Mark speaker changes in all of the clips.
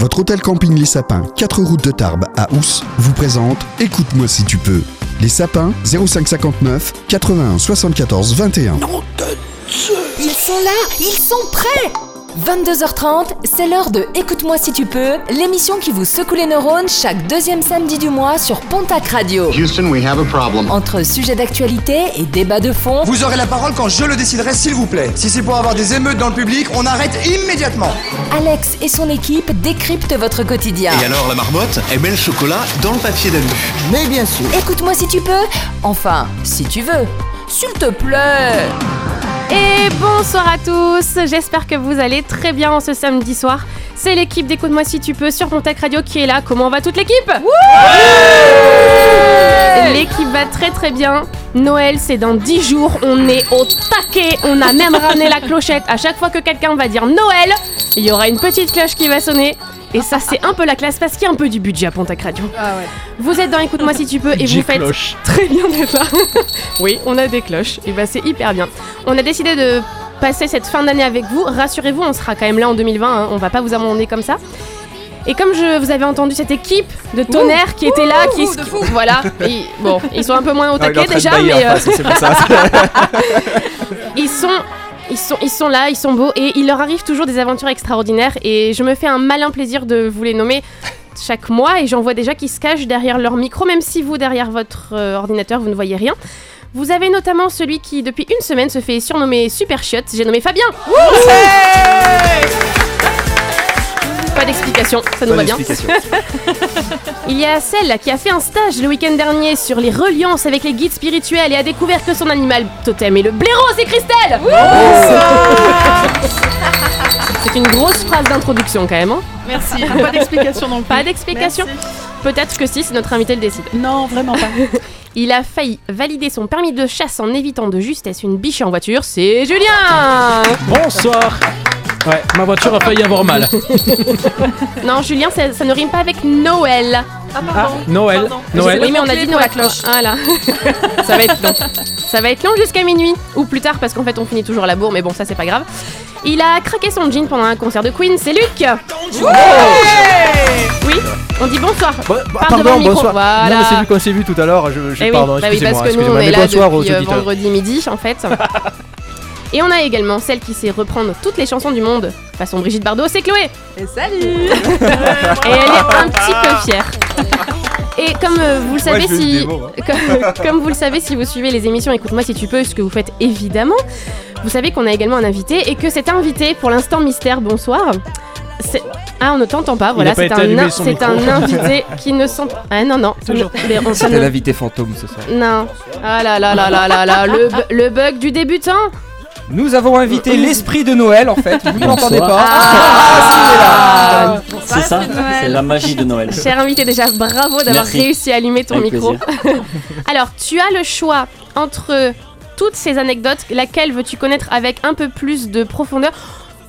Speaker 1: Votre hôtel camping Les Sapins, 4 routes de Tarbes à Ous, vous présente Écoute-moi si tu peux. Les Sapins, 0559 81 74 21.
Speaker 2: Ils sont là, ils sont prêts
Speaker 3: 22h30, c'est l'heure de Écoute-moi si tu peux, l'émission qui vous secoue les neurones chaque deuxième samedi du mois sur Pontac Radio.
Speaker 4: Houston, we have a problem.
Speaker 3: Entre sujets d'actualité et débats de fond,
Speaker 5: Vous aurez la parole quand je le déciderai, s'il vous plaît. Si c'est pour avoir des émeutes dans le public, on arrête immédiatement.
Speaker 3: Alex et son équipe décryptent votre quotidien.
Speaker 6: Et alors la marmotte, elle met le chocolat dans le papier d'alu.
Speaker 7: Mais bien sûr.
Speaker 3: Écoute-moi si tu peux, enfin, si tu veux, s'il te plaît.
Speaker 8: Euh, Et bonsoir à tous, j'espère que vous allez très bien en ce samedi soir. C'est l'équipe d'Écoute-moi si tu peux sur Pontac Radio qui est là. Comment va toute l'équipe Ouais L'équipe va très très bien. Noël, c'est dans 10 jours, on est au taquet, on a même ramené la clochette. À chaque fois que quelqu'un va dire Noël, il y aura une petite cloche qui va sonner. Et ça, c'est un peu la classe parce qu'il y a un peu du budget à Pontac Radio. Vous êtes dans Écoute-moi si tu peux et vous faites très bien d'être là. oui, on a des cloches. Et bah, c'est hyper bien. On a décidé de passer cette fin d'année avec vous. Rassurez-vous, on sera quand même là en 2020. hein. On va pas vous abandonner comme ça. Et comme je vous avez entendu cette équipe de tonnerre qui était là, qui
Speaker 2: ouh, de fou.
Speaker 8: voilà, et- bon, ils sont un peu moins au taquet déjà, mais euh, ils sont ils sont, ils sont là, ils sont beaux et il leur arrive toujours des aventures extraordinaires et je me fais un malin plaisir de vous les nommer chaque mois et j'en vois déjà qui se cachent derrière leur micro même si vous derrière votre euh, ordinateur vous ne voyez rien. Vous avez notamment celui qui depuis une semaine se fait surnommer Super Chiotte, j'ai nommé Fabien. Pas d'explication, ça nous va bien. Il y a celle qui a fait un stage le week-end dernier sur les reliances avec les guides spirituels et a découvert que son animal totem est le blaireau, c'est Christelle C'est une grosse phrase d'introduction quand même. hein.
Speaker 9: Merci.
Speaker 2: Ah,
Speaker 9: Pas d'explication non plus.
Speaker 8: Pas d'explication Peut-être que si, c'est notre invité le décide.
Speaker 9: Non, vraiment pas.
Speaker 8: Il a failli valider son permis de chasse en évitant de justesse une biche en voiture, c'est Julien
Speaker 10: Bonsoir Ouais, ma voiture a failli avoir mal.
Speaker 8: Non, Julien, ça, ça ne rime pas avec Noël.
Speaker 10: Ah, Noël,
Speaker 9: Pardon.
Speaker 10: Noël.
Speaker 8: Oui, mais on a dit Noël. Voilà. ça va être long. Ça va être long jusqu'à minuit. Ou plus tard, parce qu'en fait, on finit toujours à la bourre, mais bon, ça, c'est pas grave. Il a craqué son jean pendant un concert de Queen, c'est Luc Oui, on dit bonsoir.
Speaker 10: Bon- bah,
Speaker 8: Parle devant
Speaker 10: pardon,
Speaker 8: le micro,
Speaker 10: bonsoir.
Speaker 8: voilà.
Speaker 10: Non, mais c'est vu qu'on s'est vu tout à l'heure, je, je
Speaker 8: Eh oui,
Speaker 10: pardon,
Speaker 8: bah oui,
Speaker 10: excusez-moi,
Speaker 8: parce que nous, on
Speaker 10: excusez-moi,
Speaker 8: est
Speaker 10: mais
Speaker 8: là
Speaker 10: bonsoir
Speaker 8: depuis
Speaker 10: aux
Speaker 8: euh,
Speaker 10: auditeurs.
Speaker 8: vendredi midi, en fait. Et on a également celle qui sait reprendre toutes les chansons du monde, façon Brigitte Bardot, c'est Chloé
Speaker 9: Et salut
Speaker 8: et elle est un petit peu fière. Et comme euh, vous le savez,
Speaker 10: je fais une
Speaker 8: si
Speaker 10: démo, hein.
Speaker 8: comme, comme vous le savez, si vous suivez les émissions, écoute-moi si tu peux, ce que vous faites évidemment. Vous savez qu'on a également un invité et que cet invité, pour l'instant mystère, bonsoir. c'est- Ah, on ne t'entend pas. Voilà,
Speaker 10: pas
Speaker 8: c'est
Speaker 10: été
Speaker 8: un,
Speaker 10: allumé
Speaker 8: in-
Speaker 10: son
Speaker 8: c'est un invité qui ne sent. Ah non non. ça ne- mais on- ça ne-
Speaker 11: C'était l'invité fantôme ce soir.
Speaker 8: Non. Ah là là là là là là. Le, bu- le bug du débutant.
Speaker 11: Nous avons invité l'esprit de Noël en fait, vous ne l'entendez pas.
Speaker 9: Ah,
Speaker 8: Ah,
Speaker 9: C'est ça, c'est la magie de Noël.
Speaker 8: Cher invité, déjà bravo d'avoir
Speaker 9: Merci.
Speaker 8: réussi à allumer ton micro. Alors, tu as le choix entre toutes ces anecdotes, laquelle veux-tu connaître avec un peu plus de profondeur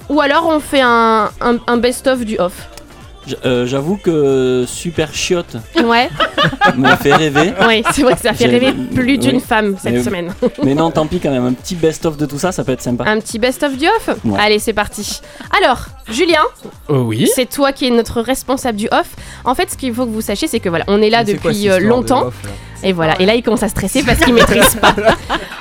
Speaker 8: ou alors on fait un, un- un best-of du off.
Speaker 12: euh,
Speaker 5: J'avoue que Super Chiotte
Speaker 8: Ouais,
Speaker 5: m'a fait rêver.
Speaker 8: ouais c'est vrai que ça fait
Speaker 5: J'ai-
Speaker 8: rêver plus d'une
Speaker 5: oui.
Speaker 8: femme cette
Speaker 5: Mais-
Speaker 8: semaine.
Speaker 5: Mais non, tant pis quand même, un petit best-of de tout ça, ça peut être
Speaker 12: Bah.
Speaker 5: sympa.
Speaker 8: Un petit best-of du off
Speaker 5: Ouais.
Speaker 8: Allez, c'est parti. Alors, Julien,
Speaker 11: Euh,
Speaker 10: Oh oui
Speaker 8: c'est toi qui es notre responsable du off. En fait, ce qu'il faut que vous sachiez, c'est que voilà, on est là
Speaker 11: Mais c'est quoi, cette
Speaker 8: depuis
Speaker 11: histoire
Speaker 8: euh,
Speaker 11: de
Speaker 8: longtemps.
Speaker 11: off, là
Speaker 8: Et voilà, et là il commence à stresser parce qu'il maîtrise pas.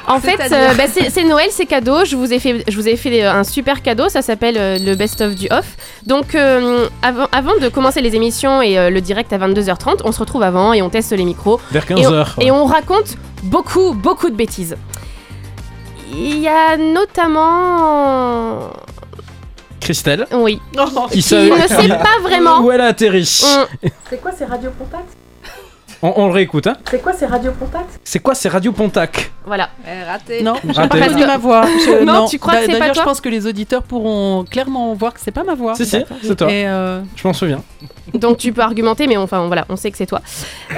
Speaker 8: En fait, euh, bah, c'est c'est Noël, c'est cadeau. Je vous ai fait, je vous ai fait euh, un super cadeau. Ça s'appelle euh, le best of du off. Donc euh, avant, avant de commencer les émissions et euh, le direct à 22h30, on se retrouve avant et on teste les micros
Speaker 10: Vers
Speaker 8: et on,
Speaker 10: 15h.
Speaker 8: et on raconte beaucoup, beaucoup de bêtises. Il y a notamment,
Speaker 10: Christelle,
Speaker 8: oui,
Speaker 10: qui,
Speaker 8: qui Oh, ne sait pas vraiment. Mm.
Speaker 10: où elle a atterri.
Speaker 8: On-
Speaker 9: C'est quoi ces radios contacts
Speaker 10: On, on le réécoute, hein.
Speaker 9: C'est quoi ces radios contacts
Speaker 10: C'est quoi ces Radio Pontac
Speaker 8: Voilà.
Speaker 2: Eh, Raté.
Speaker 9: Non, j'ai pas
Speaker 10: Raté.
Speaker 8: Parce que-
Speaker 9: reconnu ma voix. Je-
Speaker 8: Non, tu crois que c'est pas
Speaker 9: D'ailleurs, je
Speaker 8: toi
Speaker 9: pense que les auditeurs pourront clairement voir que c'est pas ma voix.
Speaker 10: Si, si, c'est toi.
Speaker 9: Et euh,
Speaker 10: Je m'en souviens.
Speaker 8: Donc tu peux argumenter, mais enfin voilà, on sait que c'est toi.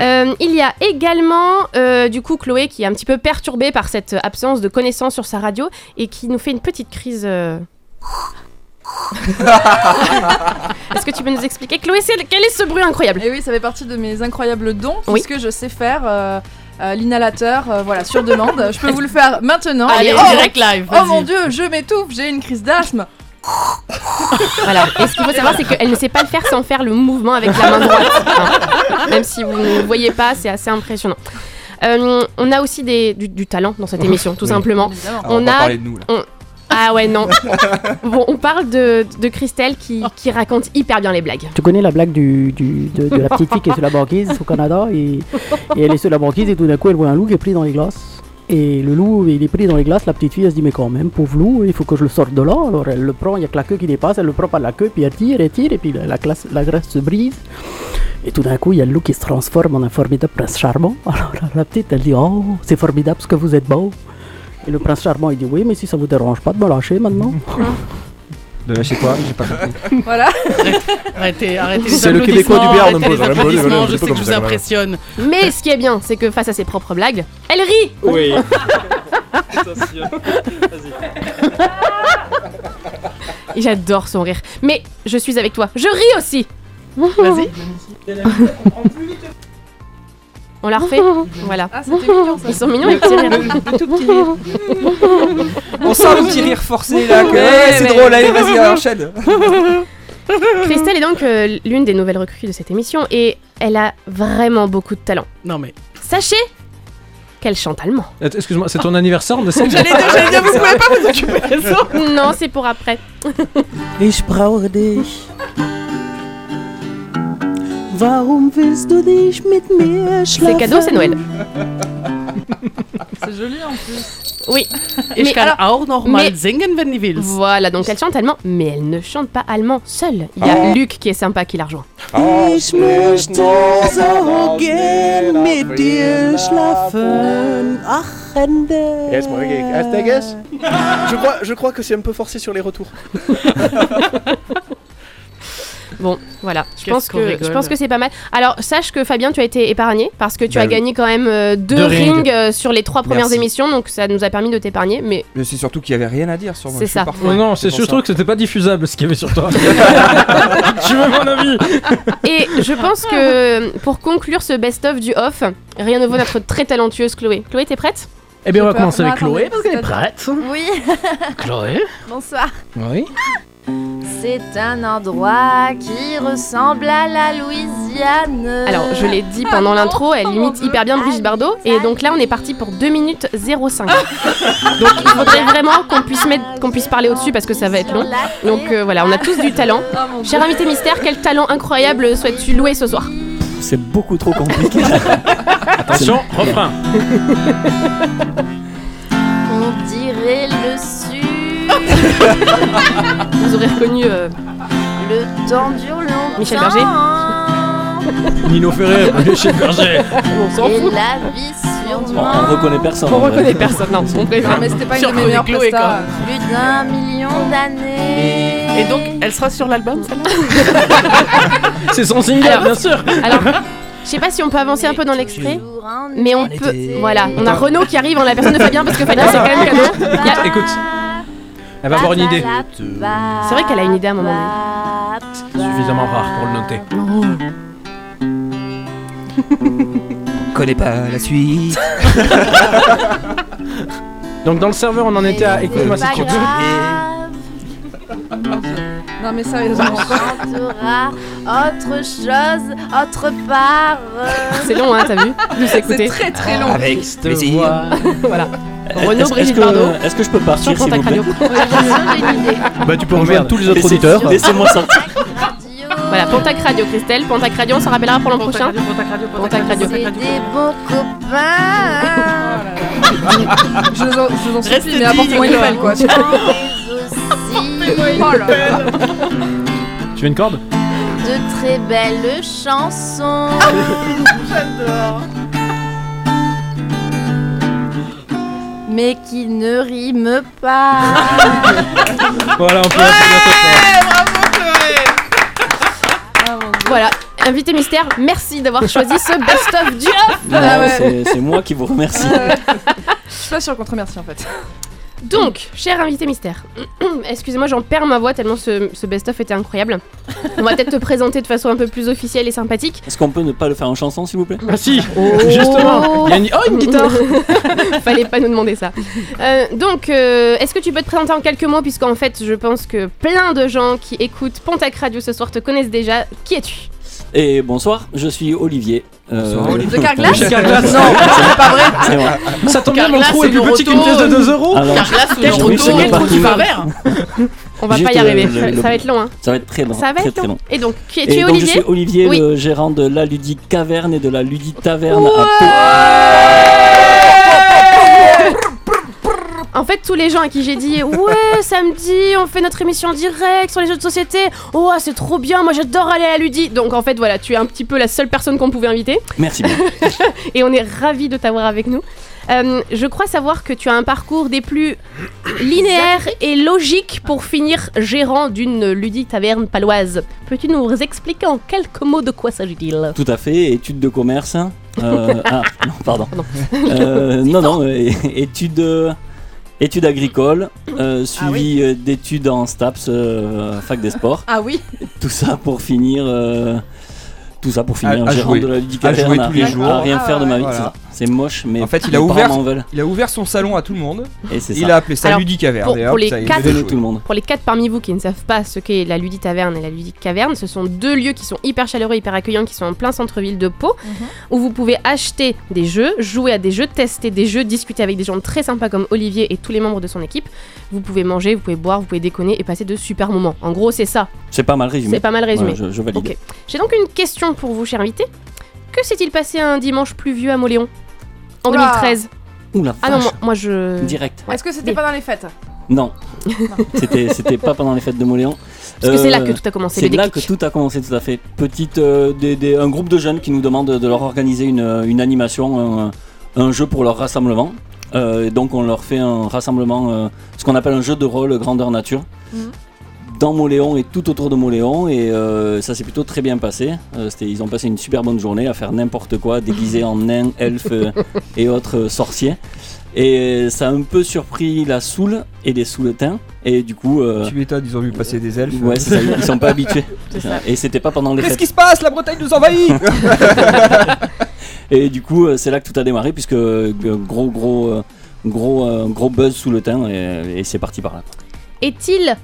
Speaker 8: Euh, il y a également euh, du coup Chloé qui est un petit peu perturbée par cette absence de connaissances sur sa radio et qui nous fait une petite crise. euh. Est-ce que tu peux nous expliquer, Chloé, c'est- quel est ce bruit incroyable
Speaker 2: Et Eh oui, ça fait partie de mes incroyables dons,
Speaker 8: Oui.
Speaker 2: puisque je sais faire euh, euh, l'inhalateur, euh, voilà, sur demande. je peux vous le faire maintenant.
Speaker 8: Allez,
Speaker 2: Oh,
Speaker 8: en
Speaker 2: mon-
Speaker 8: direct live.
Speaker 2: Oh mon dieu, je m'étouffe, j'ai une crise d'asthme.
Speaker 8: Voilà. Et ce qu'il faut savoir, c'est qu'elle ne sait pas le faire sans faire le mouvement avec la main droite. Enfin, même si vous ne le voyez pas, c'est assez impressionnant. Euh, on a aussi des, du, du talent dans cette émission, tout simplement.
Speaker 6: Ah, on,
Speaker 8: on
Speaker 6: va
Speaker 8: a-
Speaker 6: parler de nous là.
Speaker 8: Ah ouais, non. Bon, on parle de, de Christelle qui, qui raconte hyper bien les blagues.
Speaker 4: Tu connais la blague du, du- de, de la petite fille qui est sur la banquise au Canada et, et elle est sur la banquise et tout d'un coup elle voit un loup qui est pris dans les glaces. Et le loup, il est pris dans les glaces, la petite fille elle se dit mais quand même, pauvre loup, il faut que je le sorte de là. Alors elle le prend, il n'y a que la queue qui dépasse, elle le prend par la queue, puis elle tire, elle tire, et puis la, la glace- la glace se brise. Et tout d'un coup, il y a le loup qui se transforme en un formidable prince charmant. Alors la, la petite, elle dit oh, c'est formidable parce que vous êtes beau. Et le prince charmant, il dit oui, mais si ça vous dérange pas de me lâcher maintenant.
Speaker 7: De lâcher quoi J'ai pas compris.
Speaker 13: Voilà.
Speaker 9: Arrêtez, arrêtez les
Speaker 7: C'est le Québécois du
Speaker 9: applaudissements,
Speaker 7: Béarn, un
Speaker 9: arrêtez
Speaker 7: peu,
Speaker 9: les
Speaker 7: voilà, voilà,
Speaker 9: applaudissements,
Speaker 7: voilà,
Speaker 9: je
Speaker 7: c'est pas
Speaker 9: sais que je
Speaker 7: comme
Speaker 9: vous
Speaker 7: ça, voilà.
Speaker 9: impressionne.
Speaker 8: Mais ce qui est bien, c'est que face à ses propres blagues, elle rit
Speaker 7: Oui.
Speaker 8: Et J'adore son rire. Mais je suis avec toi. Je ris aussi.
Speaker 9: Vas-y.
Speaker 8: On la refait Voilà.
Speaker 9: Ah,
Speaker 8: Ils sont mignons les
Speaker 11: Le-
Speaker 8: petits rires.
Speaker 11: le- On sent le petit rire forcé là. Que...
Speaker 8: Ouais,
Speaker 11: ouais, c'est
Speaker 8: mais-
Speaker 11: drôle, allez, vas-y, enchaîne.
Speaker 8: Christelle est donc euh, l'une des nouvelles recrues de cette émission et elle a vraiment beaucoup de talent.
Speaker 9: Non mais.
Speaker 8: Sachez qu'elle chante allemand.
Speaker 10: Attends, Excuse-moi, c'est ton anniversaire de cette
Speaker 8: Ah. J'allais dire, j'allais dire, vous pouvez pas vous occuper
Speaker 9: de ça.
Speaker 8: Non, c'est pour après.
Speaker 4: Ich brauche dich.
Speaker 2: Warum willst du dich mit mir
Speaker 8: C'est cadeau, c'est Noël.
Speaker 9: C'est joli en plus.
Speaker 8: Oui.
Speaker 9: Ich kann auch noch mal
Speaker 8: singen, wenn Voilà, donc elle chante allemand, mais elle ne chante pas allemand seule. Il y a
Speaker 2: Ah.
Speaker 8: Luc qui est sympa qui la rejoint.
Speaker 2: Ich möchte so gern mit dir schlafen. Ach, Ende.
Speaker 14: Yes, moi, okay.
Speaker 15: Ah,
Speaker 14: Hashtag yes. je, crois, je crois que c'est un peu forcé sur les retours.
Speaker 8: Bon, voilà. Je
Speaker 14: Qu'est-ce
Speaker 8: pense
Speaker 14: qu'on
Speaker 8: que
Speaker 14: rigole.
Speaker 8: je pense que c'est pas mal. Alors sache que Fabien, tu as été épargné parce que tu
Speaker 7: Bah
Speaker 8: as
Speaker 7: oui.
Speaker 8: gagné quand même euh, deux,
Speaker 7: Deux
Speaker 8: rings,
Speaker 7: rings.
Speaker 8: euh, sur les trois premières
Speaker 7: Merci.
Speaker 8: émissions, donc ça nous a permis de t'épargner. Mais
Speaker 7: Mais c'est surtout qu'il y avait rien à dire sur moi.
Speaker 8: C'est
Speaker 7: je suis
Speaker 8: ça.
Speaker 7: parfait.
Speaker 10: Ouais, non, c'est
Speaker 7: pour
Speaker 10: je
Speaker 7: ça.
Speaker 10: trouve que c'était pas diffusable ce qu'il y avait sur toi. tu veux mon avis
Speaker 8: et je pense que pour conclure ce best-of du off, rien ne vaut notre très talentueuse Chloé. Chloé, t'es prête
Speaker 10: Eh bien, on va
Speaker 8: J'ai peur.
Speaker 10: commencer
Speaker 8: Non,
Speaker 10: avec Chloé
Speaker 8: attendez,
Speaker 10: parce qu'elle est prête.
Speaker 8: c'est-à-dire-
Speaker 13: Oui.
Speaker 10: Chloé
Speaker 13: Bonsoir.
Speaker 10: Oui.
Speaker 13: C'est un endroit qui ressemble à la Louisiane.
Speaker 8: Alors, je l'ai dit pendant l'intro, elle imite hyper bien Brigitte Bardot. Et donc là, on est parti pour 2 minutes 05. Donc il faudrait vraiment qu'on puisse, mettre, qu'on puisse parler au-dessus parce que ça va être long. Donc euh, voilà, on a tous du talent. Cher invité mystère, quel talent incroyable souhaites-tu louer ce soir
Speaker 4: C'est beaucoup trop compliqué.
Speaker 10: Attention, refrain.
Speaker 13: On dirait le sud.
Speaker 8: Vous aurez reconnu euh,
Speaker 13: Le temps dure longtemps.
Speaker 8: Michel Berger.
Speaker 10: Nino Ferrer, Michel Berger.
Speaker 13: Et la vie sur du
Speaker 10: reconnaît personne.
Speaker 13: On
Speaker 8: reconnaît personne, non. On
Speaker 13: Non, mais c'était pas une de mes meilleures
Speaker 9: Chloé,
Speaker 13: prestas.
Speaker 9: quoi.
Speaker 13: Plus d'un million d'années.
Speaker 9: Et donc, elle sera sur l'album celle-là
Speaker 10: C'est son single,
Speaker 8: Alors-
Speaker 10: bien sûr.
Speaker 8: Alors, je sais pas si on peut avancer un peu dans l'extrait, mais on peut. Voilà, on a
Speaker 10: Attends.
Speaker 8: Renaud qui arrive en la personne de Fabien parce que Fabien c'est quand même cadeau. Il y a-
Speaker 10: Écoute, elle va avoir une idée.
Speaker 8: C'est vrai qu'elle a une idée à un moment donné.
Speaker 10: Suffisamment rare pour le noter.
Speaker 11: Connais pas la suite.
Speaker 10: Donc dans le serveur, on en était à écoute-moi si
Speaker 13: Pas
Speaker 10: tu veux.
Speaker 13: grave.
Speaker 2: Non, mais sérieusement.
Speaker 13: chantera autre chose, autre part.
Speaker 2: Oh,
Speaker 8: C'est long, hein, t'as vu Nous
Speaker 13: C'est très très long.
Speaker 10: Ah, Avec cette voix.
Speaker 8: voilà.
Speaker 12: Est-ce-
Speaker 8: Renaud,
Speaker 12: est-ce
Speaker 8: Brigitte
Speaker 12: que-
Speaker 8: Bardot.
Speaker 12: Est-ce que je peux partir s'il vous plaît
Speaker 10: Ah,
Speaker 7: Bah, tu peux
Speaker 12: Oh,
Speaker 7: rejoindre
Speaker 12: merde.
Speaker 7: tous les autres
Speaker 12: Laissez-
Speaker 7: auditeurs.
Speaker 12: Laissez-moi sortir.
Speaker 8: Voilà, Pontac Radio, Christelle. Pontac Radio, on s'en rappellera pour l'an prochain. Pontac Radio, Pontac Radio.
Speaker 13: Des beaux copains.
Speaker 2: Je vous en, je vous en
Speaker 13: Reste
Speaker 2: supplie, mais apportez-moi une
Speaker 13: digne.
Speaker 2: nouvelle, quoi.
Speaker 13: Oh là là.
Speaker 10: Tu veux une corde
Speaker 13: De très belles chansons.
Speaker 2: Ah
Speaker 13: J'adore. Mais qui ne riment pas.
Speaker 10: Voilà, on peut.
Speaker 8: Voilà, invité mystère, merci d'avoir choisi ce best-of du off. Ah
Speaker 2: Ah
Speaker 12: Non, c'est- C'est moi qui vous remercie.
Speaker 2: Je suis pas sûre qu'on te remercie en fait.
Speaker 8: Donc, cher invité mystère, excusez-moi, j'en perds ma voix tellement ce, ce best-of était incroyable. On va peut-être te présenter de façon un peu plus officielle et sympathique.
Speaker 12: Est-ce qu'on peut ne pas le faire en chanson, s'il vous plaît
Speaker 10: Ah si Justement Il y a une- Oh, une guitare
Speaker 8: Fallait pas nous demander ça. Euh, donc, euh, est-ce que tu peux te présenter en quelques mots Puisqu'en fait, je pense que plein de gens qui écoutent Pontac Radio ce soir te connaissent déjà. Qui es-tu
Speaker 12: Et bonsoir, je suis Olivier.
Speaker 8: Bonsoir, Olivier.
Speaker 13: De Carglass
Speaker 12: De
Speaker 13: Non,
Speaker 12: c'est
Speaker 13: pas vrai.
Speaker 12: C'est vrai.
Speaker 10: Ça tombe bien, mon
Speaker 13: Carglass,
Speaker 10: trou est
Speaker 13: c'est
Speaker 10: plus
Speaker 13: le
Speaker 10: petit qu'une
Speaker 13: roto.
Speaker 10: pièce de 2 euros
Speaker 12: Alors,
Speaker 13: Carglass ou le
Speaker 12: je
Speaker 13: roto,
Speaker 12: me souviens
Speaker 13: quel trou
Speaker 12: pas.
Speaker 13: tu vas vers
Speaker 8: On va
Speaker 12: Juste
Speaker 8: pas y arriver,
Speaker 12: le- le-
Speaker 8: ça va être long. Hein.
Speaker 12: Ça va être très long.
Speaker 8: Ça va
Speaker 12: très,
Speaker 8: être
Speaker 12: très
Speaker 8: long. Et donc, qui es-
Speaker 12: Et
Speaker 8: tu es
Speaker 12: donc,
Speaker 8: Olivier
Speaker 12: Je suis Olivier,
Speaker 8: Oui.
Speaker 12: le gérant de la ludique caverne et de la ludique taverne à Pau.
Speaker 8: En fait, tous les gens à qui j'ai dit Ouais, samedi, on fait notre émission en direct sur les jeux de société. Oh, c'est trop bien, moi j'adore aller à la Ludie. Donc, en fait, voilà, tu es un petit peu la seule personne qu'on pouvait inviter.
Speaker 12: Merci bien.
Speaker 8: Et on est ravis de t'avoir avec nous. Euh, je crois savoir que tu as un parcours des plus linéaires et logiques pour finir gérant d'une ludie taverne paloise. Peux-tu nous expliquer en quelques mots de quoi s'agit-il
Speaker 12: Tout à fait, études de commerce. Euh, ah, non, pardon. Euh, non, non, euh, études, euh, études agricoles,
Speaker 8: Ah
Speaker 12: euh, suivi euh, d'études en STAPS, euh, fac des sports.
Speaker 9: Ah oui
Speaker 12: Tout ça pour finir. euh, tout ça pour
Speaker 7: À-
Speaker 12: finir
Speaker 7: à
Speaker 12: gérant
Speaker 7: jouer.
Speaker 12: de la
Speaker 7: À jouer
Speaker 12: ludicaire,
Speaker 7: tous les jours.
Speaker 12: hein, à rien
Speaker 7: Ah
Speaker 12: faire de ma vie.
Speaker 7: Voilà.
Speaker 12: c'est ça. C'est moche, mais
Speaker 7: En fait, il
Speaker 12: mes
Speaker 7: a
Speaker 12: parents
Speaker 7: ouvert,
Speaker 12: m'en veulent.
Speaker 7: il a ouvert son salon à tout le monde.
Speaker 12: Et c'est
Speaker 7: Il
Speaker 12: ça.
Speaker 7: a appelé ça
Speaker 12: Alors,
Speaker 7: Ludie Caverne.
Speaker 8: pour,
Speaker 7: et
Speaker 8: pour
Speaker 7: hop,
Speaker 8: les
Speaker 7: ça, il est
Speaker 8: quatre,
Speaker 7: devenu joué.
Speaker 8: pour les quatre parmi vous qui ne savent pas ce qu'est la Ludie Taverne et la Ludie Caverne, ce sont deux lieux qui sont hyper chaleureux, hyper accueillants, qui sont en plein centre-ville de Pau, où vous pouvez acheter des jeux, jouer à des jeux, tester des jeux, discuter avec des gens très sympas comme Olivier et tous les membres de son équipe. Vous pouvez manger, vous pouvez boire, vous pouvez déconner et passer de super moments. En gros, c'est ça.
Speaker 12: C'est pas mal résumé.
Speaker 8: C'est pas mal résumé.
Speaker 12: Ouais, je, je valide.
Speaker 8: Ok. J'ai donc une question pour vous, cher invité. Que s'est-il passé un dimanche pluvieux à Moléon en
Speaker 13: Oula.
Speaker 8: 2013
Speaker 12: Ouh la
Speaker 8: Ah non,
Speaker 12: vache.
Speaker 8: moi, moi, je.
Speaker 12: Direct.
Speaker 13: Est-ce que c'était pas dans les fêtes
Speaker 12: Non, c'était c'était pas pendant les fêtes de Moléon.
Speaker 13: Parce que c'est là que tout a commencé,
Speaker 12: C'est
Speaker 13: le
Speaker 12: là que
Speaker 13: déclic.
Speaker 12: tout a commencé, tout à fait. Petite, euh, des- des- un groupe de jeunes qui nous demande de leur organiser une, euh, une animation, un, un jeu pour leur rassemblement. Euh, et donc on leur fait un rassemblement, euh, ce qu'on appelle un jeu de rôle grandeur nature. Dans Moléon et tout autour de Moléon, et euh, ça s'est plutôt très bien passé. Euh, c'était- ils ont passé une super bonne journée à faire n'importe quoi, déguisés en nains, elfes euh, et autres euh, sorciers. Et euh, ça a un peu surpris la Soule et les Souletins. Et du coup. euh,
Speaker 7: Tu m'étonnes, ils ont vu passer des elfes.
Speaker 12: Ouais, c'est ça, ils sont pas habitués.
Speaker 7: C'est ça.
Speaker 12: Et c'était pas pendant les
Speaker 11: Qu'est-ce
Speaker 12: fêtes.
Speaker 11: qui se passe La Bretagne nous envahit
Speaker 12: Et du coup, euh, c'est là que tout a démarré, puisque euh, gros, gros, euh, gros, euh, gros buzz sous le teint, et, et c'est parti par là.
Speaker 8: Est-il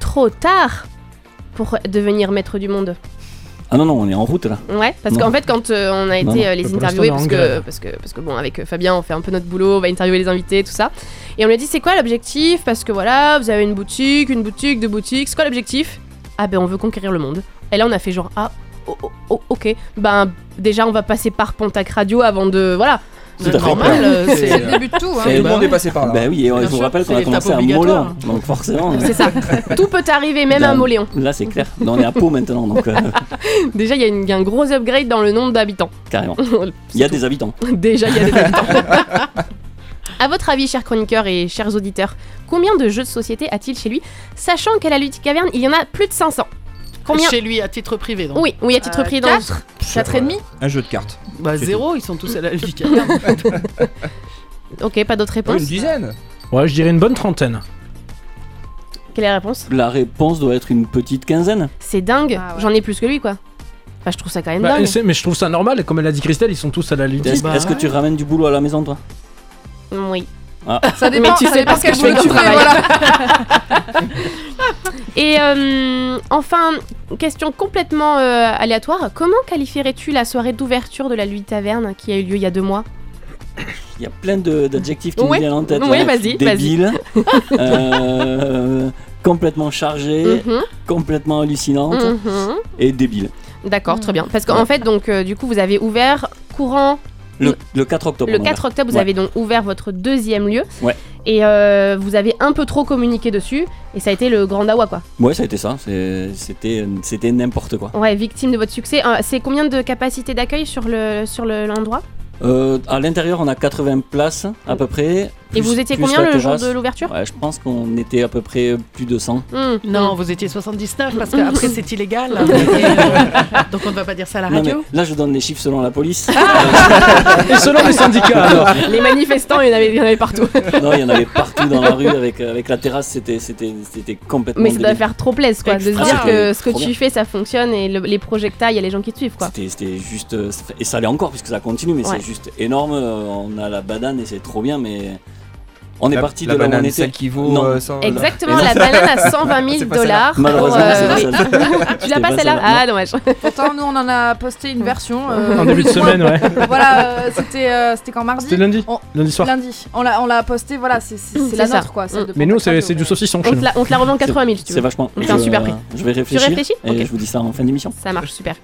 Speaker 8: trop tard pour devenir maître du monde
Speaker 12: Ah non, non, on est en route là.
Speaker 8: Ouais, parce
Speaker 12: Non.
Speaker 8: qu'en fait, quand euh, on a été
Speaker 12: Non, non.
Speaker 8: euh, les
Speaker 12: Pour l'instant, on est
Speaker 8: interviewer,
Speaker 12: en
Speaker 8: parce que,
Speaker 12: grève.
Speaker 8: parce, que, parce que bon, avec euh, Fabien, on fait un peu notre boulot, on va interviewer les invités, tout ça. Et on lui a dit c'est quoi l'objectif Parce que voilà, vous avez une boutique, une boutique, deux boutiques, c'est quoi l'objectif Ah ben on veut conquérir le monde. Et là, on a fait genre ah, oh, oh, oh, ok, ben déjà on va passer par Pontac Radio avant de. Voilà.
Speaker 12: Tout à fait.
Speaker 8: Normal, euh, c'est-
Speaker 7: C'est le début de tout, hein. Tout le monde est passé par là.
Speaker 12: Bah oui, et
Speaker 7: Bien
Speaker 12: je vous
Speaker 7: sûr,
Speaker 12: rappelle qu'on
Speaker 7: c'est
Speaker 12: a
Speaker 7: l'étape
Speaker 12: commencé à
Speaker 7: obligatoire.
Speaker 12: Moléon, donc forcément. euh,
Speaker 8: C'est ça. Tout peut arriver, même
Speaker 12: Là-
Speaker 8: un Moléon.
Speaker 12: Là, c'est clair. Là, on est à Pau maintenant, donc euh,
Speaker 8: Déjà, il y, a une- il y a un gros upgrade dans le nombre d'habitants.
Speaker 12: carrément. Il y a des habitants.
Speaker 8: Déjà, il y a des habitants. À votre avis, chers chroniqueurs et chers auditeurs, combien de jeux de société a-t-il chez lui Sachant qu'à la Lutte Caverne, il y en a plus de 500. Combien
Speaker 9: Chez lui, à titre privé, donc.
Speaker 8: Oui, oui, à titre
Speaker 9: Euh,
Speaker 8: privé.
Speaker 9: quatre Quatre et demi
Speaker 7: Un jeu de cartes.
Speaker 9: Bah,
Speaker 7: C'est
Speaker 9: zéro, ils sont tous à la Ludicaverne.
Speaker 8: Ok, pas d'autres réponses
Speaker 10: Ouais, je dirais une bonne trentaine.
Speaker 8: Quelle est la réponse
Speaker 12: La réponse doit être une petite quinzaine.
Speaker 8: C'est dingue,
Speaker 13: Ah
Speaker 8: j'en ai plus que lui, quoi. Enfin, je trouve ça quand même
Speaker 10: Bah,
Speaker 8: dingue.
Speaker 10: c'est- mais je trouve ça normal, et comme elle a dit Christelle, ils sont tous à la lutte.
Speaker 12: Est-ce est-ce que tu ramènes du boulot à la maison, toi
Speaker 8: Ah, Oui.
Speaker 12: Ah.
Speaker 13: Ça dépend-
Speaker 8: Mais tu
Speaker 13: ça
Speaker 8: sais
Speaker 13: dépend
Speaker 8: pas ce que
Speaker 13: quel
Speaker 8: je fais
Speaker 13: boulot
Speaker 8: avec
Speaker 13: tu
Speaker 8: mon
Speaker 13: fais,
Speaker 8: travail. Et euh, enfin, question complètement euh, aléatoire. Comment qualifierais-tu la soirée d'ouverture de la Lutte Taverne qui a eu lieu il y a deux mois
Speaker 12: Il y a plein de- d'adjectifs qui
Speaker 8: Ouais.
Speaker 12: me viennent en tête.
Speaker 8: Ouais,
Speaker 12: là.
Speaker 8: vas-y, vas-y.
Speaker 12: Débile, euh, complètement chargé,
Speaker 8: Mhm.
Speaker 12: complètement hallucinante
Speaker 8: Mhm.
Speaker 12: et débile.
Speaker 8: D'accord, très bien. Parce qu'en
Speaker 12: Ouais.
Speaker 8: fait, donc, euh, du coup, vous avez ouvert courant
Speaker 12: Le, le 4 octobre.
Speaker 8: le
Speaker 12: on
Speaker 8: 4
Speaker 12: ouvre.
Speaker 8: octobre, vous
Speaker 12: Ouais.
Speaker 8: avez donc ouvert votre deuxième lieu.
Speaker 12: Ouais.
Speaker 8: Et euh, vous avez un peu trop communiqué dessus, et ça a été le grand dawa, quoi.
Speaker 12: Ouais, ça a été ça. c'est- C'était c'était n'importe quoi.
Speaker 8: Ouais, victime de votre succès. Euh, c'est combien de capacité d'accueil sur le sur le- l'endroit
Speaker 12: Euh, à l'intérieur, on a 80 places à peu près.
Speaker 8: Et vous étiez
Speaker 12: plus
Speaker 8: combien
Speaker 12: la
Speaker 8: le jour
Speaker 12: terrasse.
Speaker 8: de l'ouverture
Speaker 12: Ouais, Je pense qu'on était à peu près plus de 100.
Speaker 8: Hmm.
Speaker 9: Non, vous étiez 79 parce qu'après c'est illégal. Et, euh, donc on ne va pas dire ça à la
Speaker 12: Non, mais
Speaker 9: radio.
Speaker 12: là, je donne les chiffres selon la police. Euh,
Speaker 8: Et selon les syndicats,
Speaker 12: alors.
Speaker 8: Ah Les manifestants, il y en avait, il y en avait partout.
Speaker 12: Non, il y en avait partout dans la rue avec, avec la terrasse, c'était, c'était, c'était complètement.
Speaker 8: Mais ça doit
Speaker 12: délire.
Speaker 8: faire trop plaisir quoi, de se
Speaker 12: Extra. hein.
Speaker 8: dire que ce que
Speaker 12: Trop
Speaker 8: tu
Speaker 12: bien.
Speaker 8: fais ça fonctionne et le- les projectas, il y a les gens qui te suivent quoi.
Speaker 12: C'était, c'était juste. euh, Et ça allait encore, puisque ça continue, mais
Speaker 8: Ouais.
Speaker 12: c'est juste énorme. euh, On a la banane et c'est trop bien, mais. On est
Speaker 7: La-
Speaker 12: parti
Speaker 7: la
Speaker 12: de là où on
Speaker 7: banane,
Speaker 12: était.
Speaker 7: celle qui vaut,
Speaker 12: Non.
Speaker 7: euh, cent-
Speaker 8: Exactement, la banane à 120 000 dollars. euh,
Speaker 12: Malheureusement, c'est pas celle-là.
Speaker 8: tu l'as
Speaker 12: C'était
Speaker 8: pas celle-là
Speaker 12: celle-là,
Speaker 8: Ah, dommage.
Speaker 13: Pourtant, nous, on en a posté une version. euh,
Speaker 10: En début de semaine, ouais.
Speaker 13: voilà, euh, c'était euh, c'était quand mardi
Speaker 10: C'était lundi
Speaker 13: On-
Speaker 10: Lundi soir.
Speaker 13: Lundi. On l'a on l'a posté, voilà, c'est c'est-
Speaker 9: Mm,
Speaker 13: c'est la
Speaker 8: C'est ça.
Speaker 13: nôtre, quoi. celle de-
Speaker 10: Mais nous, c'est c'est du saucisson chez
Speaker 8: On te
Speaker 10: nous.
Speaker 8: la- on te la revend 80 000 si tu veux.
Speaker 12: C'est vachement.
Speaker 8: On fait un
Speaker 12: Je- euh,
Speaker 8: super prix.
Speaker 12: Je vais réfléchir.
Speaker 8: Tu réfléchis
Speaker 12: Et
Speaker 8: Ok.
Speaker 12: je vous dis ça en fin d'émission.
Speaker 8: Ça marche, super.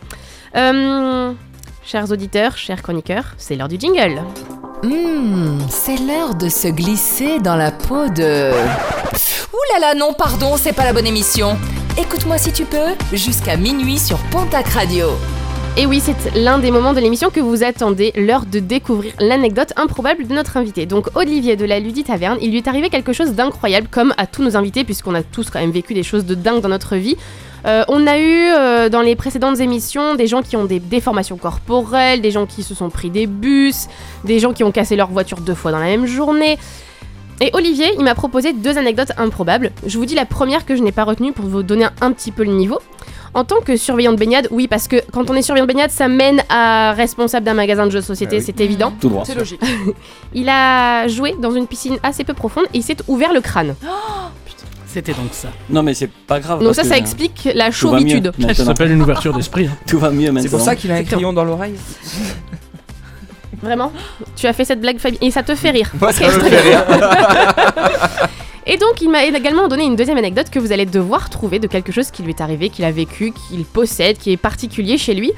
Speaker 8: Euh, chers auditeurs, chers chroniqueurs, c'est l'heure du jingle.
Speaker 3: Hmm, c'est l'heure de se glisser dans la peau de. Ouh là là, non, pardon, c'est pas la bonne émission. Écoute-moi si tu peux, jusqu'à minuit sur Pontac Radio.
Speaker 8: Et oui, c'est l'un des moments de l'émission que vous attendez, l'heure de découvrir l'anecdote improbable de notre invité. Donc Olivier de la Ludie Taverne, il lui est arrivé quelque chose d'incroyable, comme à tous nos invités, puisqu'on a tous quand même vécu des choses de dingue dans notre vie. Euh, on a eu euh, dans les précédentes émissions des gens qui ont des déformations corporelles, des gens qui se sont pris des bus, des gens qui ont cassé leur voiture deux fois dans la même journée. Et Olivier, il m'a proposé deux anecdotes improbables. Je vous dis la première que je n'ai pas retenue pour vous donner un petit peu le niveau. En tant que surveillant de baignade, oui, parce que quand on est surveillant de baignade, ça mène à responsable d'un magasin de jeux de société,
Speaker 12: Ah oui.
Speaker 8: c'est évident.
Speaker 12: Tout droit. C'est logique.
Speaker 8: il a joué dans une piscine assez peu profonde et il s'est ouvert le crâne.
Speaker 9: C'était donc ça.
Speaker 12: Non, mais c'est pas grave.
Speaker 8: Donc
Speaker 12: Ah, parce
Speaker 8: ça,
Speaker 12: que-
Speaker 8: ça explique la
Speaker 12: Tout va mieux
Speaker 8: chauvitude.
Speaker 12: maintenant.
Speaker 10: Ça s'appelle une ouverture d'esprit. hein.
Speaker 12: Tout va mieux maintenant.
Speaker 7: C'est pour ça qu'il a un crayon dans l'oreille.
Speaker 8: Vraiment Tu as fait cette blague, Fabien Et ça te fait rire.
Speaker 7: Moi, ça
Speaker 8: Ok,
Speaker 7: me
Speaker 8: très
Speaker 7: fait
Speaker 8: bien.
Speaker 7: rire.
Speaker 8: Et donc, il m'a également donné une deuxième anecdote que vous allez devoir trouver de quelque chose qui lui est arrivé, qu'il a vécu, qu'il possède, qui est particulier chez lui.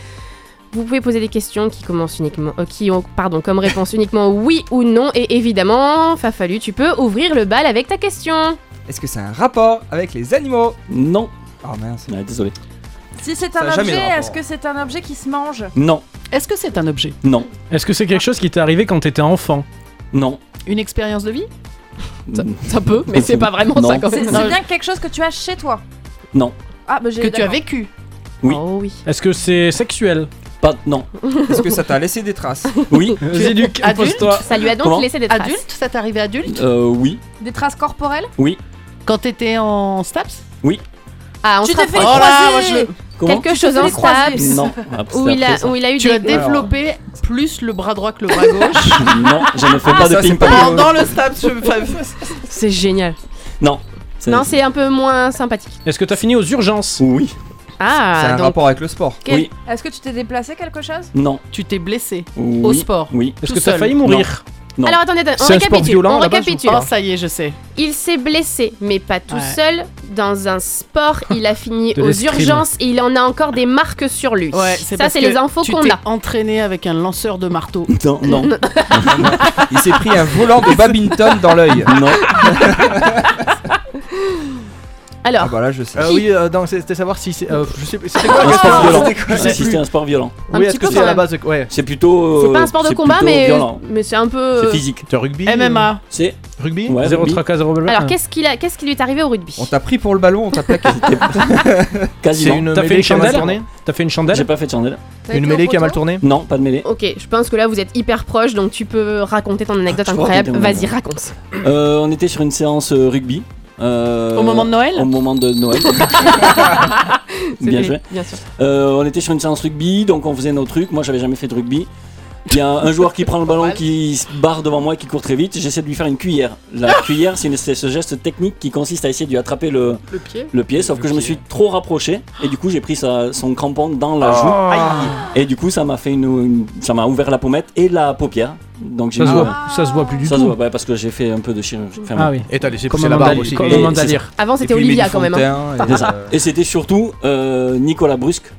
Speaker 8: Vous pouvez poser des questions qui commencent uniquement, euh, qui ont, pardon, comme réponse uniquement oui ou non. Et évidemment, Fafalu, tu peux ouvrir le bal avec ta question.
Speaker 7: Est-ce que c'est un rapport avec les animaux
Speaker 12: Non.
Speaker 7: Ah mince.
Speaker 12: désolé.
Speaker 13: Si c'est
Speaker 7: Ça
Speaker 13: un
Speaker 7: a jamais
Speaker 13: objet,
Speaker 7: de rapport.
Speaker 13: est-ce que c'est un objet qui se mange
Speaker 12: Non.
Speaker 9: Est-ce que c'est un objet
Speaker 12: Non.
Speaker 10: Est-ce que c'est quelque chose qui t'est arrivé quand t'étais enfant
Speaker 12: Non.
Speaker 9: Une expérience de vie
Speaker 12: Ça,
Speaker 9: peut,
Speaker 10: mais c'est pas
Speaker 9: vraiment
Speaker 10: ça, quand
Speaker 13: C'est
Speaker 10: même.
Speaker 13: c'est bien quelque chose que tu as chez toi.
Speaker 12: Non.
Speaker 13: Ah, bah, j'ai-
Speaker 9: Que tu as
Speaker 13: d'accord.
Speaker 9: vécu
Speaker 12: Oui.
Speaker 8: Oh oui.
Speaker 10: Est-ce que c'est sexuel Euh,
Speaker 12: Pas non.
Speaker 7: Est-ce que ça t'a laissé des traces
Speaker 12: Oui.
Speaker 10: Zéduc,
Speaker 9: Adulte
Speaker 10: pose-toi.
Speaker 8: Ça lui a donc
Speaker 10: Comment
Speaker 8: laissé des traces.
Speaker 9: Adulte Ça t'est arrivé adulte
Speaker 12: Euh, oui.
Speaker 13: Des traces corporelles
Speaker 12: Oui.
Speaker 9: Quand t'étais en STAPS
Speaker 12: Oui.
Speaker 8: Ah, on
Speaker 13: Tu
Speaker 8: se
Speaker 13: t'es fait
Speaker 8: rapproche.
Speaker 13: Oh là, moi, je l'ai.
Speaker 12: Comment
Speaker 8: Quelque
Speaker 13: Tu t'es
Speaker 8: chose
Speaker 13: fait
Speaker 8: en
Speaker 13: croiser.
Speaker 8: STAPS.
Speaker 12: Non. Ah, c'est
Speaker 8: Où il,
Speaker 12: après
Speaker 8: a,
Speaker 12: ça.
Speaker 8: où il a eu
Speaker 9: Tu
Speaker 8: des
Speaker 9: as développé plus le bras droit que le bras gauche
Speaker 12: non,
Speaker 8: Ah,
Speaker 12: je ne fais pas de ping-pong.
Speaker 9: Alors, dans le STAPS, je
Speaker 8: C'est génial.
Speaker 12: Non. C'est-
Speaker 8: Non, c'est un peu moins sympathique.
Speaker 10: Est-ce que t'as fini aux urgences
Speaker 12: Oui.
Speaker 7: C'est
Speaker 8: Ah,
Speaker 7: un
Speaker 8: donc
Speaker 7: rapport avec le sport.
Speaker 13: Quel-
Speaker 12: Oui.
Speaker 13: Est-ce que tu t'es déplacé quelque chose
Speaker 12: Non.
Speaker 9: Tu t'es blessé
Speaker 12: Oui.
Speaker 9: au sport
Speaker 12: Oui.
Speaker 10: Est-ce
Speaker 9: Tout
Speaker 10: que t'as
Speaker 9: seul.
Speaker 10: failli mourir
Speaker 12: Non.
Speaker 8: Alors attendez, attendez, on
Speaker 10: C'est un sport
Speaker 8: récapitule.
Speaker 10: violent,
Speaker 8: on
Speaker 10: à la base,
Speaker 8: récapitule.
Speaker 9: Oh, ça y est, je sais.
Speaker 8: Il s'est blessé, mais pas tout
Speaker 9: Ouais.
Speaker 8: seul, dans un sport. Il a fini
Speaker 10: De
Speaker 8: aux
Speaker 10: l'escrime.
Speaker 8: urgences et il en a encore des marques sur lui.
Speaker 9: Ouais,
Speaker 8: Ça,
Speaker 9: parce
Speaker 8: c'est
Speaker 9: que
Speaker 8: les infos
Speaker 9: tu
Speaker 8: qu'on
Speaker 9: t'es
Speaker 8: a.
Speaker 9: entraîné avec un lanceur de marteau.
Speaker 12: Non, non.
Speaker 7: Il s'est pris un volant de badminton dans l'œil.
Speaker 12: Non.
Speaker 8: Alors,
Speaker 7: Ah bah là je sais.
Speaker 15: Euh,
Speaker 8: Qui
Speaker 15: oui, euh, non, c'était savoir si c'est. euh, je sais pas. C'était quoi
Speaker 12: Un
Speaker 15: la
Speaker 12: sport violent.
Speaker 15: question C'était quoi
Speaker 12: Je sais si
Speaker 15: plus.
Speaker 12: c'était un sport violent.
Speaker 15: Oui,
Speaker 8: Un petit
Speaker 15: est-ce que
Speaker 8: peu
Speaker 15: c'est
Speaker 8: quand
Speaker 15: à la
Speaker 8: même.
Speaker 15: base. de- Ouais.
Speaker 12: C'est plutôt.
Speaker 8: c'est pas
Speaker 12: euh,
Speaker 8: un sport de
Speaker 12: c'est
Speaker 8: combat,
Speaker 12: plutôt
Speaker 8: mais, euh,
Speaker 12: violent.
Speaker 8: mais c'est un peu.
Speaker 12: C'est physique.
Speaker 10: T'es rugby
Speaker 9: MMA.
Speaker 12: C'est.
Speaker 10: Rugby
Speaker 12: Ouais,
Speaker 10: 0
Speaker 12: rugby.
Speaker 10: tracas, 0
Speaker 8: Alors, qu'est-ce qu'il a- qu'est-ce qui lui est arrivé au rugby
Speaker 7: Ah. On t'a pris pour le ballon, on t'a plaqué.
Speaker 12: Quasiment.
Speaker 10: T'as fait une chandelle T'as fait une
Speaker 12: J'ai
Speaker 10: chandelle
Speaker 12: pas fait de chandelle.
Speaker 13: T'as été au poteau
Speaker 10: tourné
Speaker 12: Non, pas de mêlée.
Speaker 8: Ok, je pense que là vous êtes hyper proche, donc tu peux raconter ton anecdote
Speaker 12: peux
Speaker 8: incroyable.
Speaker 12: raconter mon
Speaker 8: Vas-y,
Speaker 12: anecdote.
Speaker 8: raconte.
Speaker 12: Euh, on était sur une séance euh, rugby. Euh,
Speaker 9: Au moment de Noël
Speaker 12: Au moment de Noël. Bien
Speaker 8: vrai,
Speaker 12: joué.
Speaker 8: bien sûr.
Speaker 12: Euh, on était sur une séance rugby, donc on faisait nos trucs. Moi, j'avais jamais fait de rugby. Il y a un joueur qui prend le ballon, qui se barre devant moi, qui court très vite. J'essaie de lui faire une cuillère. La
Speaker 9: Ah
Speaker 12: cuillère, c'est une- c'est ce geste technique qui consiste à essayer de lui attraper le,
Speaker 9: Le pied
Speaker 12: le pied, sauf que je me suis trop rapproché et du coup j'ai pris sa- son crampon dans la joue.
Speaker 10: Ah.
Speaker 12: Et du coup ça m'a fait une, une- ça m'a ouvert la pommette et la paupière. Donc j'ai
Speaker 10: ça se,
Speaker 12: eu-
Speaker 10: voit,
Speaker 9: Ah.
Speaker 8: Ah.
Speaker 10: ça se voit plus du
Speaker 12: ça se
Speaker 10: tout.
Speaker 12: voit, ouais, parce que j'ai fait un peu de chirurgie. enfin,
Speaker 10: Ah
Speaker 12: bon.
Speaker 10: oui.
Speaker 15: Et t'as laissé
Speaker 10: Comme
Speaker 15: pousser
Speaker 10: un
Speaker 15: la barbe
Speaker 10: mandali-
Speaker 15: aussi.
Speaker 10: comme
Speaker 12: Et
Speaker 10: un
Speaker 12: c'est-
Speaker 13: Ah,
Speaker 10: mandalire.
Speaker 8: Avant c'était Olivia quand même. hein.
Speaker 12: C'est ça. Et c'était surtout euh, Nicolas euh, Brusque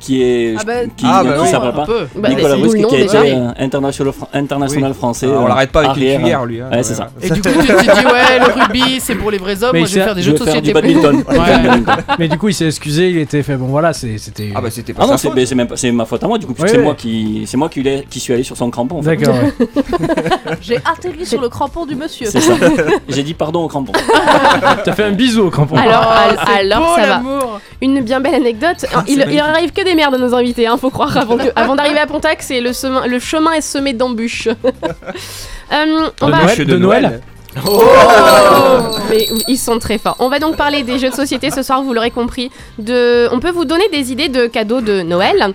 Speaker 12: qui est
Speaker 13: Ah bah,
Speaker 12: qui,
Speaker 13: Ah
Speaker 12: qui
Speaker 13: bah oui,
Speaker 12: s'appelle
Speaker 13: un
Speaker 12: pas.
Speaker 13: peu. Bah,
Speaker 12: Nicolas
Speaker 13: d'où le
Speaker 12: Brusque
Speaker 13: nom
Speaker 12: qui a
Speaker 13: déjà.
Speaker 12: été euh, international, fran- international
Speaker 7: Oui.
Speaker 12: français.
Speaker 7: Ah, on
Speaker 12: euh,
Speaker 7: l'arrête pas avec les
Speaker 12: arrière.
Speaker 7: cuillères, lui, hein.
Speaker 12: Ouais, c'est ça.
Speaker 10: Et
Speaker 9: Du coup, tu te dis, ouais, le rugby, c'est pour les vrais hommes.
Speaker 10: Mais
Speaker 9: Moi, je
Speaker 10: c'est-
Speaker 9: vais faire des jeux de société.
Speaker 12: du badminton.
Speaker 10: Mais du coup, il s'est excusé, il était fait. Bon, voilà, c'est- c'était.
Speaker 12: Ah bah c'était non, c'est ben, c'est même pas- c'est ma faute à moi du coup, puisque
Speaker 10: Ouais,
Speaker 12: c'est
Speaker 10: ouais.
Speaker 12: moi qui c'est moi qui, l'ai- qui suis allé sur son crampon. en fait.
Speaker 10: D'accord, ouais.
Speaker 13: J'ai atterri sur le crampon du monsieur.
Speaker 12: C'est ça. J'ai dit pardon au crampon.
Speaker 10: T'as fait un bisou au crampon.
Speaker 8: Alors,
Speaker 12: Oh,
Speaker 13: Ah,
Speaker 8: al-
Speaker 13: c'est
Speaker 8: alors
Speaker 13: beau,
Speaker 8: ça va.
Speaker 13: l'amour.
Speaker 8: Une bien belle anecdote.
Speaker 12: Ah,
Speaker 8: Alors,
Speaker 13: c'est
Speaker 8: il, il
Speaker 13: magnifique.
Speaker 8: arrive que des merdes à nos invités, hein, faut croire. Avant, que- avant d'arriver à Pontac, c'est le, semin- le chemin est semé d'embûches. Euh, on
Speaker 10: De
Speaker 8: va-
Speaker 10: Noël, de Noël.
Speaker 8: Mais ils sont très forts. On va donc parler des jeux de société ce soir, vous l'aurez compris. De... On peut vous donner des idées de cadeaux de Noël.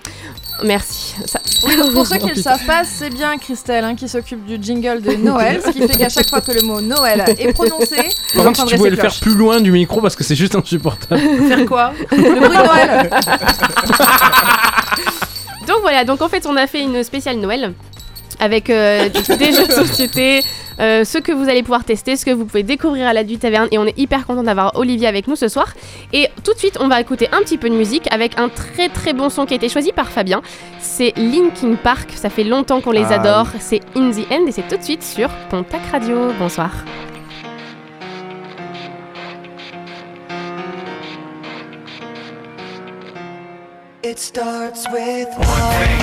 Speaker 8: Merci. Ça-
Speaker 13: Pour ceux qui ne le savent pas, c'est bien Christelle hein, qui s'occupe du jingle de Noël, ce qui fait qu'à chaque fois que le mot Noël est prononcé, vous
Speaker 10: Par contre, si
Speaker 13: entendrez
Speaker 10: tu
Speaker 13: ces
Speaker 10: pouvais le faire
Speaker 13: cloches.
Speaker 10: plus loin du micro parce que c'est juste insupportable.
Speaker 13: Faire quoi Le bruit de Noël
Speaker 8: Donc voilà, donc en fait on a fait une spéciale Noël avec euh, des jeux de société, euh, ce que vous allez pouvoir tester, ce que vous pouvez découvrir à la du taverne et on est hyper content d'avoir Olivier avec nous ce soir. Et tout de suite on va écouter un petit peu de musique avec un très très bon son qui a été choisi par Fabien. C'est Linkin Park, ça fait longtemps qu'on les
Speaker 16: Ah
Speaker 8: adore, c'est In the End et c'est tout de suite sur Pontac Radio. Bonsoir.
Speaker 17: It starts with
Speaker 18: one thing.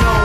Speaker 18: though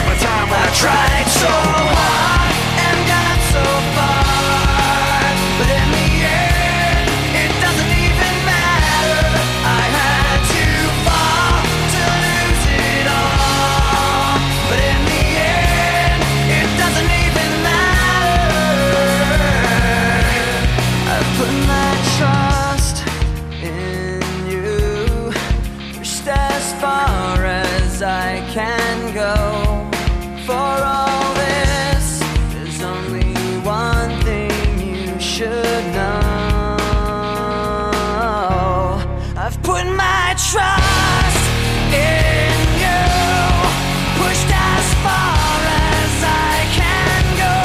Speaker 18: of a time when I tried so hard and got so far. But in the end, it doesn't even matter. I had to fall to lose it all. But in the end, it doesn't even matter. I put my trust in you, pushed as far as I can go. For all this, there's only one thing you should know. I've put my trust in you, pushed as far as I can go.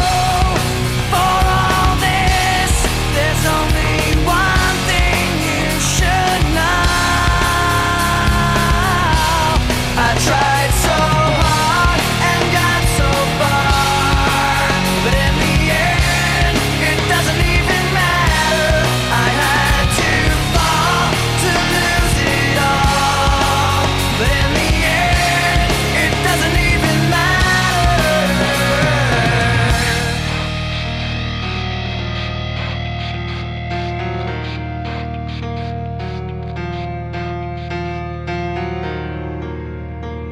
Speaker 18: For all this, there's only one thing you should know. I tried so hard and got so far, but in the end, it doesn't even matter. I had to fall to lose it all, but in the end, it doesn't even matter.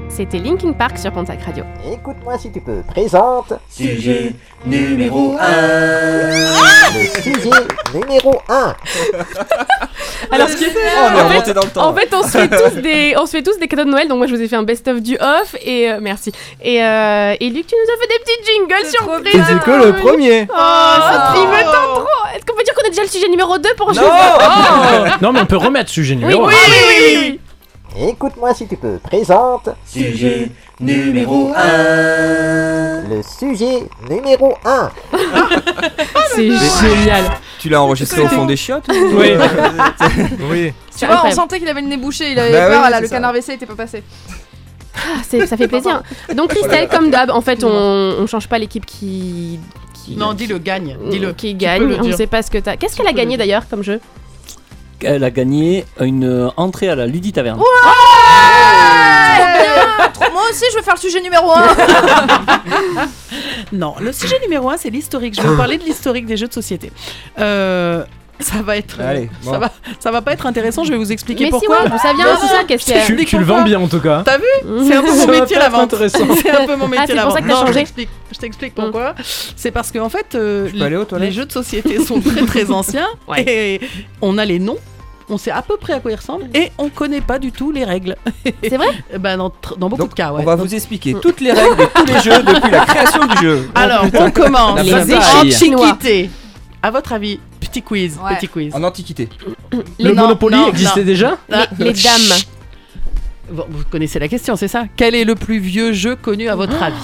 Speaker 8: C'était Linkin Park sur Pontac Radio.
Speaker 19: Écoute-moi si tu peux. Présente.
Speaker 8: Sujet
Speaker 19: numéro 1. Le sujet numéro 1.
Speaker 8: Alors, ce qui est-
Speaker 19: Oh, on est remonté dans le temps,
Speaker 8: en
Speaker 19: là.
Speaker 8: fait, on se fait tous des, on se fait tous des cadeaux de Noël. Donc moi, je vous ai fait un best-of du off et euh, merci. Et, euh, et Luc, tu nous as fait des petits jingles surprises.
Speaker 16: bien. Et c'est que le
Speaker 8: Oui.
Speaker 16: premier.
Speaker 8: Oh, ça- il me tend trop. Est-ce qu'on peut dire qu'on a déjà le sujet numéro 2 pour Ah, aujourd'hui
Speaker 10: non, mais on peut remettre sujet
Speaker 8: oui,
Speaker 10: numéro
Speaker 8: oui,
Speaker 10: un.
Speaker 8: oui, oui, oui, oui.
Speaker 19: Écoute-moi si tu peux. Présente.
Speaker 17: Sujet numéro un.
Speaker 19: Le sujet numéro 1.
Speaker 8: C'est génial.
Speaker 11: Tu l'as enregistré au fond des chiottes ou- euh,
Speaker 10: Oui.
Speaker 11: oui.
Speaker 13: Tu vois, on
Speaker 8: incroyable.
Speaker 13: sentait qu'il avait le nez bouché, il avait
Speaker 11: Bah
Speaker 13: peur,
Speaker 11: oui,
Speaker 13: là,
Speaker 11: c'est
Speaker 13: le
Speaker 11: ça.
Speaker 13: canard WC était pas passé.
Speaker 8: Ah, c'est- ça fait plaisir. Donc Christelle, comme d'hab, en fait, on, on change pas l'équipe qui, qui-
Speaker 9: Non, dis-le, gagne. Dis-le.
Speaker 8: qui
Speaker 9: Tu
Speaker 8: gagne.
Speaker 9: peux le
Speaker 8: On
Speaker 9: dire.
Speaker 8: sait pas ce que t'as. Qu'est-ce qu'elle a gagné d'ailleurs comme jeu
Speaker 12: Elle a gagné une euh, entrée à la Ludie Taverne.
Speaker 9: Ah
Speaker 13: Bien, trop- Moi aussi, je veux faire le sujet numéro 1.
Speaker 9: bah, Non, le sujet numéro un, c'est l'historique. Je vais vous parler de l'historique des jeux de société. Euh, ça va être, euh,
Speaker 10: Allez, bon.
Speaker 9: ça va, ça va pas être intéressant. Je vais vous expliquer
Speaker 8: Mais si,
Speaker 9: pourquoi.
Speaker 8: ouais, ça vient, c'est ça, qu'est-ce qu'il y a
Speaker 9: Je
Speaker 10: Tu,
Speaker 9: t'explique
Speaker 10: tu le vends
Speaker 9: pourquoi.
Speaker 10: bien en tout cas.
Speaker 9: T'as vu C'est un peu
Speaker 10: Ça
Speaker 9: mon
Speaker 10: va
Speaker 9: métier
Speaker 10: pas
Speaker 9: la
Speaker 10: être
Speaker 9: vente.
Speaker 10: intéressant.
Speaker 9: C'est un peu mon
Speaker 10: Ah,
Speaker 9: métier
Speaker 10: c'est
Speaker 9: la
Speaker 10: pour ça
Speaker 9: vente.
Speaker 10: que t'as
Speaker 9: Non, je
Speaker 10: changé.
Speaker 9: t'explique- Je t'explique pourquoi. C'est parce que en fait, euh,
Speaker 10: peux aller aux
Speaker 9: les
Speaker 10: toilettes
Speaker 9: jeux de société sont très très anciens et on a les noms. On sait à peu près à quoi ils ressemblent et on connaît pas du tout les règles.
Speaker 8: C'est vrai
Speaker 9: ben dans, tr- dans beaucoup de cas, ouais.
Speaker 11: On va vous expliquer toutes les règles de tous les jeux depuis la création du jeu. Oh,
Speaker 9: Alors, on commence.
Speaker 11: La
Speaker 9: Les
Speaker 11: bataille.
Speaker 9: Antiquité. À votre avis, petit quiz,
Speaker 8: Ouais.
Speaker 9: petit quiz.
Speaker 11: En antiquité.
Speaker 9: Les-
Speaker 10: Le
Speaker 9: non,
Speaker 10: Monopoly
Speaker 9: non,
Speaker 10: existait
Speaker 9: non.
Speaker 10: déjà
Speaker 9: Ah.
Speaker 8: Les dames.
Speaker 9: Bon, vous connaissez la question, c'est ça Quel est le plus vieux jeu connu à votre avis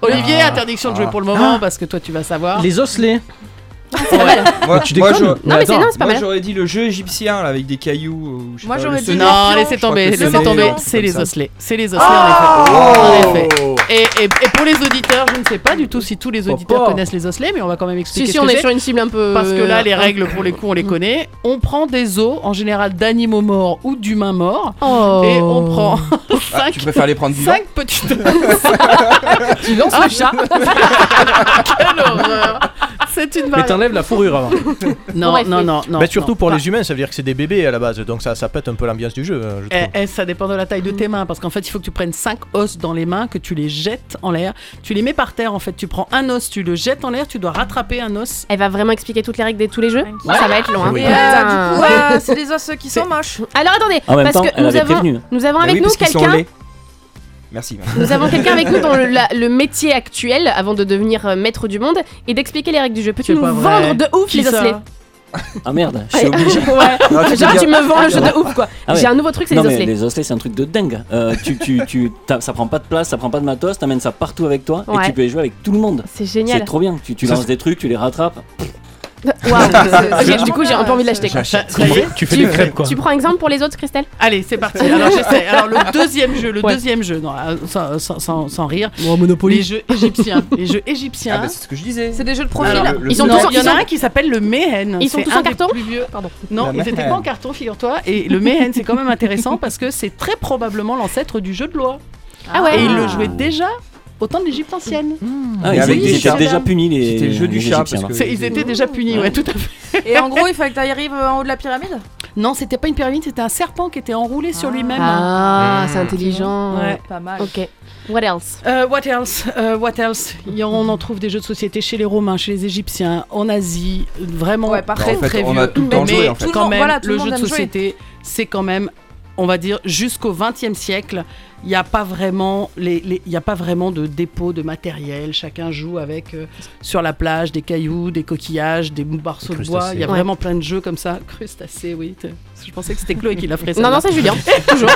Speaker 9: Olivier,
Speaker 10: Ah.
Speaker 9: interdiction de jouer
Speaker 10: Ah.
Speaker 9: pour le moment
Speaker 10: Ah.
Speaker 9: parce que toi tu vas savoir.
Speaker 10: Les osselets.
Speaker 11: Ah, Moi,
Speaker 10: tu
Speaker 11: moi,
Speaker 10: déconnes.
Speaker 11: je-
Speaker 10: Non, mais c'est- non, c'est pas
Speaker 11: moi,
Speaker 10: mal.
Speaker 11: j'aurais dit le jeu égyptien là, avec des cailloux. euh, ou je sais
Speaker 13: Moi,
Speaker 11: pas,
Speaker 13: j'aurais
Speaker 11: le
Speaker 13: dit
Speaker 11: sonnet.
Speaker 9: Non,
Speaker 13: Pion,
Speaker 9: laissez
Speaker 11: je crois
Speaker 9: tomber,
Speaker 11: que c'est Oh
Speaker 9: laissez
Speaker 11: les-
Speaker 9: tomber.
Speaker 11: comme
Speaker 9: C'est les
Speaker 11: ça.
Speaker 9: osselets. C'est les osselets en effet. En effet. Et, et- et pour les auditeurs, je ne sais pas du tout si tous les auditeurs connaissent les osselets, mais on va quand même expliquer.
Speaker 8: Si, si,
Speaker 9: ce
Speaker 8: on
Speaker 9: que
Speaker 8: est
Speaker 9: c'est.
Speaker 8: sur une cible euh, un peu.
Speaker 9: Parce que là, les règles, pour les coups, on les connaît. On prend des os, en général d'animaux morts ou d'humains morts.
Speaker 8: Oh.
Speaker 9: Et on prend
Speaker 11: Ah, tu préfères les prendre vivants
Speaker 9: 5 petites. tu lances le chat. Quelle horreur. C'est une
Speaker 10: Mais
Speaker 9: variante.
Speaker 10: t'enlèves la fourrure avant.
Speaker 9: Non,
Speaker 10: Bref,
Speaker 9: non, non,
Speaker 10: oui.
Speaker 9: non.
Speaker 15: Mais Bah, surtout
Speaker 9: non,
Speaker 15: pour
Speaker 9: pas.
Speaker 15: les humains, ça veut dire que c'est des bébés à la base, donc ça, ça pète un peu l'ambiance du jeu, hein, je trouve.
Speaker 9: Eh, eh, ça dépend de la taille de tes mains parce qu'en fait il faut que tu prennes 5 os dans les mains, que tu les jettes en l'air, tu les mets par terre en fait, tu prends un os, tu le jettes en l'air, tu dois rattraper un os.
Speaker 8: Elle va vraiment expliquer toutes les règles de tous les jeux Ça va être long. hein.
Speaker 13: Et euh,
Speaker 8: Putain.
Speaker 13: du coup, euh, c'est des os qui sont moches.
Speaker 8: Alors attendez,
Speaker 11: En même
Speaker 8: parce
Speaker 11: temps,
Speaker 8: que
Speaker 11: elle
Speaker 8: nous
Speaker 11: avait
Speaker 8: avons,
Speaker 11: prévenu.
Speaker 8: nous avons
Speaker 9: Ah
Speaker 11: Bah
Speaker 8: avec
Speaker 11: oui,
Speaker 8: nous
Speaker 11: parce qu'ils sont
Speaker 8: quelqu'un.
Speaker 11: laids. Merci.
Speaker 8: Nous avons quelqu'un avec nous dont le, la- le métier actuel, avant de devenir euh, maître du monde, et d'expliquer les règles du jeu. Peux-tu nous
Speaker 12: pas vrai.
Speaker 8: vendre de ouf
Speaker 12: Qui
Speaker 8: les
Speaker 12: ça
Speaker 8: osselets
Speaker 12: Ah merde, je suis
Speaker 8: Ouais.
Speaker 12: obligé.
Speaker 8: Non, tu Genre, peux tu dire- me vends le jeu de ouf, quoi.
Speaker 12: Ah ouais.
Speaker 8: J'ai un nouveau truc, c'est
Speaker 12: Non,
Speaker 8: les
Speaker 12: mais
Speaker 8: osselets.
Speaker 12: Les osselets, c'est un truc de dingue. Euh, tu, tu, tu, t'as- ça prend pas de place, ça prend pas de matos, t'amènes ça partout avec toi
Speaker 8: Ouais.
Speaker 12: et tu peux y jouer avec tout le monde.
Speaker 8: C'est génial.
Speaker 12: C'est trop bien. Tu, tu
Speaker 8: Ça,
Speaker 12: lances
Speaker 8: c'est-
Speaker 12: des trucs, tu les rattrapes.
Speaker 8: Waouh. Ok, du coup, j'ai un peu envie
Speaker 9: euh,
Speaker 8: de l'acheter. quoi.
Speaker 12: Tu fais- tu fais des crêpes, quoi.
Speaker 8: Tu prends exemple pour les autres, Christelle
Speaker 9: Allez, c'est parti. Alors, j'essaie. Alors, le deuxième jeu, le deuxième jeu, non, euh, sans, sans- sans- sans rire.
Speaker 10: Monopoly.
Speaker 9: Les jeux égyptiens. les jeux égyptiens.
Speaker 11: Ah, bah, c'est ce que je disais.
Speaker 13: C'est des jeux de
Speaker 11: profil. Le- le-
Speaker 9: ils sont
Speaker 11: le-
Speaker 9: tous
Speaker 11: non,
Speaker 9: Il y en
Speaker 11: ils
Speaker 9: a
Speaker 11: sont-
Speaker 9: un qui s'appelle le Mehen.
Speaker 8: Ils sont
Speaker 9: C'est
Speaker 8: tous
Speaker 9: un
Speaker 8: en
Speaker 9: des
Speaker 8: carton
Speaker 9: plus vieux. Non,
Speaker 11: La
Speaker 9: ils n'étaient
Speaker 11: Mehen.
Speaker 9: pas en carton, figure-toi. Et le Mehen, c'est quand même intéressant parce que c'est très probablement l'ancêtre du jeu de loi.
Speaker 8: Ah ouais.
Speaker 9: Et ils le jouaient déjà au temps de l'Égypte ancienne.
Speaker 12: Ah, ils
Speaker 11: Mais avec
Speaker 12: étaient-
Speaker 11: des
Speaker 12: ils étaient
Speaker 11: chats.
Speaker 12: déjà punis les.
Speaker 11: C'était le jeu du
Speaker 12: les
Speaker 11: chat,
Speaker 12: Égyptiens,
Speaker 11: parce
Speaker 12: là.
Speaker 11: que- Ah.
Speaker 9: Ils étaient déjà punis, ouais, tout à fait.
Speaker 13: Et en gros, il fallait que t'ailles arriver en haut de la pyramide.
Speaker 9: Non, c'était pas une pyramide, c'était un serpent qui était enroulé sur lui-même.
Speaker 8: Ah,
Speaker 9: Mmh.
Speaker 8: c'est intelligent.
Speaker 9: Ouais.
Speaker 13: Pas mal.
Speaker 8: Ok. What else
Speaker 9: Euh, what else Euh, What else Il y en- On en trouve des jeux de société chez les Romains, chez les Égyptiens, en Asie, vraiment
Speaker 13: Ouais, par
Speaker 9: très
Speaker 13: contre,
Speaker 9: très
Speaker 11: en fait, on
Speaker 9: vieux.
Speaker 11: a tout le temps
Speaker 9: mais
Speaker 11: joué, en fait.
Speaker 13: Tout le
Speaker 9: quand
Speaker 13: monde-
Speaker 9: même,
Speaker 13: voilà, tout
Speaker 9: le,
Speaker 13: le
Speaker 9: jeu
Speaker 13: monde
Speaker 9: de
Speaker 13: aime jouer.
Speaker 9: société, c'est quand même, on va dire, jusqu'au XXe siècle, il n'y a pas vraiment les, les- il y a pas vraiment de dépôt de matériel. Chacun joue avec euh, sur la plage des cailloux, des coquillages, des morceaux de bois. Il y a
Speaker 8: Ouais.
Speaker 9: vraiment plein de jeux comme ça. Crustacés, oui. t'es- Je pensais que c'était Chloé qui l'a fait.
Speaker 8: Non, non, c'est Julien. Toujours.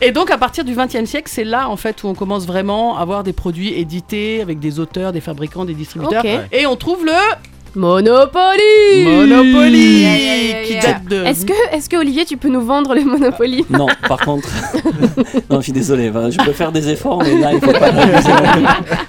Speaker 9: Et donc à partir du XXe siècle, c'est là en fait où on commence vraiment à avoir des produits édités avec des auteurs, des fabricants, des distributeurs.
Speaker 8: Ok.
Speaker 9: Et on trouve le
Speaker 8: Monopoly
Speaker 9: Monopoly
Speaker 8: Yeah, yeah, yeah,
Speaker 9: qui
Speaker 8: yeah.
Speaker 9: date de.
Speaker 8: Est-ce que, est que Olivier, tu peux nous vendre le Monopoly
Speaker 12: Non, par contre, non, je suis désolé. ben, Je peux faire des efforts, mais là, il faut pas.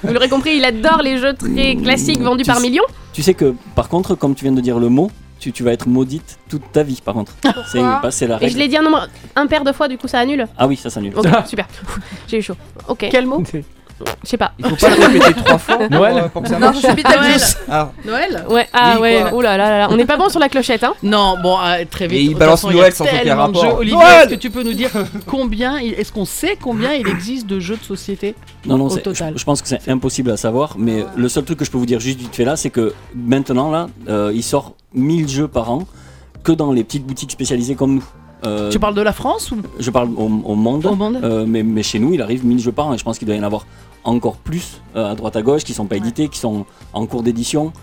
Speaker 8: Vous l'aurez compris, il adore les jeux très classiques vendus
Speaker 12: Tu
Speaker 8: par
Speaker 12: sais-
Speaker 8: millions.
Speaker 12: Tu sais que, par contre, comme tu viens de dire le mot, tu, tu vas être maudite toute ta vie, par contre. C'est bah, c'est la
Speaker 8: Ah, Et je
Speaker 12: règle.
Speaker 8: l'ai dit un nombre impair de fois, du coup ça annule.
Speaker 12: Ah oui, ça s'annule.
Speaker 8: Ok, super. J'ai eu chaud. Ok.
Speaker 9: Quel mot
Speaker 8: Je sais pas.
Speaker 11: Il faut pas le répéter trois fois.
Speaker 10: Noël
Speaker 11: Euh, pour- pour que ça
Speaker 9: Non,
Speaker 11: marche.
Speaker 9: je suis Beetlejuice.
Speaker 11: Ah.
Speaker 9: Noël
Speaker 8: Ouais, ah
Speaker 11: Oui,
Speaker 8: ouais,
Speaker 11: quoi.
Speaker 8: oulala, là, là, là. on n'est pas bon sur la clochette, hein
Speaker 9: Non, bon, euh, très vite.
Speaker 11: Et il
Speaker 9: De toute
Speaker 11: balance
Speaker 9: façon, y a
Speaker 11: Noël sans aucun
Speaker 9: tellement de
Speaker 11: rapport.
Speaker 9: jeux. Olivier,
Speaker 11: Noël
Speaker 9: est-ce que tu peux nous dire combien, il- est-ce qu'on sait combien il existe de jeux de société
Speaker 12: Non, non,
Speaker 9: au
Speaker 12: c'est-
Speaker 9: total Ah.
Speaker 12: je, je pense que c'est impossible à savoir, mais le seul truc que je peux vous dire juste vite fait là, c'est que maintenant, là, euh, il sort 1000 jeux par an que dans les petites boutiques spécialisées comme nous. Euh,
Speaker 9: Tu parles de la France ou
Speaker 12: Je parle au, au monde,
Speaker 9: Au monde.
Speaker 12: euh, mais, mais chez nous, il arrive 1000 jeux par an et je pense qu'il doit y en avoir encore plus euh, à droite à gauche qui sont pas édités, qui sont en cours d'édition.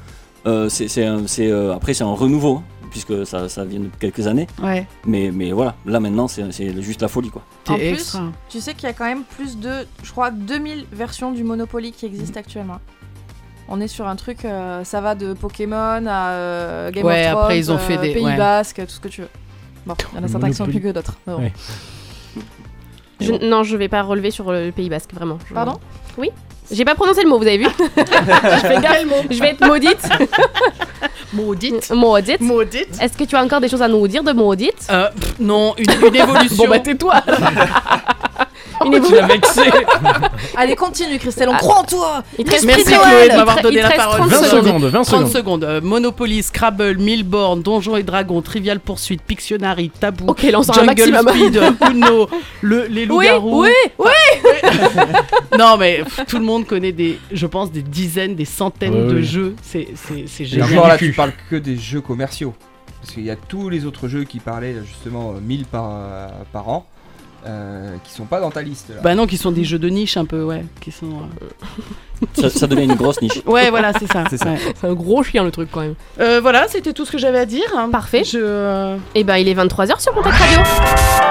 Speaker 12: Euh, c'est- c'est un- c'est, euh, après, c'est un renouveau. puisque ça, ça vient de quelques années.
Speaker 9: Ouais.
Speaker 12: Mais, mais voilà, là maintenant, c'est c'est juste la folie, quoi.
Speaker 13: En plus, tu sais qu'il y a quand même plus de, je crois, 2000 versions du Monopoly qui existent actuellement. On est sur un truc, euh, ça va de Pokémon à euh, Game
Speaker 9: Ouais,
Speaker 13: of Thrones,
Speaker 9: après, ils ont fait
Speaker 13: euh,
Speaker 9: des-
Speaker 13: Pays
Speaker 9: ouais.
Speaker 13: Basque, tout ce que tu veux. Bon, il y en a
Speaker 9: Le
Speaker 13: certains qui sont plus
Speaker 9: Monopoly.
Speaker 13: que d'autres. mais bon.
Speaker 9: Ouais.
Speaker 8: Je- non, je vais pas relever sur euh, le Pays Basque, vraiment. Je-
Speaker 13: Pardon
Speaker 8: Oui. J'ai pas prononcé le mot, vous avez vu je, fais gaffe, je vais être maudite.
Speaker 9: maudite.
Speaker 8: Maudite.
Speaker 9: Maudite.
Speaker 8: Est-ce que tu as encore des choses à nous dire de maudite
Speaker 9: Euh, pff, non, une, une évolution.
Speaker 8: Bon, bah, tais-toi.
Speaker 12: Oh,
Speaker 9: Il est
Speaker 8: tu
Speaker 9: bon.
Speaker 8: l'as vexé.
Speaker 13: Allez, continue, Christelle, on croit en toi
Speaker 8: Il
Speaker 9: Ah. Merci Chloé de m'avoir donné la parole.
Speaker 10: 30 secondes. 20
Speaker 9: 30
Speaker 10: secondes.
Speaker 9: secondes. Euh, Monopoly, Scrabble, Milborn, Donjons et Dragons, Trivial Poursuite, Pictionary, Tabou,
Speaker 8: Ok, là, on sort un
Speaker 9: Jungle
Speaker 8: maximum.
Speaker 9: Speed, euh, Uno, le- les
Speaker 8: Oui,
Speaker 9: loups-garous.
Speaker 8: oui, oui
Speaker 9: Non mais pff, tout le monde connaît des, je pense des dizaines, des centaines
Speaker 11: Ouais,
Speaker 9: de
Speaker 11: ouais.
Speaker 9: jeux. C'est c'est- c'est
Speaker 11: Et
Speaker 9: génial.
Speaker 11: encore là, tu parles que des jeux commerciaux. Parce qu'il y a tous les autres jeux qui parlaient justement euh, 1000 par, euh, par an euh, qui sont pas dans ta liste. Là.
Speaker 9: Bah non, qui sont des jeux de niche un peu, ouais, qui sont. euh,
Speaker 12: Ça, ça devient une grosse niche.
Speaker 9: Ouais, voilà, c'est ça.
Speaker 12: C'est ça.
Speaker 9: ouais.
Speaker 8: C'est un gros chien le truc quand même.
Speaker 9: Euh, voilà, c'était tout ce que j'avais à dire.
Speaker 8: Parfait.
Speaker 9: Je... euh,
Speaker 8: Et ben il est 23h sur Contact Radio.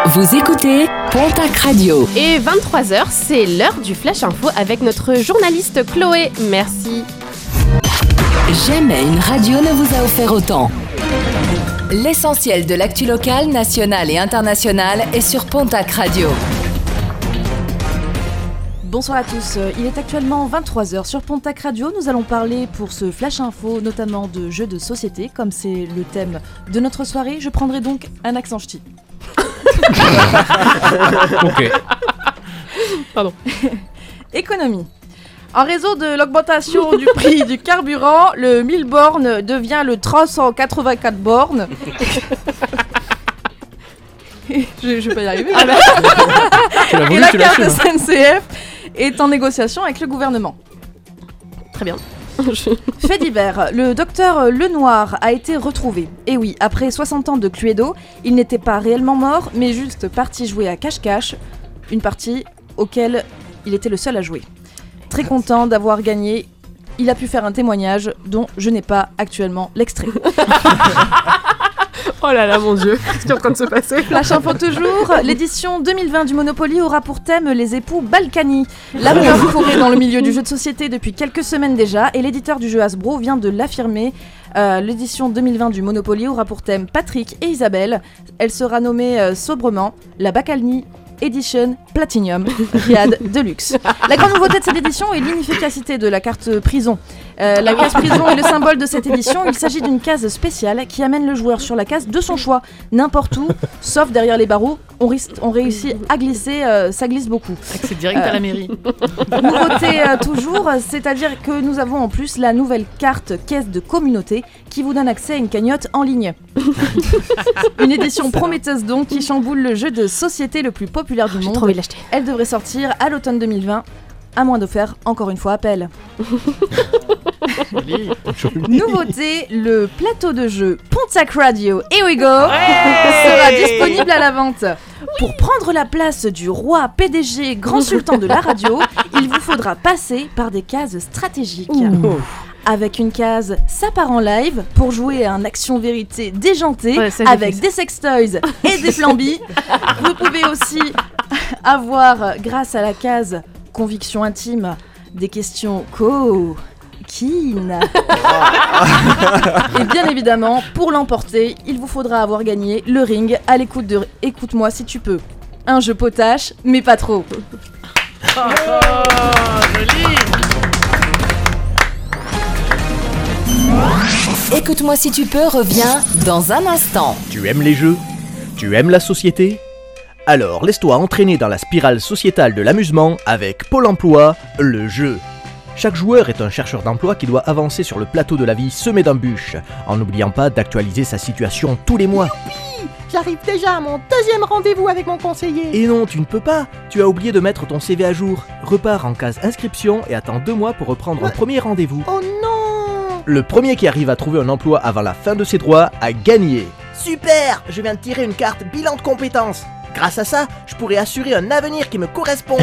Speaker 3: Vous écoutez Pontac Radio.
Speaker 8: Et 23h, c'est l'heure du Flash Info avec notre journaliste Chloé. Merci.
Speaker 3: Jamais une radio ne vous a offert autant. L'essentiel de l'actu locale, nationale et internationale est sur Pontac Radio.
Speaker 13: Bonsoir à tous, Euh, il est actuellement 23h sur Pontac Radio, nous allons parler pour ce flash info notamment de jeux de société, comme c'est le thème de notre soirée, je prendrai donc un accent ch'ti.
Speaker 10: Ok.
Speaker 8: Pardon.
Speaker 13: Économie. En raison de l'augmentation du prix du carburant, le 1000 bornes devient le 384 bornes. je, je vais pas y arriver.
Speaker 2: Ah, Tu l'as voulu,
Speaker 13: Et la
Speaker 2: tu l'as
Speaker 13: carte
Speaker 2: su, hein.
Speaker 13: SNCF est en négociation avec le gouvernement.
Speaker 8: Très bien.
Speaker 13: Fait divers, le docteur Lenoir a été retrouvé. Et oui, après 60 ans de Cluedo, il n'était pas réellement mort, mais juste parti jouer à cache-cache, une partie auquel il était le seul à jouer. Très content d'avoir gagné, il a pu faire un témoignage dont je n'ai pas actuellement l'extrait.
Speaker 8: Oh là là, mon dieu, qu'est-ce qui est en train de se passer
Speaker 13: Flash Info toujours, l'édition 2020 du Monopoly aura pour thème les époux Balkany. La rumeur courait dans le milieu du jeu de société depuis quelques semaines déjà et l'éditeur du jeu Hasbro vient de l'affirmer. Euh, l'édition 2020 du Monopoly aura pour thème Patrick et Isabelle. Elle sera nommée euh, sobrement la Bacalni Edition Platinum Riad Deluxe. La grande nouveauté de cette édition est l'inefficacité de la carte prison. Euh, la case prison est le symbole de cette édition. Il s'agit d'une case spéciale qui amène le joueur sur la case de son choix, n'importe où, sauf derrière les barreaux. On, risque- on réussit à glisser, euh, ça glisse beaucoup. Euh,
Speaker 9: C'est direct à la mairie.
Speaker 8: Ah.
Speaker 13: Nouveauté euh, toujours, euh, c'est-à-dire que nous avons en plus la nouvelle carte caisse de communauté qui vous donne accès à une cagnotte en ligne. une édition prometteuse donc qui chamboule le jeu de société le plus populaire du monde.
Speaker 8: Oh, trop envie de l'acheter.
Speaker 13: Elle devrait sortir à l'automne 2020, à moins de faire encore une fois appel. Nouveauté, le plateau de jeu Pontac Radio Here We Go sera disponible à la vente. Pour prendre la place du roi PDG grand sultan de la radio, il vous faudra passer par des cases stratégiques.
Speaker 8: Ouh.
Speaker 13: Avec une case Ça part en live pour jouer à un action vérité déjanté
Speaker 8: Ouais, ça, j'ai
Speaker 13: avec
Speaker 8: fait
Speaker 13: des sextoys et des flambis. vous pouvez aussi avoir, grâce à la case Conviction intime, des questions co. Keen. Et bien évidemment, pour l'emporter, il vous faudra avoir gagné le ring à l'écoute de Écoute-moi si tu peux. Un jeu potache, mais pas trop.
Speaker 3: Écoute-moi si tu peux revient dans un instant.
Speaker 5: Tu aimes les jeux Tu aimes la société Alors laisse-toi entraîner dans la spirale sociétale de l'amusement avec Pôle emploi, le jeu. Chaque joueur est un chercheur d'emploi qui doit avancer sur le plateau de la vie semé d'embûches, en n'oubliant pas d'actualiser sa situation tous les mois.
Speaker 16: J'arrive déjà à mon deuxième rendez-vous avec mon conseiller.
Speaker 5: Et non, tu ne peux pas Tu as oublié de mettre ton CV à jour. Repars en case inscription et attends deux mois pour reprendre un premier rendez-vous.
Speaker 16: Oh non
Speaker 5: Le premier qui arrive à trouver un emploi avant la fin de ses droits a gagné.
Speaker 16: Super Je viens de tirer une carte bilan de compétences. Grâce à ça, je pourrai assurer un avenir qui me correspond.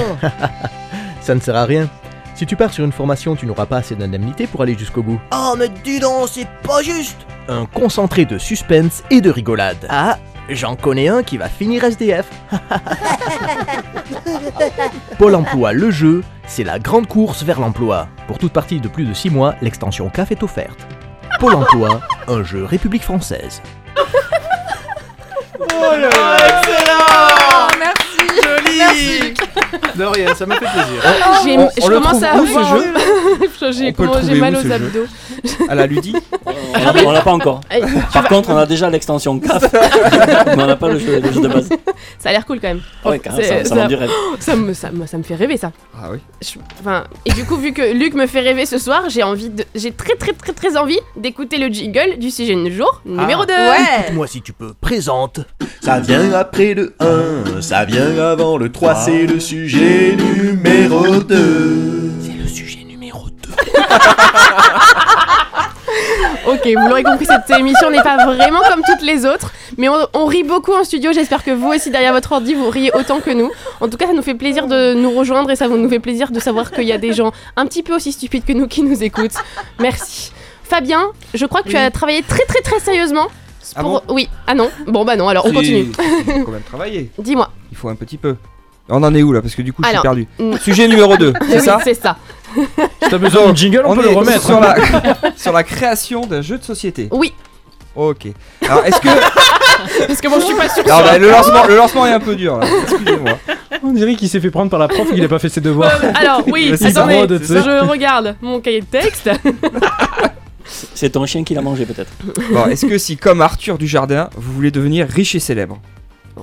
Speaker 5: Ça ne sert à rien. Si tu pars sur une formation, tu n'auras pas assez d'indemnités pour aller jusqu'au bout.
Speaker 17: Oh, mais dis donc, c'est pas juste
Speaker 5: Un concentré de suspense et de rigolade. Ah, j'en connais un qui va finir SDF. Pôle emploi, le jeu, c'est la grande course vers l'emploi. Pour toute partie de plus de 6 mois, l'extension CAF est offerte. Pôle emploi, un jeu République française.
Speaker 17: Oh là là Excellent Merci Joli
Speaker 15: De rien, ça m'a fait plaisir.
Speaker 8: J'ai-
Speaker 11: on- on
Speaker 8: Oh, je
Speaker 11: le
Speaker 8: commence
Speaker 11: trouve
Speaker 8: à
Speaker 11: où, ce
Speaker 8: avoir.
Speaker 11: jeu
Speaker 8: J'ai
Speaker 11: On peut le
Speaker 8: comment- j'ai
Speaker 11: trouver
Speaker 8: mal
Speaker 11: où,
Speaker 8: aux
Speaker 11: ce jeu
Speaker 8: abdos.
Speaker 11: À la ludie
Speaker 12: Euh, On l'a- on l'a pas encore. Par contre, on a déjà l'extension CAF. mais on n'a pas le jeu, le jeu de base.
Speaker 8: Ça a l'air cool quand même.
Speaker 12: Ouais, quand même,
Speaker 8: C'est-
Speaker 12: ça- ça vend du rêve.
Speaker 8: Oh, ça me, ça, me- ça me fait rêver ça.
Speaker 12: Ah oui.
Speaker 8: Je- enfin, et du coup, vu que Luc me fait rêver ce soir, j'ai envie de, j'ai très très très très envie d'écouter le jingle du sujet du jour
Speaker 17: Ah.
Speaker 12: Ah.
Speaker 8: numéro 2.
Speaker 15: Écoute-moi si tu peux, présente.
Speaker 17: Ça vient après le 1, ça vient avant le 3, c'est le sujet numéro 2. C'est le sujet numéro 2.
Speaker 8: Ok, vous l'aurez compris, cette émission n'est pas vraiment comme toutes les autres, mais on, on rit beaucoup en studio. J'espère que vous aussi derrière votre ordi vous riez autant que nous. En tout cas, ça nous fait plaisir de nous rejoindre et ça nous fait plaisir de savoir qu'il y a des gens un petit peu aussi stupides que nous qui nous écoutent. Merci. Fabien, je crois que tu as travaillé très très très sérieusement.
Speaker 11: Ah
Speaker 8: pour-
Speaker 11: bon
Speaker 8: oui, ah non, bon bah non, alors on
Speaker 11: Si,
Speaker 8: continue.
Speaker 11: si, faut quand même travailler.
Speaker 8: Dis-moi.
Speaker 11: Il faut un petit peu. On en est où là Parce que du coup, je suis
Speaker 8: Alors,
Speaker 11: perdu.
Speaker 8: mm.
Speaker 11: Sujet numéro 2,
Speaker 8: Oui,
Speaker 11: c'est ça
Speaker 8: C'est ça.
Speaker 11: T'as
Speaker 10: besoin d'un jingle, on peut le remettre.
Speaker 11: Sur la, sur la création d'un jeu de société.
Speaker 8: Oui.
Speaker 11: Ok. Alors Ah, est-ce que.
Speaker 8: Parce que moi je suis pas sûr.
Speaker 11: Non, bah, le, lancement, le lancement est un peu dur là.
Speaker 10: On dirait qu'il s'est fait prendre par la prof et qu'il a pas fait ses devoirs.
Speaker 8: Alors oui,
Speaker 10: C'est sa
Speaker 8: attendez,
Speaker 10: mode, tu sais.
Speaker 8: je regarde mon cahier de texte.
Speaker 12: C'est ton chien qui l'a mangé peut-être.
Speaker 11: Bon, est-ce que si, comme Arthur du Jardin, vous voulez devenir riche et célèbre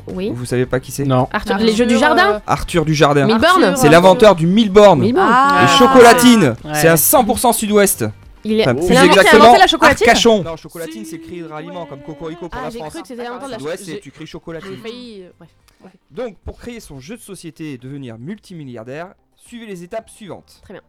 Speaker 8: Oui.
Speaker 11: Vous savez pas qui c'est Non.
Speaker 8: Arthur, les jeux du
Speaker 13: euh,
Speaker 8: jardin
Speaker 11: Arthur du Jardin.
Speaker 8: Milborn euh, Arthur,
Speaker 11: C'est
Speaker 8: euh,
Speaker 11: l'inventeur du Milborn.
Speaker 8: Milborn. Ah.
Speaker 11: les chocolatines.
Speaker 8: Ouais.
Speaker 11: C'est un 100% sud-ouest.
Speaker 8: Il est-
Speaker 11: Enfin,
Speaker 8: c'est
Speaker 11: plus
Speaker 8: l'invent- c'est
Speaker 11: exactement
Speaker 8: inventé la chocolatine
Speaker 11: Arcachon.
Speaker 8: Non,
Speaker 11: chocolatine, c'est cri de ralliement comme Cocorico pour
Speaker 8: Ah, j'ai cru que
Speaker 13: hein.
Speaker 8: c'était l'inventeur de la
Speaker 11: Sud-Ouest,
Speaker 8: j'ai-
Speaker 11: c'est tu cries chocolatine.
Speaker 8: j'ai failli, euh, bref.
Speaker 11: Donc, pour créer son jeu de société et devenir multimilliardaire, suivez les étapes suivantes.
Speaker 8: Très bien.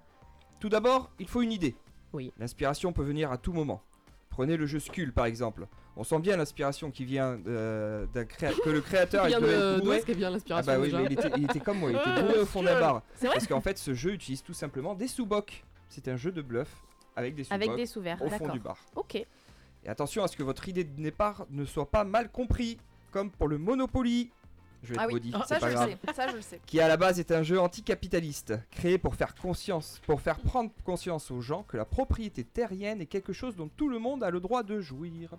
Speaker 11: Tout d'abord, il faut une idée.
Speaker 8: Oui.
Speaker 11: L'inspiration peut venir à tout moment. Prenez le jeu Skull par exemple. On sent bien l'inspiration qui vient euh, d'un créa- que le créateur
Speaker 8: Vient
Speaker 11: est
Speaker 8: de-
Speaker 11: bourré.
Speaker 8: d'où est-ce qu'elle vient l'inspiration,
Speaker 11: Ah bah oui,
Speaker 8: déjà
Speaker 11: mais il était, il était comme moi, il
Speaker 8: Euh,
Speaker 11: était bourré au fond de la
Speaker 8: Skull.
Speaker 11: barre.
Speaker 8: C'est vrai
Speaker 11: Parce qu'en fait, ce jeu utilise tout simplement des sous-bocs. C'est un jeu de bluff avec des
Speaker 8: Avec des
Speaker 11: sous-bocs
Speaker 8: sous-verts,
Speaker 11: au fond
Speaker 8: d'accord.
Speaker 11: du bar.
Speaker 8: Ok.
Speaker 11: Et attention à ce que votre idée de départ ne soit pas mal comprise, comme pour le Monopoly. Je vais être
Speaker 13: Ah oui,
Speaker 11: maudit,
Speaker 13: ça,
Speaker 11: c'est
Speaker 13: je
Speaker 11: pas
Speaker 13: le
Speaker 11: grave.
Speaker 13: sais, ça, je le sais.
Speaker 11: Qui à la base est un jeu anticapitaliste, créé pour faire conscience, pour faire prendre conscience aux gens que la propriété terrienne est quelque chose dont tout le monde a le droit de jouir.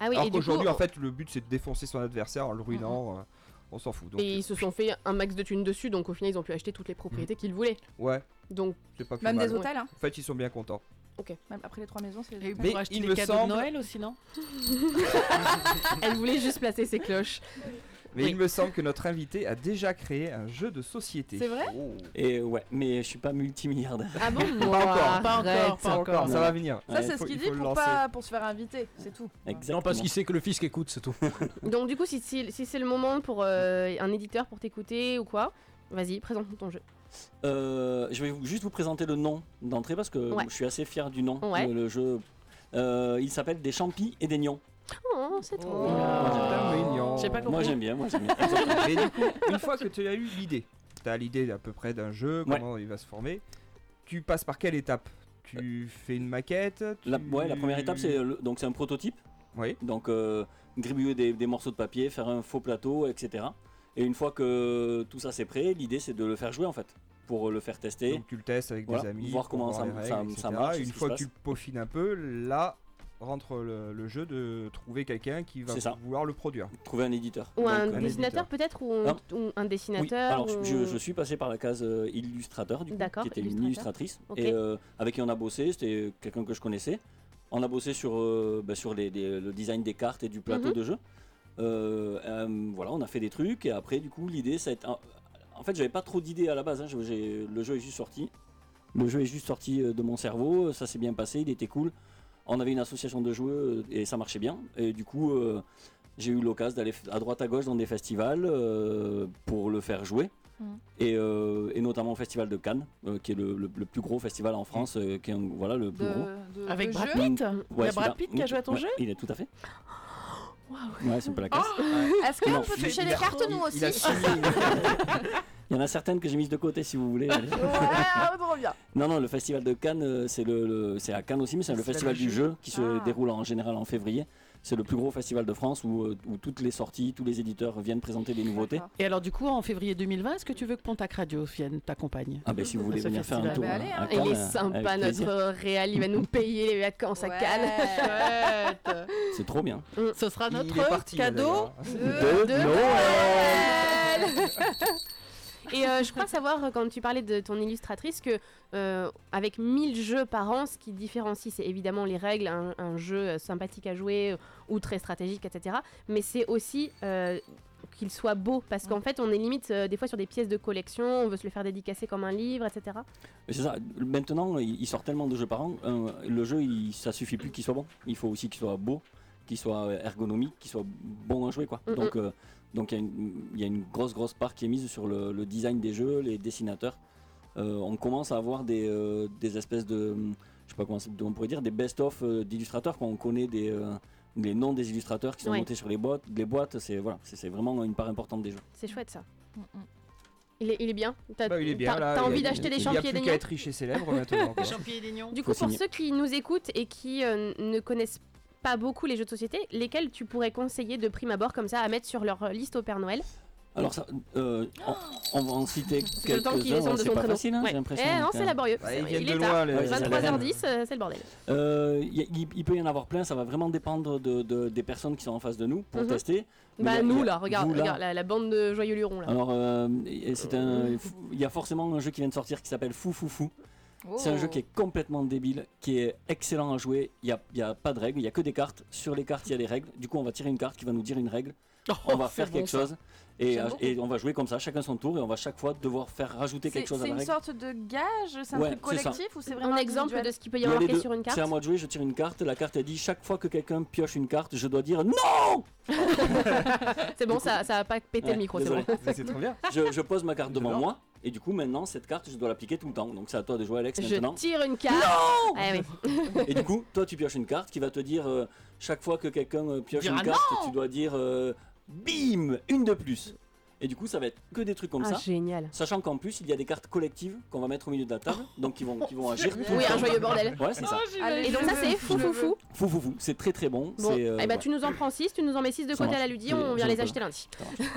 Speaker 8: Ah oui, et
Speaker 11: Alors
Speaker 8: du
Speaker 11: qu'aujourd'hui,
Speaker 8: coup- Mm-hmm.
Speaker 11: en fait, le but c'est de défoncer son adversaire en le ruinant. euh, on s'en fout. Donc,
Speaker 8: Et ils se sont fait un max de thunes dessus, donc au final ils ont pu acheter toutes les propriétés qu'ils voulaient.
Speaker 11: ouais.
Speaker 8: Donc-
Speaker 11: Mm-hmm. C'est pas plus
Speaker 8: Même
Speaker 11: mal.
Speaker 8: des hôtels, hein.
Speaker 11: En fait, ils sont bien contents.
Speaker 8: Ok.
Speaker 13: Même après les trois maisons, c'est.
Speaker 11: Mais pourrez acheter il les me cadeaux de semble- Noël
Speaker 9: aussi, non
Speaker 8: Elle voulait juste placer ses cloches.
Speaker 11: Mais
Speaker 13: Ah,
Speaker 8: Oui.
Speaker 11: il me semble que notre invité a déjà créé un jeu de société.
Speaker 8: C'est vrai
Speaker 12: Oh. Et ouais, mais je suis pas multimilliardaire.
Speaker 8: Ah bon
Speaker 11: Pas encore,
Speaker 13: pas encore, pas encore.
Speaker 11: Ça va venir.
Speaker 13: Ça, c'est ce qu'il dit pour, pas, pour se faire inviter, c'est tout.
Speaker 12: Exactement.
Speaker 10: Non, parce qu'il sait que le fisc écoute, c'est tout.
Speaker 8: Donc du coup, si, si- si c'est le moment pour euh, un éditeur pour t'écouter ou quoi, vas-y, présente ton jeu.
Speaker 12: Euh, je vais vous- juste vous présenter le nom d'entrée parce que
Speaker 8: Ouais.
Speaker 12: je suis assez fier du nom.
Speaker 8: Ouais.
Speaker 12: Le, le jeu, Euh, il s'appelle Des champis et des gnons.
Speaker 8: Oh, c'est trop
Speaker 11: J'ai
Speaker 12: Moi
Speaker 11: pas compris.
Speaker 12: j'aime bien, moi j'aime bien.
Speaker 11: Mais du coup, une fois que tu as eu l'idée, tu as l'idée à peu près d'un jeu, comment il va se former, tu passes par quelle étape Tu fais une maquette
Speaker 12: Euh, La,
Speaker 11: tu-
Speaker 12: ouais, la première étape, c'est euh, le- donc c'est un prototype. Donc euh, gribouiller des, des morceaux de papier, faire un faux plateau, etc. Et une fois que tout ça c'est prêt, l'idée c'est de le faire jouer en fait, pour euh, le faire tester.
Speaker 11: Donc tu le testes avec
Speaker 12: Voilà,
Speaker 11: des amis,
Speaker 12: voir
Speaker 11: pour
Speaker 12: comment ça,
Speaker 11: les règles,
Speaker 12: ça- ça
Speaker 11: etc.
Speaker 12: marche.
Speaker 11: Une
Speaker 12: ce qui
Speaker 11: fois
Speaker 12: se
Speaker 11: que tu le
Speaker 12: passe.
Speaker 11: peaufines un peu, là rentre le, le jeu de trouver quelqu'un qui va
Speaker 12: C'est ça.
Speaker 11: vouloir le produire.
Speaker 12: Trouver un éditeur.
Speaker 8: Ou un
Speaker 11: Donc, un
Speaker 8: dessinateur peut-être ou, un-
Speaker 12: Hein
Speaker 8: ou un
Speaker 12: Oui,
Speaker 8: dessinateur
Speaker 12: alors je-
Speaker 8: ou-
Speaker 12: je, je suis passé par la case euh, illustrateur, du coup,
Speaker 8: D'accord,
Speaker 12: qui était une
Speaker 8: illustrateur.
Speaker 12: illustratrice,
Speaker 8: Ok.
Speaker 12: et, euh, avec qui on a bossé, c'était quelqu'un que je connaissais. On a bossé sur, euh, bah, sur les- les- le design des cartes et du plateau
Speaker 8: Mhm.
Speaker 12: de jeu. Euh, euh, voilà, on a fait des trucs, et après, du coup, l'idée, ça a été- en- En fait, j'avais pas trop d'idées à la base, hein, je- j'ai- le jeu est juste sorti. Le jeu est juste sorti euh, de mon cerveau, euh, ça s'est bien passé, il était cool. On avait une association de joueurs euh, et ça marchait bien. Et du coup, euh, j'ai eu l'occasion d'aller f- à droite à gauche dans des festivals euh, pour le faire jouer.
Speaker 17: Mhm.
Speaker 12: Et, euh, et notamment au festival de Cannes, euh, qui est le, le- le plus gros festival en France, euh, qui est un- voilà, le plus
Speaker 17: De-
Speaker 12: gros.
Speaker 17: de- Avec de Brad jeu Pitt
Speaker 12: Mm,
Speaker 17: Il y a Brad
Speaker 12: celui-là.
Speaker 17: Pitt qui a joué à ton
Speaker 12: Ouais,
Speaker 17: jeu
Speaker 12: Il est tout à fait. Ouais, c'est un peu la classe.
Speaker 6: Oh
Speaker 17: Oh
Speaker 13: Est-ce qu'on peut toucher les cartes, nous aussi
Speaker 12: il a signé Il y en a certaines que j'ai mises de côté si vous voulez.
Speaker 13: Ah, on revient.
Speaker 12: Non, non, le festival de Cannes, euh, c'est le, le- c'est à Cannes aussi, mais c'est le festival
Speaker 13: Festival du
Speaker 12: du
Speaker 13: jeu.
Speaker 12: jeu qui
Speaker 17: Ah.
Speaker 12: se déroule en général en février. C'est le plus gros festival de France où, euh, où toutes les sorties, tous les éditeurs viennent présenter des nouveautés.
Speaker 9: Et alors, du coup, en février 2020, est-ce que tu veux que Pontac Radio vienne t'accompagne
Speaker 12: Ah ben si vous voulez
Speaker 9: Ce
Speaker 12: venir faire un
Speaker 9: festival.
Speaker 12: tour.
Speaker 9: Bah,
Speaker 12: hein, à
Speaker 9: allez,
Speaker 8: Il
Speaker 12: Cannes,
Speaker 8: est
Speaker 12: euh, avec
Speaker 8: sympa,
Speaker 12: plaisir.
Speaker 8: notre réal. Il va nous payer les vacances à Cannes. Mm.
Speaker 12: C'est trop bien.
Speaker 9: Ce sera
Speaker 12: Il
Speaker 9: notre
Speaker 12: est parti, là,
Speaker 9: cadeau Euh,
Speaker 12: De
Speaker 8: Et euh, je crois savoir, euh, quand tu parlais de ton illustratrice, que euh, avec 1000 jeux par an, ce qui différencie, c'est évidemment les règles, un, un jeu euh, sympathique à jouer euh, ou très stratégique, etc. Mais c'est aussi euh, qu'il soit beau,
Speaker 9: Mm.
Speaker 8: parce qu'en fait, on est limite euh, des fois sur des pièces de collection, on veut se le faire dédicacer comme un livre, etc.
Speaker 12: Mais C'est ça. Maintenant, il il sort tellement de jeux par an. un- le jeu, il, ça suffit plus qu'il soit bon. Il faut aussi qu'il soit beau, qu'il soit euh, ergonomique, qu'il soit bon à jouer, quoi.
Speaker 8: Mm,
Speaker 12: Donc,
Speaker 8: mm.
Speaker 12: euh, donc il y, a une- il y a une grosse, grosse part qui est mise sur le, le design des jeux, les dessinateurs. Euh, on commence à avoir des, euh, des espèces de, je sais pas comment c'est- on pourrait dire, des best-of euh, d'illustrateurs. Quand on connaît des euh, les noms des illustrateurs qui sont
Speaker 8: Ouais.
Speaker 12: montés sur les boîtes, les boîtes, c'est voilà, c'est c'est vraiment une part importante des jeux.
Speaker 8: C'est chouette ça. Il est, il est bien. T'as
Speaker 12: Bah, il est bien,
Speaker 8: t'as-
Speaker 12: là,
Speaker 8: t'as
Speaker 12: il y a-
Speaker 8: envie d'acheter des
Speaker 12: il y a
Speaker 8: champignons
Speaker 12: plus qu'à être riche et célèbre maintenant, quoi.
Speaker 9: Champignons d'oignons.
Speaker 8: Du coup,
Speaker 12: Faut
Speaker 8: pour
Speaker 12: signer.
Speaker 8: ceux qui nous écoutent et qui euh, ne connaissent pas beaucoup les jeux de société, lesquels tu pourrais conseiller de prime abord comme ça à mettre sur leur liste au Père Noël
Speaker 12: Alors ça, euh, on, on va en citer
Speaker 8: le temps qu'il
Speaker 12: quelques-uns,
Speaker 8: descende
Speaker 12: ouais,
Speaker 8: de
Speaker 12: c'est
Speaker 8: son
Speaker 12: pas
Speaker 8: traîneau.
Speaker 12: facile, hein,
Speaker 8: Ouais.
Speaker 12: j'ai l'impression.
Speaker 8: Eh non,
Speaker 12: donc,
Speaker 8: c'est
Speaker 12: euh,
Speaker 8: laborieux, c'est vrai, il est tard.
Speaker 12: Ouais, c'est la veine.
Speaker 8: 23h10, euh, c'est le bordel.
Speaker 12: Euh, y a- il, il peut y en avoir plein, ça va vraiment dépendre de, de- des personnes qui sont en face de nous pour
Speaker 8: Mhm.
Speaker 12: tester. Mais il y
Speaker 8: Bah
Speaker 12: a- il y
Speaker 8: nous
Speaker 12: a-
Speaker 8: là, regarde,
Speaker 12: vous, là.
Speaker 8: regarde la, la bande de joyeux lurons là.
Speaker 12: Alors, euh, et c'est un- il y a forcément un jeu qui vient de sortir qui s'appelle Fou Fou Fou. C'est un
Speaker 8: Oh.
Speaker 12: jeu qui est complètement débile, qui est excellent à jouer. Il n'y a, il y a pas de règles, il n'y a que des cartes. Sur les cartes, il y a des règles. Du coup, on va tirer une carte qui va nous dire une règle.
Speaker 8: Oh,
Speaker 12: on va
Speaker 13: c'est
Speaker 12: faire
Speaker 13: bon,
Speaker 12: quelque
Speaker 13: ça.
Speaker 12: chose et, euh,
Speaker 13: J'aime
Speaker 12: et on va jouer comme ça, chacun son tour, et on va chaque fois devoir faire rajouter
Speaker 13: C'est
Speaker 12: quelque chose à
Speaker 13: c'est
Speaker 12: la
Speaker 13: une
Speaker 12: règle.
Speaker 13: sorte de gage, c'est un
Speaker 12: Ouais,
Speaker 13: truc
Speaker 12: c'est ça.
Speaker 13: collectif ou c'est vraiment
Speaker 8: Un exemple
Speaker 13: individuel
Speaker 8: de ce qu'il peut y
Speaker 12: Il y a
Speaker 8: avoir
Speaker 12: les
Speaker 8: marqué
Speaker 12: deux.
Speaker 8: sur une carte.
Speaker 12: C'est à moi de jouer, je tire une carte. La carte elle dit chaque fois que quelqu'un pioche une carte, je dois dire non
Speaker 8: C'est bon, ça, ça a pas pété
Speaker 12: Ouais,
Speaker 8: le micro, c'est
Speaker 12: désolé.
Speaker 8: bon.
Speaker 12: Je, je pose ma carte devant moi, et du coup, maintenant, cette carte, je dois l'appliquer tout le temps. Donc, c'est à toi de jouer, Alex, maintenant.
Speaker 8: Je tire une carte.
Speaker 12: Non
Speaker 8: Ah oui.
Speaker 12: Et du coup, toi, tu pioches une carte qui va te dire euh, chaque fois que quelqu'un euh, pioche
Speaker 8: Dire
Speaker 12: une
Speaker 8: ah
Speaker 12: carte,
Speaker 8: non
Speaker 12: tu dois dire euh, bim, une de plus. Et du coup, ça va être que des trucs comme
Speaker 8: Ah,
Speaker 12: ça.
Speaker 8: génial. Oh.
Speaker 12: Sachant qu'en plus, il y a des cartes collectives qu'on va mettre au milieu de la table, donc qui vont, qui vont agir. tout le
Speaker 8: Oui, un
Speaker 12: temps.
Speaker 8: joyeux bordel. Oh,
Speaker 12: Ouais, c'est ça.
Speaker 8: Et donc ça c'est fou fou fou.
Speaker 12: Fou, fou, fou. C'est très très bon.
Speaker 8: Bon,
Speaker 12: c'est, euh,
Speaker 8: eh ben,
Speaker 12: ouais.
Speaker 8: tu nous en prends 6, tu nous en mets 6 de
Speaker 12: Ça
Speaker 8: côté à
Speaker 12: marche.
Speaker 8: la Ludie,
Speaker 12: Je les-
Speaker 8: on
Speaker 12: je
Speaker 8: vient
Speaker 12: les
Speaker 8: les acheter
Speaker 12: prends.
Speaker 8: lundi.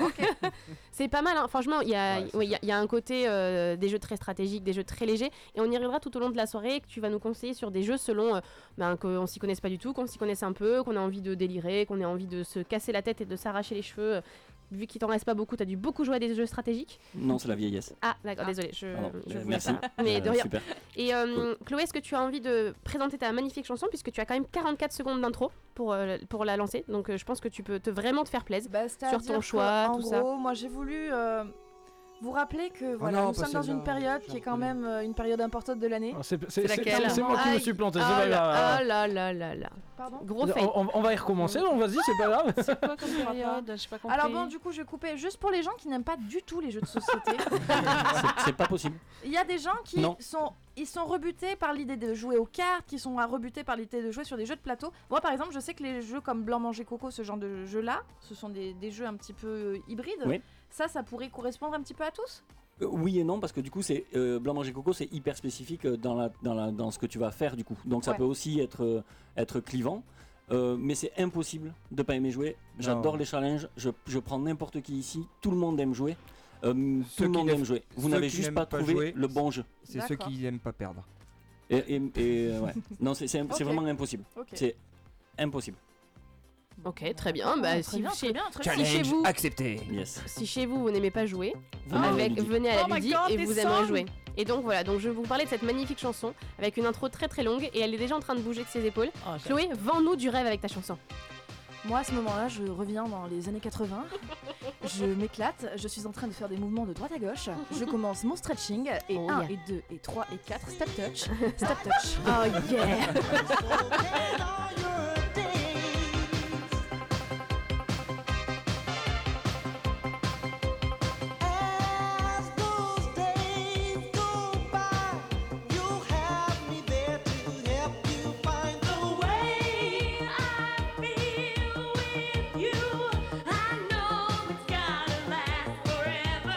Speaker 8: Ok. c'est pas mal, hein. franchement, il y, a- ouais, il y a- il y a un côté euh, des jeux très stratégiques, des jeux très légers, et on y reviendra tout au long de la soirée, que tu vas nous conseiller sur des jeux selon euh, ben, qu'on s'y connaisse pas du tout, qu'on s'y connaisse un peu, qu'on ait envie de délirer, qu'on ait envie de se casser la tête et de s'arracher les cheveux. euh, Vu qu'il t'en reste pas beaucoup, t'as dû beaucoup jouer à des jeux stratégiques.
Speaker 12: Non, c'est la vieillesse.
Speaker 8: Ah, d'accord, désolé, je,
Speaker 12: Pardon,
Speaker 8: je
Speaker 12: euh,
Speaker 8: voulais
Speaker 12: merci.
Speaker 8: pas. Mais de
Speaker 12: Euh,
Speaker 8: rien.
Speaker 12: super.
Speaker 8: Et euh, Chloé, est-ce que tu as envie de présenter ta magnifique chanson puisque tu as quand même 44 secondes d'intro pour, euh, pour la lancer Donc euh, je pense que tu peux te vraiment te faire plaisir
Speaker 13: Bah,
Speaker 8: sur
Speaker 13: C'est-à-dire
Speaker 8: ton choix,
Speaker 13: que, En
Speaker 8: tout
Speaker 13: gros,
Speaker 8: ça.
Speaker 13: moi j'ai voulu euh, vous rappeler que voilà,
Speaker 10: non,
Speaker 13: nous
Speaker 10: pas
Speaker 13: sommes dans
Speaker 10: celle-là,
Speaker 13: une période qui est quand même euh, une période importante de l'année.
Speaker 10: Ah, c'est- c'est- C'est c'est- laquelle c'est moi qui me
Speaker 13: Aïe.
Speaker 10: suis planté,
Speaker 13: Oh
Speaker 10: c'est pas
Speaker 13: là-
Speaker 10: grave.
Speaker 13: oh là-
Speaker 8: Ah là là là là.
Speaker 13: Pardon
Speaker 10: On, on- on va y recommencer, non Vas-y, c'est pas grave.
Speaker 13: Alors bon, du coup, je vais couper juste pour les gens qui n'aiment pas du tout les jeux de société.
Speaker 12: C'est- C'est pas possible.
Speaker 13: Il y a des gens qui
Speaker 12: Non.
Speaker 13: sont ils sont rebutés par l'idée de jouer aux cartes, qui sont euh, rebutés par l'idée de jouer sur des jeux de plateau. Moi, par exemple, je sais que les jeux comme Blanc manger coco, ce genre de jeux-là, ce sont des, des jeux un petit peu euh, hybrides.
Speaker 12: Oui.
Speaker 13: Ça, ça pourrait correspondre un petit peu à tous.
Speaker 12: Euh, oui et non, parce que du coup, c'est euh, blanc manger coco, c'est hyper spécifique euh, dans, la, dans, la, dans ce que tu vas faire, du coup. Donc ça
Speaker 13: Ouais.
Speaker 12: peut aussi être, euh, être clivant. Euh, mais c'est impossible de pas aimer jouer.
Speaker 11: Ah
Speaker 12: J'adore les challenges. Je, je prends n'importe qui ici. Tout le monde aime jouer. Euh, tout le
Speaker 11: qui
Speaker 12: monde
Speaker 11: n'aiment-
Speaker 12: aime jouer. Vous
Speaker 11: ceux
Speaker 12: n'avez
Speaker 11: qui
Speaker 12: juste
Speaker 11: n'aiment
Speaker 12: pas
Speaker 11: pas
Speaker 12: trouvé
Speaker 11: jouer,
Speaker 12: le bon jeu.
Speaker 11: c'est ceux D'accord. qui n'aiment pas perdre.
Speaker 12: Et, et- et, euh, ouais. Non, c'est c'est- c'est
Speaker 8: Ok.
Speaker 12: vraiment impossible.
Speaker 8: Ok.
Speaker 12: C'est impossible.
Speaker 8: Ok, très bien. Bah,
Speaker 13: Oh, Très
Speaker 8: si,
Speaker 13: bien,
Speaker 8: chez,
Speaker 13: très bien, très
Speaker 8: si chez vous,
Speaker 12: accepté. Yes.
Speaker 8: si chez vous vous n'aimez pas jouer,
Speaker 12: Venez à la
Speaker 8: avec,
Speaker 12: Ludie.
Speaker 8: venez à
Speaker 13: Oh
Speaker 8: la
Speaker 13: my
Speaker 8: Ludie
Speaker 13: God,
Speaker 8: et
Speaker 13: des
Speaker 8: vous aimerez
Speaker 13: songs
Speaker 8: jouer. Et donc voilà, donc je vais vous parler de cette magnifique chanson avec une intro très très longue et elle est déjà en train de bouger de ses épaules.
Speaker 13: Oh,
Speaker 8: Chloé, vends-nous du rêve avec ta chanson.
Speaker 13: Moi, à ce moment-là, je reviens dans les années 80. Je m'éclate, je suis en train de faire des mouvements de droite à gauche. Je commence mon stretching et 1
Speaker 8: Oh, yeah.
Speaker 13: et 2 et 3 et 4 step touch, step touch.
Speaker 8: Oh yeah.
Speaker 2: I know it's gotta last forever.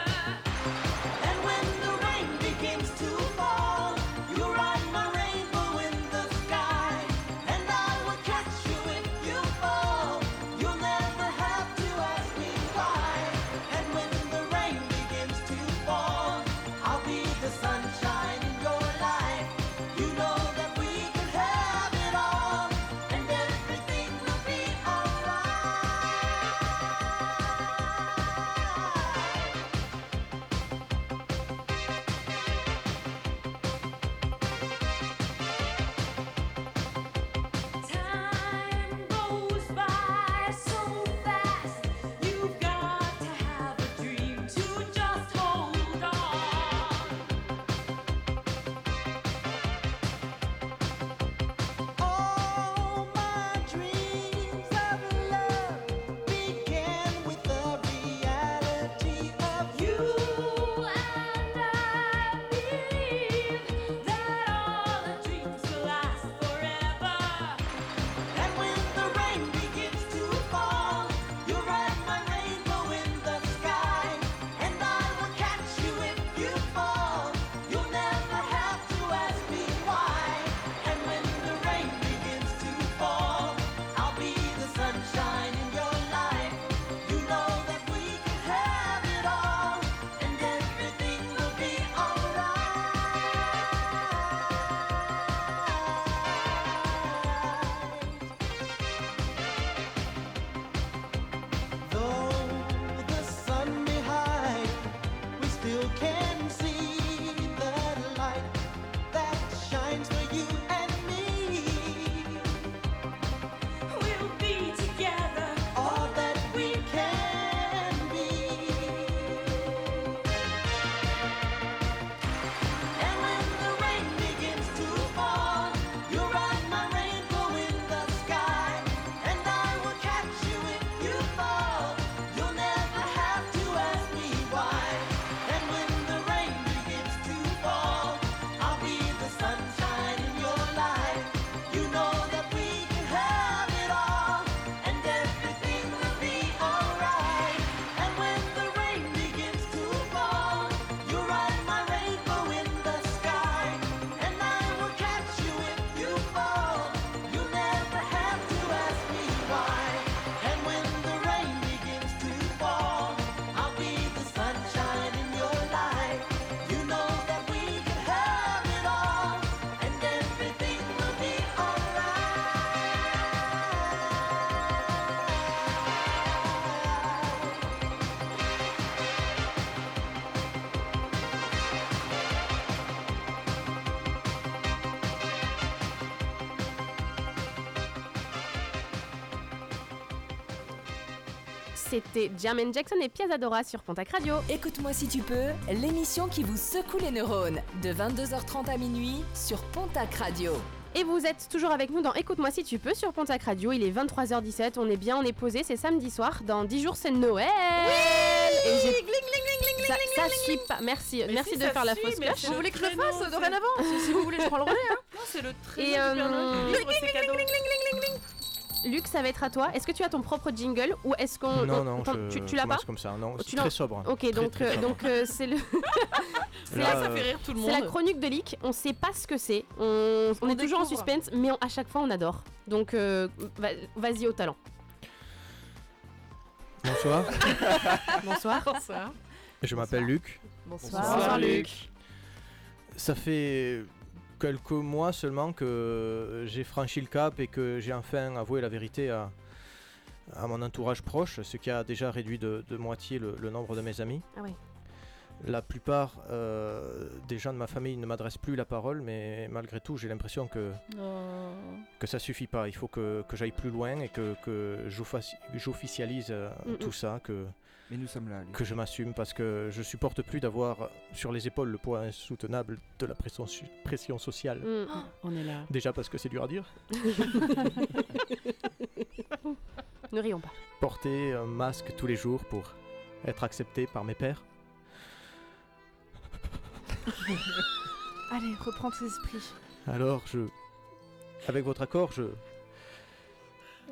Speaker 8: c'était Jermaine Jackson et Piazzadora sur Pontac Radio.
Speaker 3: Écoute-moi si tu peux, l'émission qui vous secoue les neurones, de 22h30 à minuit sur Pontac Radio.
Speaker 8: Et vous êtes toujours avec nous dans Écoute-moi si tu peux sur Pontac Radio. Il est 23h17, on est bien, on est posé, c'est samedi soir. Dans 10 jours, c'est Noël. Et j'ai- ça, ça suit pas. Merci,
Speaker 13: Mais
Speaker 8: merci
Speaker 13: si,
Speaker 8: de
Speaker 13: ça
Speaker 8: faire la
Speaker 13: suit,
Speaker 8: fausse
Speaker 13: mais
Speaker 8: cloche.
Speaker 13: c'est Vous le voulez que je le prénom, fasse c'est- dorénavant Si- si vous voulez, je prends le relais, hein.
Speaker 12: Non, c'est le
Speaker 8: Et,
Speaker 12: trésor du Père
Speaker 8: euh,
Speaker 12: Noël qui livre ses cadeaux.
Speaker 8: Luc, ça va être à toi. Est-ce que tu as ton propre jingle ou est-ce qu'on.
Speaker 20: Non,
Speaker 8: on-
Speaker 20: non,
Speaker 8: on-
Speaker 20: je
Speaker 8: tu, tu l'as pas
Speaker 20: commence comme ça. Non,
Speaker 8: Oh,
Speaker 20: c'est
Speaker 8: tu
Speaker 20: très
Speaker 8: l'as-
Speaker 20: sobre.
Speaker 8: Ok,
Speaker 20: Très,
Speaker 8: donc
Speaker 20: très
Speaker 8: euh,
Speaker 20: sobre.
Speaker 8: donc euh, c'est le. c'est
Speaker 20: Là, euh, ça fait rire
Speaker 12: tout le
Speaker 8: C'est la
Speaker 12: monde.
Speaker 8: chronique de Lick. On sait pas ce que c'est. On, on est toujours en
Speaker 12: découvre.
Speaker 8: suspense, mais on- à chaque fois on adore. Donc euh, va- vas-y au talent.
Speaker 15: Bonsoir,
Speaker 8: Bonsoir.
Speaker 12: Bonsoir.
Speaker 15: je m'appelle Luc.
Speaker 13: Bonsoir.
Speaker 12: Bonsoir, Luc.
Speaker 15: Ça fait quelques mois seulement que j'ai franchi le cap et que j'ai enfin avoué la vérité à, à mon entourage proche, ce qui a déjà réduit de, de moitié le, le nombre de mes amis.
Speaker 8: Ah oui.
Speaker 15: La plupart euh, des gens de ma famille ne m'adressent plus la parole, mais malgré tout, j'ai l'impression que,
Speaker 13: Oh.
Speaker 15: que ça suffit pas. Il faut que, que j'aille plus loin et que, que j'offaci- j'officialise euh,
Speaker 21: Mm, mm.
Speaker 15: tout ça, que,
Speaker 21: Mais nous sommes là, Luc.
Speaker 15: que je m'assume parce que je supporte plus d'avoir sur les épaules le poids insoutenable de la pression, su- pression sociale.
Speaker 21: Mm.
Speaker 12: On est là.
Speaker 15: Déjà parce que c'est dur à dire.
Speaker 8: ne rions pas.
Speaker 15: Porter un masque tous les jours pour être accepté par mes pères.
Speaker 13: Allez, reprends tes esprits.
Speaker 15: Alors, je. Avec votre accord, je.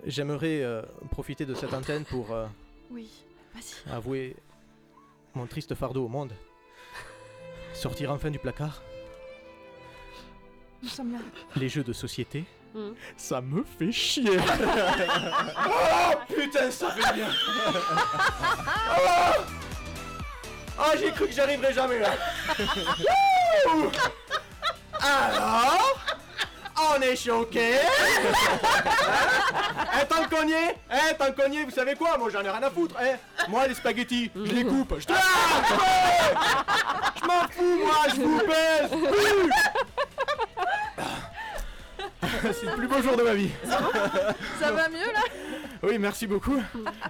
Speaker 15: J'aimerais euh, profiter de cette antenne pour euh,
Speaker 13: Oui, vas-y.
Speaker 15: avouer mon triste fardeau au monde. Sortir enfin du placard.
Speaker 13: Nous sommes là.
Speaker 15: Les jeux de société.
Speaker 13: Mm.
Speaker 15: Ça me fait chier.
Speaker 2: Oh putain, ça fait bien Oh, Oh, j'ai cru que j'arriverais jamais là Wouh Alors On est choqués Hein Eh, tant qu'on y est Eh, tant qu'on y est, vous savez quoi Moi, j'en ai rien à foutre Eh, moi, les spaghettis, je les coupe Je te- Ah, ouais Je m'en fous, moi, je vous pèse Ouh
Speaker 15: c'est le plus beau jour de ma vie.
Speaker 13: Ça va mieux là
Speaker 15: Oui, merci beaucoup.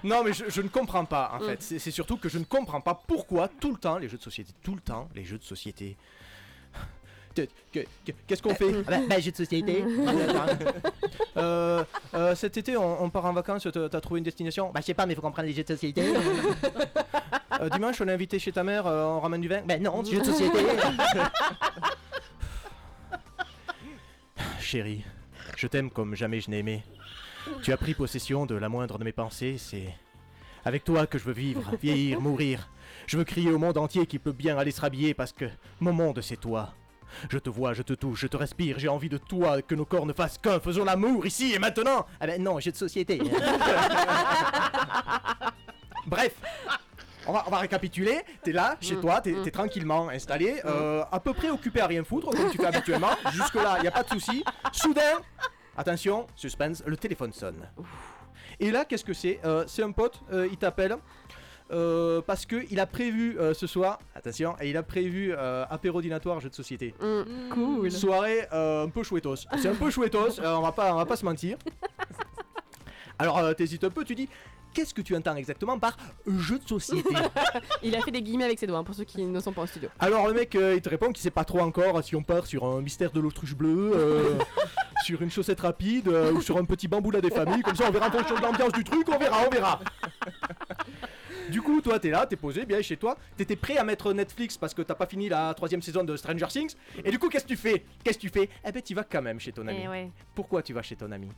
Speaker 15: Non, mais je, je ne comprends pas, en
Speaker 13: Mm.
Speaker 15: fait. C'est c'est surtout que je ne comprends pas pourquoi, tout le temps, les jeux de société, tout le temps, les jeux de société. Que- que- que- Qu'est-ce qu'on fait Ah bah, bah, jeux de société. Euh, euh, cet été, on, on part en vacances, t'as t'as trouvé une destination Bah, je sais pas, mais faut qu'on prenne les jeux de société. Euh, dimanche, on est invité chez ta mère, euh, on ramène du vin Bah, non, jeux de société. Chérie, je t'aime comme jamais je n'ai aimé. Tu as pris possession de la moindre de mes pensées, c'est avec toi que je veux vivre, vieillir, mourir. Je veux crier au monde entier qu'il peut bien aller se rhabiller parce que mon monde c'est toi. Je te vois, je te touche, je te respire, j'ai envie de toi, que nos corps ne fassent qu'un, faisons l'amour ici et maintenant Ah ben non, j'ai de société Bref on va, on va récapituler, t'es là, chez toi, t'es t'es tranquillement installé, euh, à peu près occupé à rien foutre, comme tu fais habituellement, jusque-là, y a pas de souci. Soudain, attention, suspense, le téléphone sonne. Et là, qu'est-ce que c'est Euh, C'est un pote, euh, il t'appelle. euh, parce que il a prévu euh, ce soir, attention, et il a prévu euh, apéro dînatoire jeu de société.
Speaker 10: Mm.
Speaker 12: Cool.
Speaker 15: Soirée euh, un peu chouettos. C'est un peu chouettos, euh, on va pas on va pas se mentir. Alors euh, t'hésites un peu, tu dis qu'est-ce que tu entends exactement par jeu de société
Speaker 8: Il a fait des guillemets avec ses doigts hein, pour ceux qui ne sont pas en studio.
Speaker 15: Alors le mec euh, il te répond qu'il sait pas trop encore si on part sur un mystère de l'autruche bleue, euh, sur une chaussette rapide euh, ou sur un petit bamboula des familles, comme ça on verra en fonction de l'ambiance du truc, on verra, on verra. Du coup, toi, t'es là, t'es posé, bien chez toi. T'étais prêt à mettre Netflix parce que t'as pas fini la troisième saison de Stranger Things. Et du coup, qu'est-ce que tu fais Qu'est-ce que tu fais Eh ben, tu vas quand même chez ton ami.
Speaker 8: Eh ouais.
Speaker 15: Pourquoi tu vas chez ton ami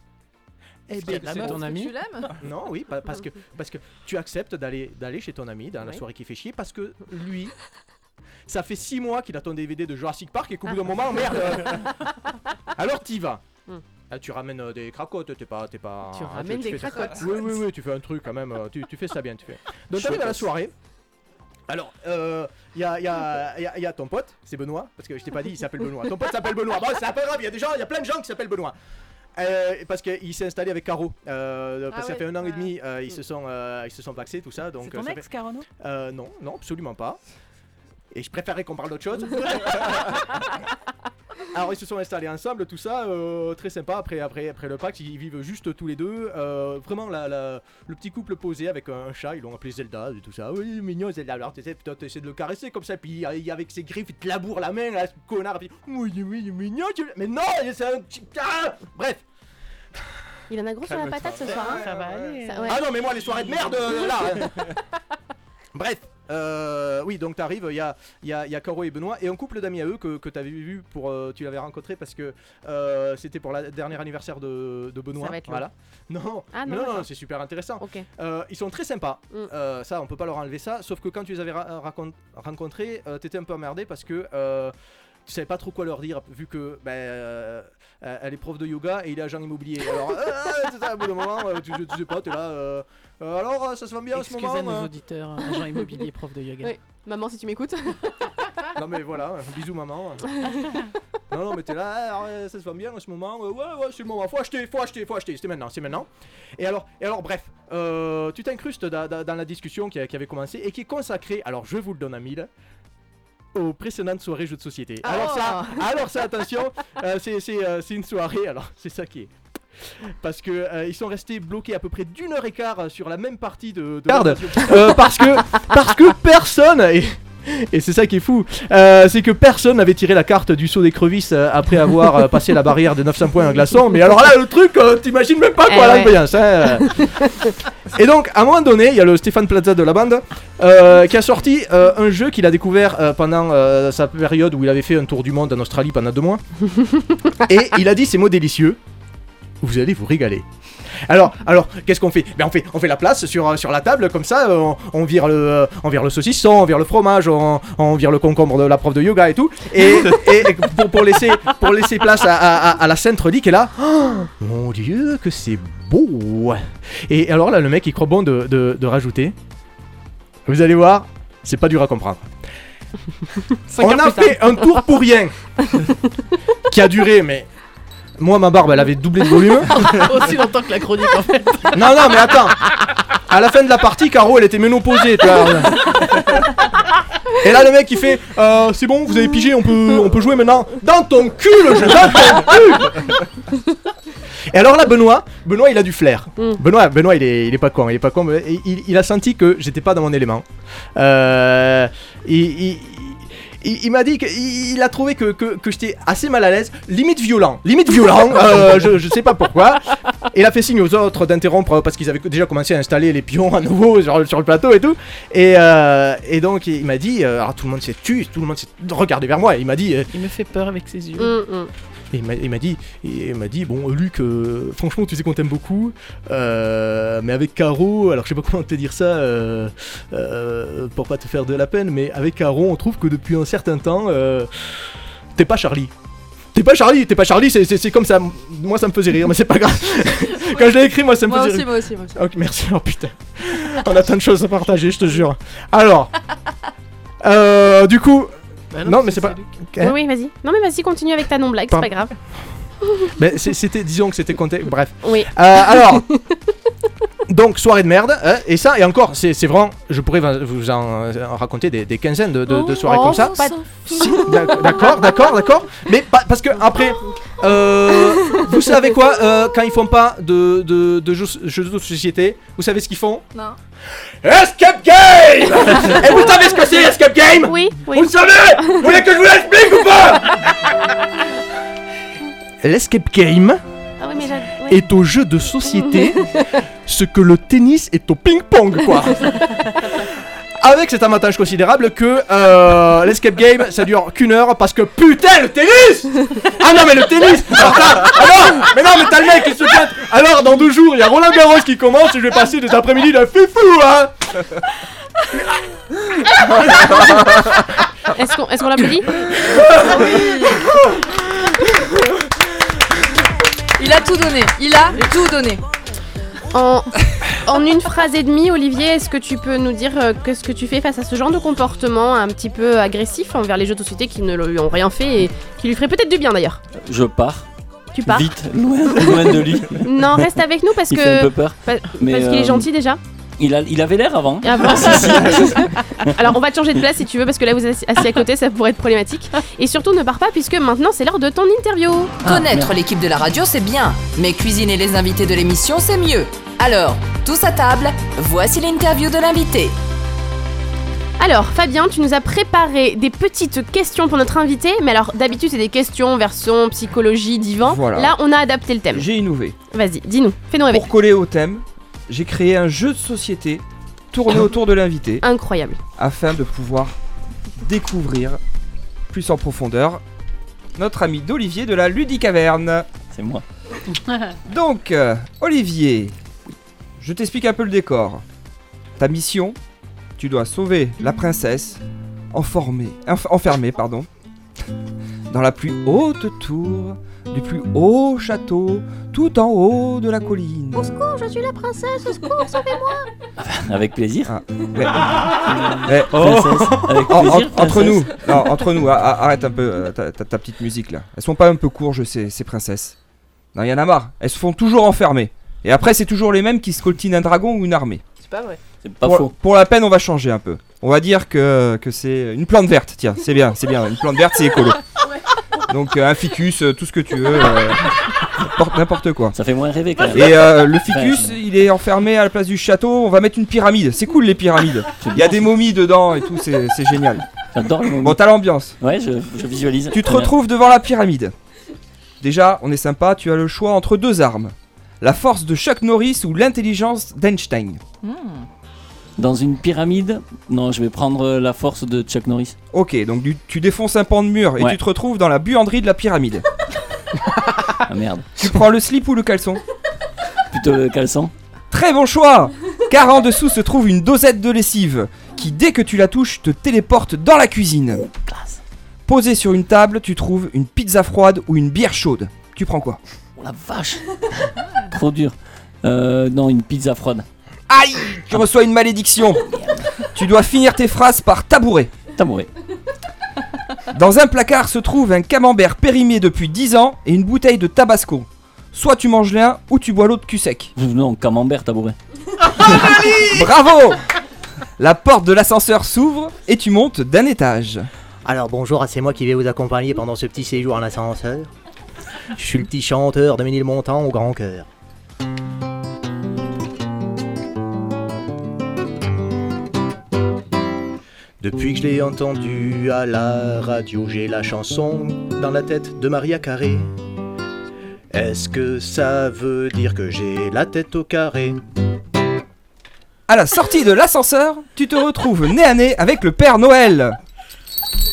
Speaker 15: Eh
Speaker 13: Parce que c'est ton ami. Parce que tu l'aimes
Speaker 15: Non, oui, pa- parce que parce que tu acceptes d'aller d'aller chez ton ami dans la
Speaker 13: Oui.
Speaker 15: soirée qui fait chier parce que lui. Ça fait 6 mois qu'il a ton DVD de Jurassic Park et qu'au bout d'un moment, merde euh, Alors t'y vas
Speaker 19: Mm,
Speaker 15: Ah, tu ramènes euh, des cracottes, t'es pas, t'es pas.
Speaker 2: Tu ramènes
Speaker 15: fais
Speaker 2: des
Speaker 15: ça-
Speaker 2: cracottes.
Speaker 15: Oui, oui, oui, tu fais un truc quand même. euh, Tu, tu fais ça bien, tu fais. Donc t'arrives à la soirée. Alors, il euh, y, a, y, a, y a- y a ton pote, c'est Benoît, parce que je t'ai pas dit, il s'appelle Benoît. Ton pote s'appelle Benoît. Bon, c'est pas grave, il y a des gens, il y a plein de gens qui s'appellent Benoît. Euh, parce qu'il s'est installé avec Caro. euh, parce
Speaker 12: Ah
Speaker 15: que ça
Speaker 12: ouais,
Speaker 15: fait un an et demi, euh, ils, se sont, euh, ils se sont vaxés, tout ça. donc
Speaker 12: Ton
Speaker 15: euh, ça
Speaker 12: ex,
Speaker 15: fait-
Speaker 12: Carano
Speaker 15: euh, non, non, absolument pas. Et je préférais qu'on parle d'autre chose. Alors ils se sont installés ensemble, tout ça, euh, très sympa. Après, après, après le pacte, ils vivent juste tous les deux. Euh, vraiment, la, la- le petit couple posé avec un, un chat, ils l'ont appelé Zelda et tout ça. Oui, mignon Zelda. Alors t'essaies, putain, t'essaies de le caresser comme ça, puis euh, il- avec ses griffes, il te laboure la main, là, ce connard. Puis, oui, oui, mignon. tu- Mais non, c'est un petit. Ah Bref.
Speaker 8: Il en a gros sur la
Speaker 15: Calme-toi.
Speaker 8: patate ce soir. hein.
Speaker 15: Ça va
Speaker 8: aller.
Speaker 15: Ah non, mais moi, les soirées de merde, euh, là Bref, euh, oui, donc t'arrives, il y a, il y, a, il y a Caro et Benoît, et un couple d'amis à eux que, que t'avais vu, pour, euh, tu l'avais rencontré parce que euh, c'était pour la dernière anniversaire de, de Benoît.
Speaker 8: Ça va être long.
Speaker 15: voilà. Non, mais
Speaker 8: Ah, non,
Speaker 15: non, non,
Speaker 8: d'accord. Mm.
Speaker 15: c'est super intéressant. Euh, ils sont très sympas, Euh, ça on peut pas leur enlever ça, sauf que quand tu les avais ra- euh, racon- rencontrés, euh, t'étais un peu emmerdé parce que... euh, tu savais pas trop quoi leur dire vu que ben, euh, euh, elle est prof de yoga et il est agent immobilier. Alors, euh, c'est ça, au bout d'un moment, euh, tu, tu sais pas, t'es là. euh, euh, alors, euh, ça se vend bien en ce
Speaker 4: Excusez
Speaker 15: moment
Speaker 4: nos
Speaker 15: hein
Speaker 4: auditeurs, agent immobilier, prof de yoga.
Speaker 8: Oui. Maman, si tu m'écoutes.
Speaker 15: Non mais voilà, bisous maman. non non mais t'es là, ah, ouais, ça se va bien en ce moment. Ouais ouais c'est le moment, faut acheter, faut acheter, faut acheter, c'est maintenant, c'est maintenant. Et alors, et alors bref, euh, tu t'incrustes da- da- dans la discussion qui, a- qui avait commencé et qui est consacrée, alors je vous le donne à mille, aux précédentes soirées jeux de société. Alors ça, alors ça attention, euh, c'est c'est, euh, c'est une soirée, alors c'est ça qui est. Parce que euh, ils sont restés bloqués à peu près d'une heure et quart euh, sur la même partie de. de-
Speaker 5: Regarde, euh, parce que parce que personne et,
Speaker 15: et c'est ça qui est fou, euh, c'est que personne n'avait tiré la carte du saut d'écrevisse euh, après avoir euh, passé la barrière des 900 points en glaçon. Mais alors là, le truc, euh, t'imagines même pas quoi
Speaker 5: Eh ouais.
Speaker 15: l'ambiance. hein. Et donc, à un moment donné, il y a le Stéphane Plaza de la bande euh, qui a sorti euh, un jeu qu'il a découvert euh, pendant euh, sa période où il avait fait un tour du monde en Australie pendant deux mois. Et il a dit ces mots délicieux vous allez vous régaler. Alors, alors, qu'est-ce qu'on fait Ben on fait, on fait la place sur, euh, sur la table comme ça. euh, On, on vire le, euh, on vire le saucisson, on vire le fromage, on, on vire le concombre de la prof de yoga et tout. Et, et pour, pour laisser, pour laisser place à, à- à- à la scène relique et là. oh, mon Dieu, que c'est beau Et alors là, le mec, il croit bon de, de- de rajouter. Vous allez voir, c'est pas dur à comprendre.
Speaker 5: Cinq
Speaker 15: on
Speaker 5: heures
Speaker 15: a
Speaker 5: plus
Speaker 15: fait
Speaker 5: tard.
Speaker 15: un tour pour rien qui a duré, mais moi ma barbe, elle avait doublé de volume.
Speaker 9: Aussi longtemps que la chronique en fait.
Speaker 15: Non, non, mais attends. À la fin de la partie, Caro, elle était ménopausée. tu vois. Et là, le mec, il fait euh, C'est bon, vous avez pigé, on peut, on peut jouer maintenant. Dans ton cul, le jeu, dans ton cul Et alors là, Benoît, Benoît, il a du flair.
Speaker 5: Mm.
Speaker 15: Benoît, Benoît, il est, il est pas con, il est pas con. mais il, il- il a senti que j'étais pas dans mon élément. Euh, il- il- il, il m'a dit qu'il a trouvé que, que, que j'étais assez mal à l'aise, limite violent, limite violent, euh, je, je sais pas pourquoi. Et il a fait signe aux autres d'interrompre euh, parce qu'ils avaient déjà commencé à installer les pions à nouveau sur, le- sur le plateau et tout. Et, euh, et donc il m'a dit, euh, alors tout le monde s'est tu, tout le monde s'est regardé vers moi. Et il m'a dit, euh,
Speaker 9: Il me fait peur avec ses yeux.
Speaker 6: Mm,
Speaker 19: mm.
Speaker 15: et il m'a- il m'a dit, et il m'a dit, bon Luc, euh, franchement tu sais qu'on t'aime beaucoup, euh, mais avec Caro, alors je sais pas comment te dire ça euh, euh, pour pas te faire de la peine, mais avec Caro on trouve que depuis un certain temps, euh, t'es pas Charlie. T'es pas Charlie, t'es pas Charlie, c'est- c'est c'est comme ça. Moi ça me faisait rire, mais c'est pas grave. Quand je l'ai écrit, moi ça me
Speaker 13: Moi
Speaker 15: faisait
Speaker 13: aussi,
Speaker 15: rire.
Speaker 13: moi aussi, moi aussi.
Speaker 15: Ok, merci, oh putain. On a tant de choses à partager, je te jure. Alors, euh, du coup. non, mais c'est pas.
Speaker 8: Oui,
Speaker 15: Hein
Speaker 8: oui, vas-y. Non, mais vas-y, continue avec ta non-blague, c'est
Speaker 15: Pardon.
Speaker 8: pas grave.
Speaker 15: Mais c'est- c'était, disons que c'était compté. Bref.
Speaker 8: Oui.
Speaker 15: Euh, alors. Donc soirée de merde, hein, et ça, et encore, c'est c'est vraiment, je pourrais vous en, euh, en raconter des, des quinzaines de, de- de soirées
Speaker 5: oh,
Speaker 15: comme ça.
Speaker 5: on s'en
Speaker 15: Si, d'ac- D'accord, d'accord, d'accord, mais pas- parce que après, euh, vous savez quoi, euh, quand ils font pas de, de, de jeux, jeux de société, vous savez ce qu'ils font
Speaker 2: Non.
Speaker 15: Escape Game Et vous savez ce que c'est Escape Game
Speaker 8: Oui, oui.
Speaker 15: Vous le savez Vous voulez que je vous l'explique ou pas L'escape game
Speaker 8: Ah oui, mais j'adore. oui.
Speaker 15: est au jeu de société ce que le tennis est au ping-pong, quoi. Avec cet avantage considérable que euh, l'escape game ça dure qu'une heure parce que putain le tennis Ah non mais le tennis Alors, ça- ah non, Mais non mais t'as le mec qui se pointe Alors dans deux jours il y a Roland Garros qui commence et je vais passer des après-midi de fifou hein
Speaker 8: Est-ce qu'on est-ce qu'on l'applaudit
Speaker 2: Il a tout donné. Il a tout donné.
Speaker 8: En, en une phrase et demie, Olivier, est-ce que tu peux nous dire euh, qu'est-ce que tu fais face à ce genre de comportement un petit peu agressif envers les jeux de société qui ne lui ont rien fait et qui lui ferait peut-être du bien d'ailleurs
Speaker 12: Je pars.
Speaker 8: Tu pars
Speaker 12: Vite, loin, loin de lui.
Speaker 8: Non, reste avec nous parce
Speaker 12: Il
Speaker 8: que.
Speaker 12: fait un peu peur,
Speaker 8: pa-
Speaker 12: mais,
Speaker 8: parce qu'il
Speaker 12: euh,
Speaker 8: est gentil déjà.
Speaker 12: Il, a, il avait l'air avant. hein.
Speaker 8: Ah bon
Speaker 12: Si, si.
Speaker 8: Alors on va te changer de place si tu veux parce que là vous êtes assis à côté ça pourrait être problématique. Et surtout ne pars pas puisque maintenant c'est l'heure de ton interview.
Speaker 3: Ah, Connaître l'équipe de la radio, c'est bien, mais cuisiner les invités de l'émission, c'est mieux. Alors, tous à table, voici l'interview de l'invité.
Speaker 8: Alors Fabien, tu nous as préparé des petites questions pour notre invité, mais alors d'habitude c'est des questions version psychologie divan.
Speaker 11: Voilà.
Speaker 8: Là on a adapté le thème.
Speaker 11: J'ai innové.
Speaker 8: Vas-y, dis-nous, fais-nous rêver.
Speaker 11: Pour coller au thème, j'ai créé un jeu de société tourné autour de l'invité
Speaker 8: Incroyable.
Speaker 11: afin de pouvoir découvrir plus en profondeur notre ami d'Olivier de la Ludicaverne.
Speaker 12: C'est moi.
Speaker 11: Donc, euh, Olivier, je t'explique un peu le décor. Ta mission, tu dois sauver la princesse enformée- enf- enfermée pardon, dans la plus haute tour du plus haut château, tout en haut de la colline.
Speaker 16: Au secours, je suis la princesse, au secours, sauvez-moi
Speaker 12: Avec plaisir.
Speaker 11: Eh,
Speaker 12: Oh.
Speaker 11: princesse,
Speaker 12: Avec
Speaker 11: en- en-
Speaker 12: plaisir,
Speaker 11: entre
Speaker 12: princesse.
Speaker 11: nous, non, entre nous, a- a- arrête un peu euh, ta, ta- ta petite musique là. Elles sont pas un peu courges ces, ces princesses Non, y en a marre. Elles se font toujours enfermer. Et après, c'est toujours les mêmes qui scoltinent un dragon ou une armée.
Speaker 16: C'est pas vrai.
Speaker 12: C'est pas
Speaker 11: pour,
Speaker 12: faux.
Speaker 11: pour la peine, on va changer un peu. On va dire que, que c'est une plante verte. Tiens, c'est bien, c'est bien. Une plante verte, c'est écolo. Donc euh, un ficus, euh, tout ce que tu veux, euh, n'importe- n'importe quoi.
Speaker 12: Ça fait moins rêver quand même.
Speaker 11: Et euh, le ficus,
Speaker 12: Enfin,
Speaker 11: il est enfermé à la place du château. On va mettre une pyramide. C'est cool les pyramides. Il y a des momies dedans et tout, c'est c'est génial.
Speaker 12: J'adore les momies.
Speaker 11: Bon, t'as l'ambiance.
Speaker 12: Ouais, je, je visualise.
Speaker 11: Tu te
Speaker 12: Très bien.
Speaker 11: retrouves devant la pyramide. Déjà, on est sympa, tu as le choix entre deux armes. La force de Chuck Norris ou l'intelligence d'Einstein.
Speaker 19: Mm.
Speaker 12: Dans une pyramide Non, je vais prendre euh, la force de Chuck Norris.
Speaker 11: Ok, donc du- tu défonces un pan de mur et
Speaker 12: Ouais.
Speaker 11: tu te retrouves dans la buanderie de la pyramide.
Speaker 12: Ah merde.
Speaker 11: tu prends le slip ou le caleçon
Speaker 12: Plutôt le caleçon.
Speaker 11: Très bon choix Car en dessous se trouve une dosette de lessive qui, dès que tu la touches, te téléporte dans la cuisine. Posée sur une table, tu trouves une pizza froide ou une bière chaude. Tu prends quoi
Speaker 12: Oh la vache Trop dur. Euh, non, une pizza froide.
Speaker 11: Aïe Tu reçois une malédiction Tu dois finir tes phrases par tabouret.
Speaker 12: Tabouret.
Speaker 11: Dans un placard se trouve un camembert périmé depuis 10 ans et une bouteille de tabasco. Soit tu manges l'un ou tu bois l'autre cul sec.
Speaker 12: Non, camembert tabouret.
Speaker 11: Bravo La porte de l'ascenseur s'ouvre et tu montes d'un étage.
Speaker 19: Alors bonjour, c'est moi qui vais vous accompagner pendant ce petit séjour en ascenseur. Je suis le petit chanteur de Ménilmontant au grand cœur.
Speaker 22: Depuis que je l'ai entendu à la radio, j'ai la chanson dans la tête de Maria Carré. Est-ce que ça veut dire que j'ai la tête au carré
Speaker 11: À la sortie de l'ascenseur, tu te retrouves nez à nez avec le Père Noël,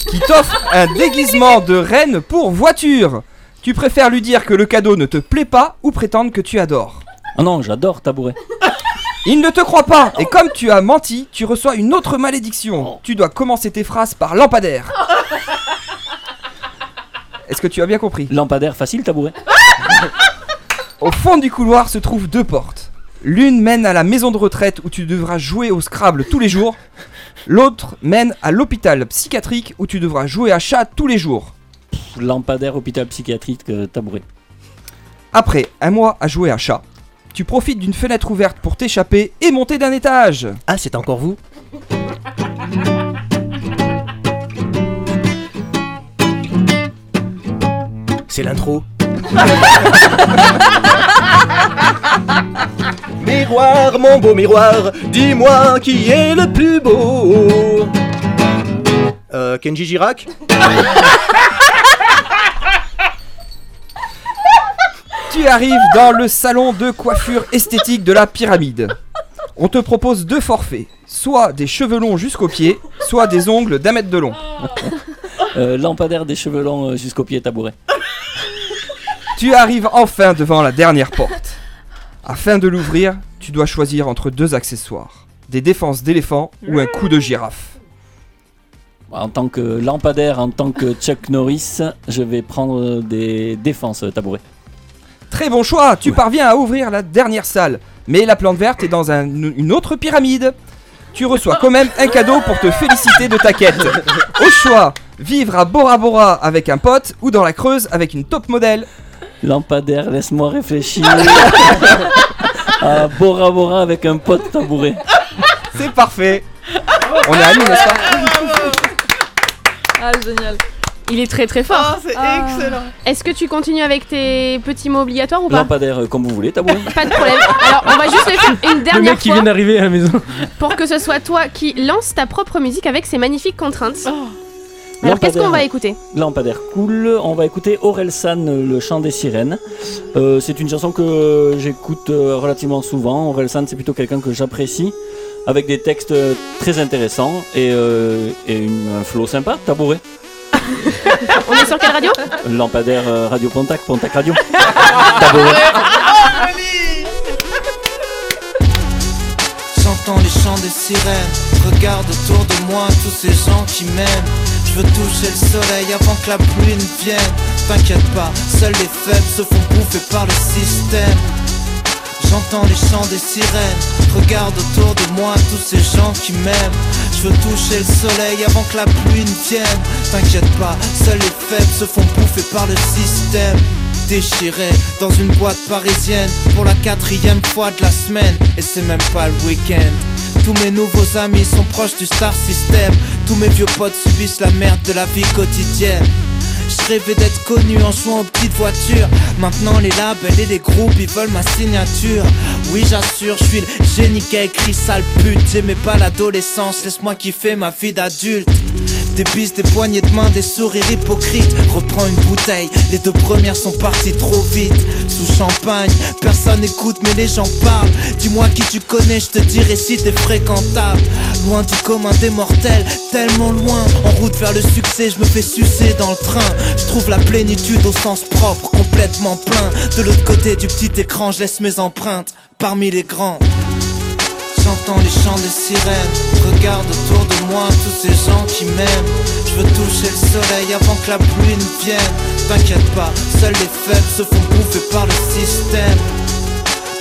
Speaker 11: qui t'offre un déguisement de reine pour voiture. Tu préfères lui dire que le cadeau ne te plaît pas ou prétendre que tu adores
Speaker 12: Ah non, j'adore tabouret.
Speaker 11: Il ne te croit pas, et comme tu as menti, tu reçois une autre malédiction.
Speaker 12: Oh.
Speaker 11: Tu dois commencer tes phrases par lampadaire. Est-ce que tu as bien compris
Speaker 12: Lampadaire facile, tabouret.
Speaker 11: Au fond du couloir se trouvent deux portes. L'une mène à la maison de retraite où tu devras jouer au Scrabble tous les jours. L'autre mène à l'hôpital psychiatrique où tu devras jouer à chat tous les jours.
Speaker 12: Lampadaire hôpital psychiatrique euh, tabouret.
Speaker 11: Après un mois à jouer à chat, tu profites d'une fenêtre ouverte pour t'échapper et monter d'un étage.
Speaker 22: Ah, c'est encore vous C'est l'intro. miroir, mon beau miroir, dis-moi qui est le plus beau. Euh, Kenji Girac
Speaker 11: Tu arrives dans le salon de coiffure esthétique de la pyramide. On te propose deux forfaits, soit des cheveux longs jusqu'aux pieds, soit des ongles d'un mètre de long.
Speaker 12: Euh, lampadaire des cheveux longs euh, jusqu'aux pieds, tabouret.
Speaker 11: Tu arrives enfin devant la dernière porte. Afin de l'ouvrir, tu dois choisir entre deux accessoires. Des défenses d'éléphant ou un coup de girafe.
Speaker 12: En tant que lampadaire, en tant que Chuck Norris, je vais prendre des défenses, euh, tabouret.
Speaker 11: Très bon choix, Ah, tu parviens à ouvrir la dernière salle. Mais la plante verte est dans un- une autre pyramide. Tu reçois quand même un cadeau pour te féliciter de ta quête. Au choix, vivre à Bora Bora avec un pote ou dans la Creuse avec une top modèle.
Speaker 12: Lampadaire, laisse-moi réfléchir. Ah, Bora Bora avec un pote tabouret.
Speaker 11: C'est parfait. On est à nous, n'est-ce pas
Speaker 13: Ah, génial.
Speaker 8: Il est très très fort.
Speaker 13: Ah, c'est excellent.
Speaker 8: Est-ce que tu continues avec tes petits mots obligatoires ou pas
Speaker 12: Lampadaire, euh, comme vous voulez, tabou.
Speaker 8: Pas de problème. Alors, on va juste le faire une
Speaker 10: Le
Speaker 8: dernière
Speaker 10: mec qui
Speaker 8: fois
Speaker 10: vient d'arriver à la maison.
Speaker 8: pour que ce soit toi qui lance ta propre musique avec ses magnifiques contraintes. Alors, qu'est-ce
Speaker 12: Lampadaire.
Speaker 8: qu'on va écouter
Speaker 12: Lampadaire cool. On va écouter Aurel San, euh, le chant des sirènes. Euh, c'est une chanson que j'écoute euh, relativement souvent. Aurel San, c'est plutôt quelqu'un que j'apprécie, avec des textes euh, très intéressants et, euh, et une- un flow sympa, tabouret.
Speaker 8: On est sur quelle radio
Speaker 12: Lampadaire euh, Radio Pontac, Pontac Radio.
Speaker 23: J'entends les chants des sirènes, regarde autour de moi tous ces gens qui m'aiment. Je veux toucher le soleil avant que la pluie ne vienne. T'inquiète pas, seuls les faibles se font bouffer par le système. J'entends les chants des sirènes, regarde autour de moi tous ces gens qui m'aiment. Je veux toucher le soleil avant que la pluie ne vienne. T'inquiète pas, seuls les faibles se font bouffer par le système. Déchiré dans une boîte parisienne pour la quatrième fois de la semaine, et c'est même pas le week-end. Tous mes nouveaux amis sont proches du star system Tous mes vieux potes subissent la merde de la vie quotidienne Je rêvais d'être connu en jouant aux petites voitures Maintenant les labels et les groupes ils veulent ma signature Oui j'assure je suis le génie qui a écrit sale pute J'aimais pas l'adolescence laisse-moi kiffer ma vie d'adulte des bises, des poignées de main, des sourires hypocrites Reprends une bouteille, les deux premières sont parties trop vite Sous champagne, personne écoute mais les gens parlent Dis-moi qui tu connais, je te dirai si t'es fréquentable Loin du commun des mortels, tellement loin En route vers le succès, je me fais sucer dans le train Je trouve la plénitude au sens propre, complètement plein De l'autre côté du petit écran, je laisse mes empreintes Parmi les grands J'entends les chants des sirènes, regarde autour de moi tous ces gens qui m'aiment. Je veux toucher le soleil avant que la pluie ne vienne. T'inquiète pas, seuls les faibles se font bouffer par le système.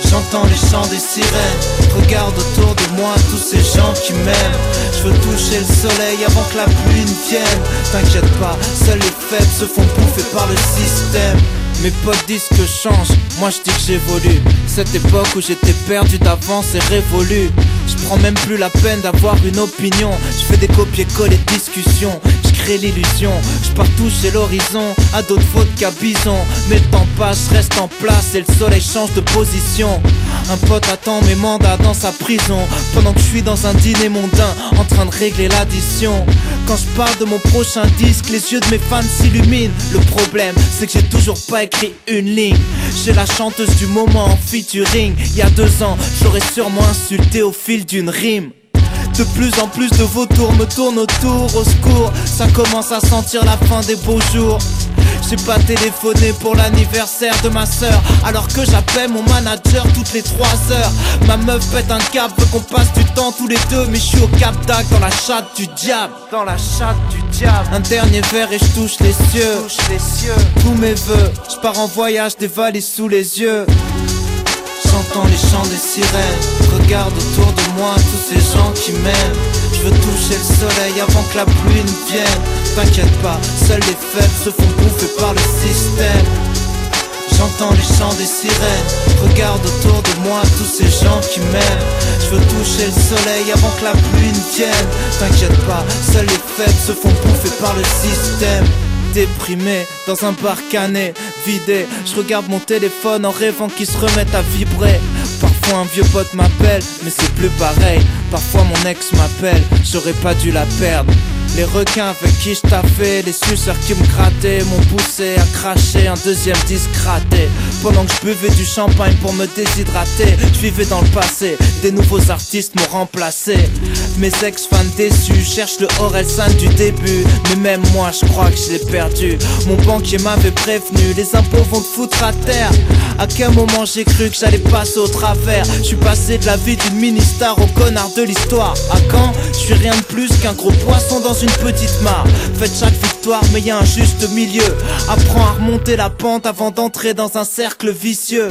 Speaker 23: J'entends les chants des sirènes, regarde autour de moi tous ces gens qui m'aiment. Je veux toucher le soleil avant que la pluie ne vienne. T'inquiète pas, seuls les faibles se font bouffer par le système. Mes potes disent que je change, moi je dis que j'évolue. Cette époque où j'étais perdu d'avance est révolue. Je prends même plus la peine d'avoir une opinion. Je fais des copier-coller de discussions. Je crée l'illusion, je pars toucher l'horizon. À d'autres fautes qu'à bison. Mais le temps passe, je reste en place et le soleil change de position. Un pote attend mes mandats dans sa prison. Pendant que je suis dans un dîner mondain, en train de régler l'addition. Quand je parle de mon prochain disque, les yeux de mes fans s'illuminent. Le problème, c'est que j'ai toujours pas écrit une ligne. J'ai la chanteuse du moment en featuring. Il y a deux ans, j'aurais sûrement insulté au fil d'une rime. De plus en plus de vautours me tournent autour, au secours. Ça commence à sentir la fin des beaux jours. J'ai pas téléphoné pour l'anniversaire de ma sœur Alors que j'appelle mon manager toutes les 3 heures Ma meuf pète un câble, veut qu'on passe du temps tous les deux Mais je suis au cap d'Agde dans la chatte du diable Dans la chatte du diable Un dernier verre et je touche les cieux Tous mes vœux, je pars en voyage des valises sous les yeux J'entends les chants des sirènes Regarde autour de moi tous ces gens qui m'aiment Je veux toucher le soleil avant que la pluie ne vienne T'inquiète pas, seuls les faibles se font bouffer par le système J'entends les chants des sirènes Regarde autour de moi tous ces gens qui m'aiment Je veux toucher le soleil avant que la pluie ne vienne T'inquiète pas, seuls les faibles se font bouffer par le système Déprimé, dans un bar cané, vidé Je regarde mon téléphone en rêvant qu'il se remette à vibrer Parfois un vieux pote m'appelle, mais c'est plus pareil Parfois mon ex m'appelle, j'aurais pas dû la perdre les requins avec qui je taffais, les suceurs qui me grattaient m'ont poussé à cracher un deuxième disque raté. Pendant que je buvais du champagne pour me déshydrater, je vivais dans le passé, des nouveaux artistes m'ont remplacé. Mes ex-fans déçus cherchent le Orelsan du début, mais même moi je crois que je l'ai perdu. Mon banquier m'avait prévenu, les impôts vont te foutre à terre. À quel moment j'ai cru que j'allais passer au travers Je suis passé de la vie d'une mini-star au connard de l'histoire. À quand Je suis rien de plus qu'un gros poisson dans une petite mare. Faites chaque victoire, mais y a un juste milieu. Apprends à remonter la pente avant d'entrer dans un cercle vicieux.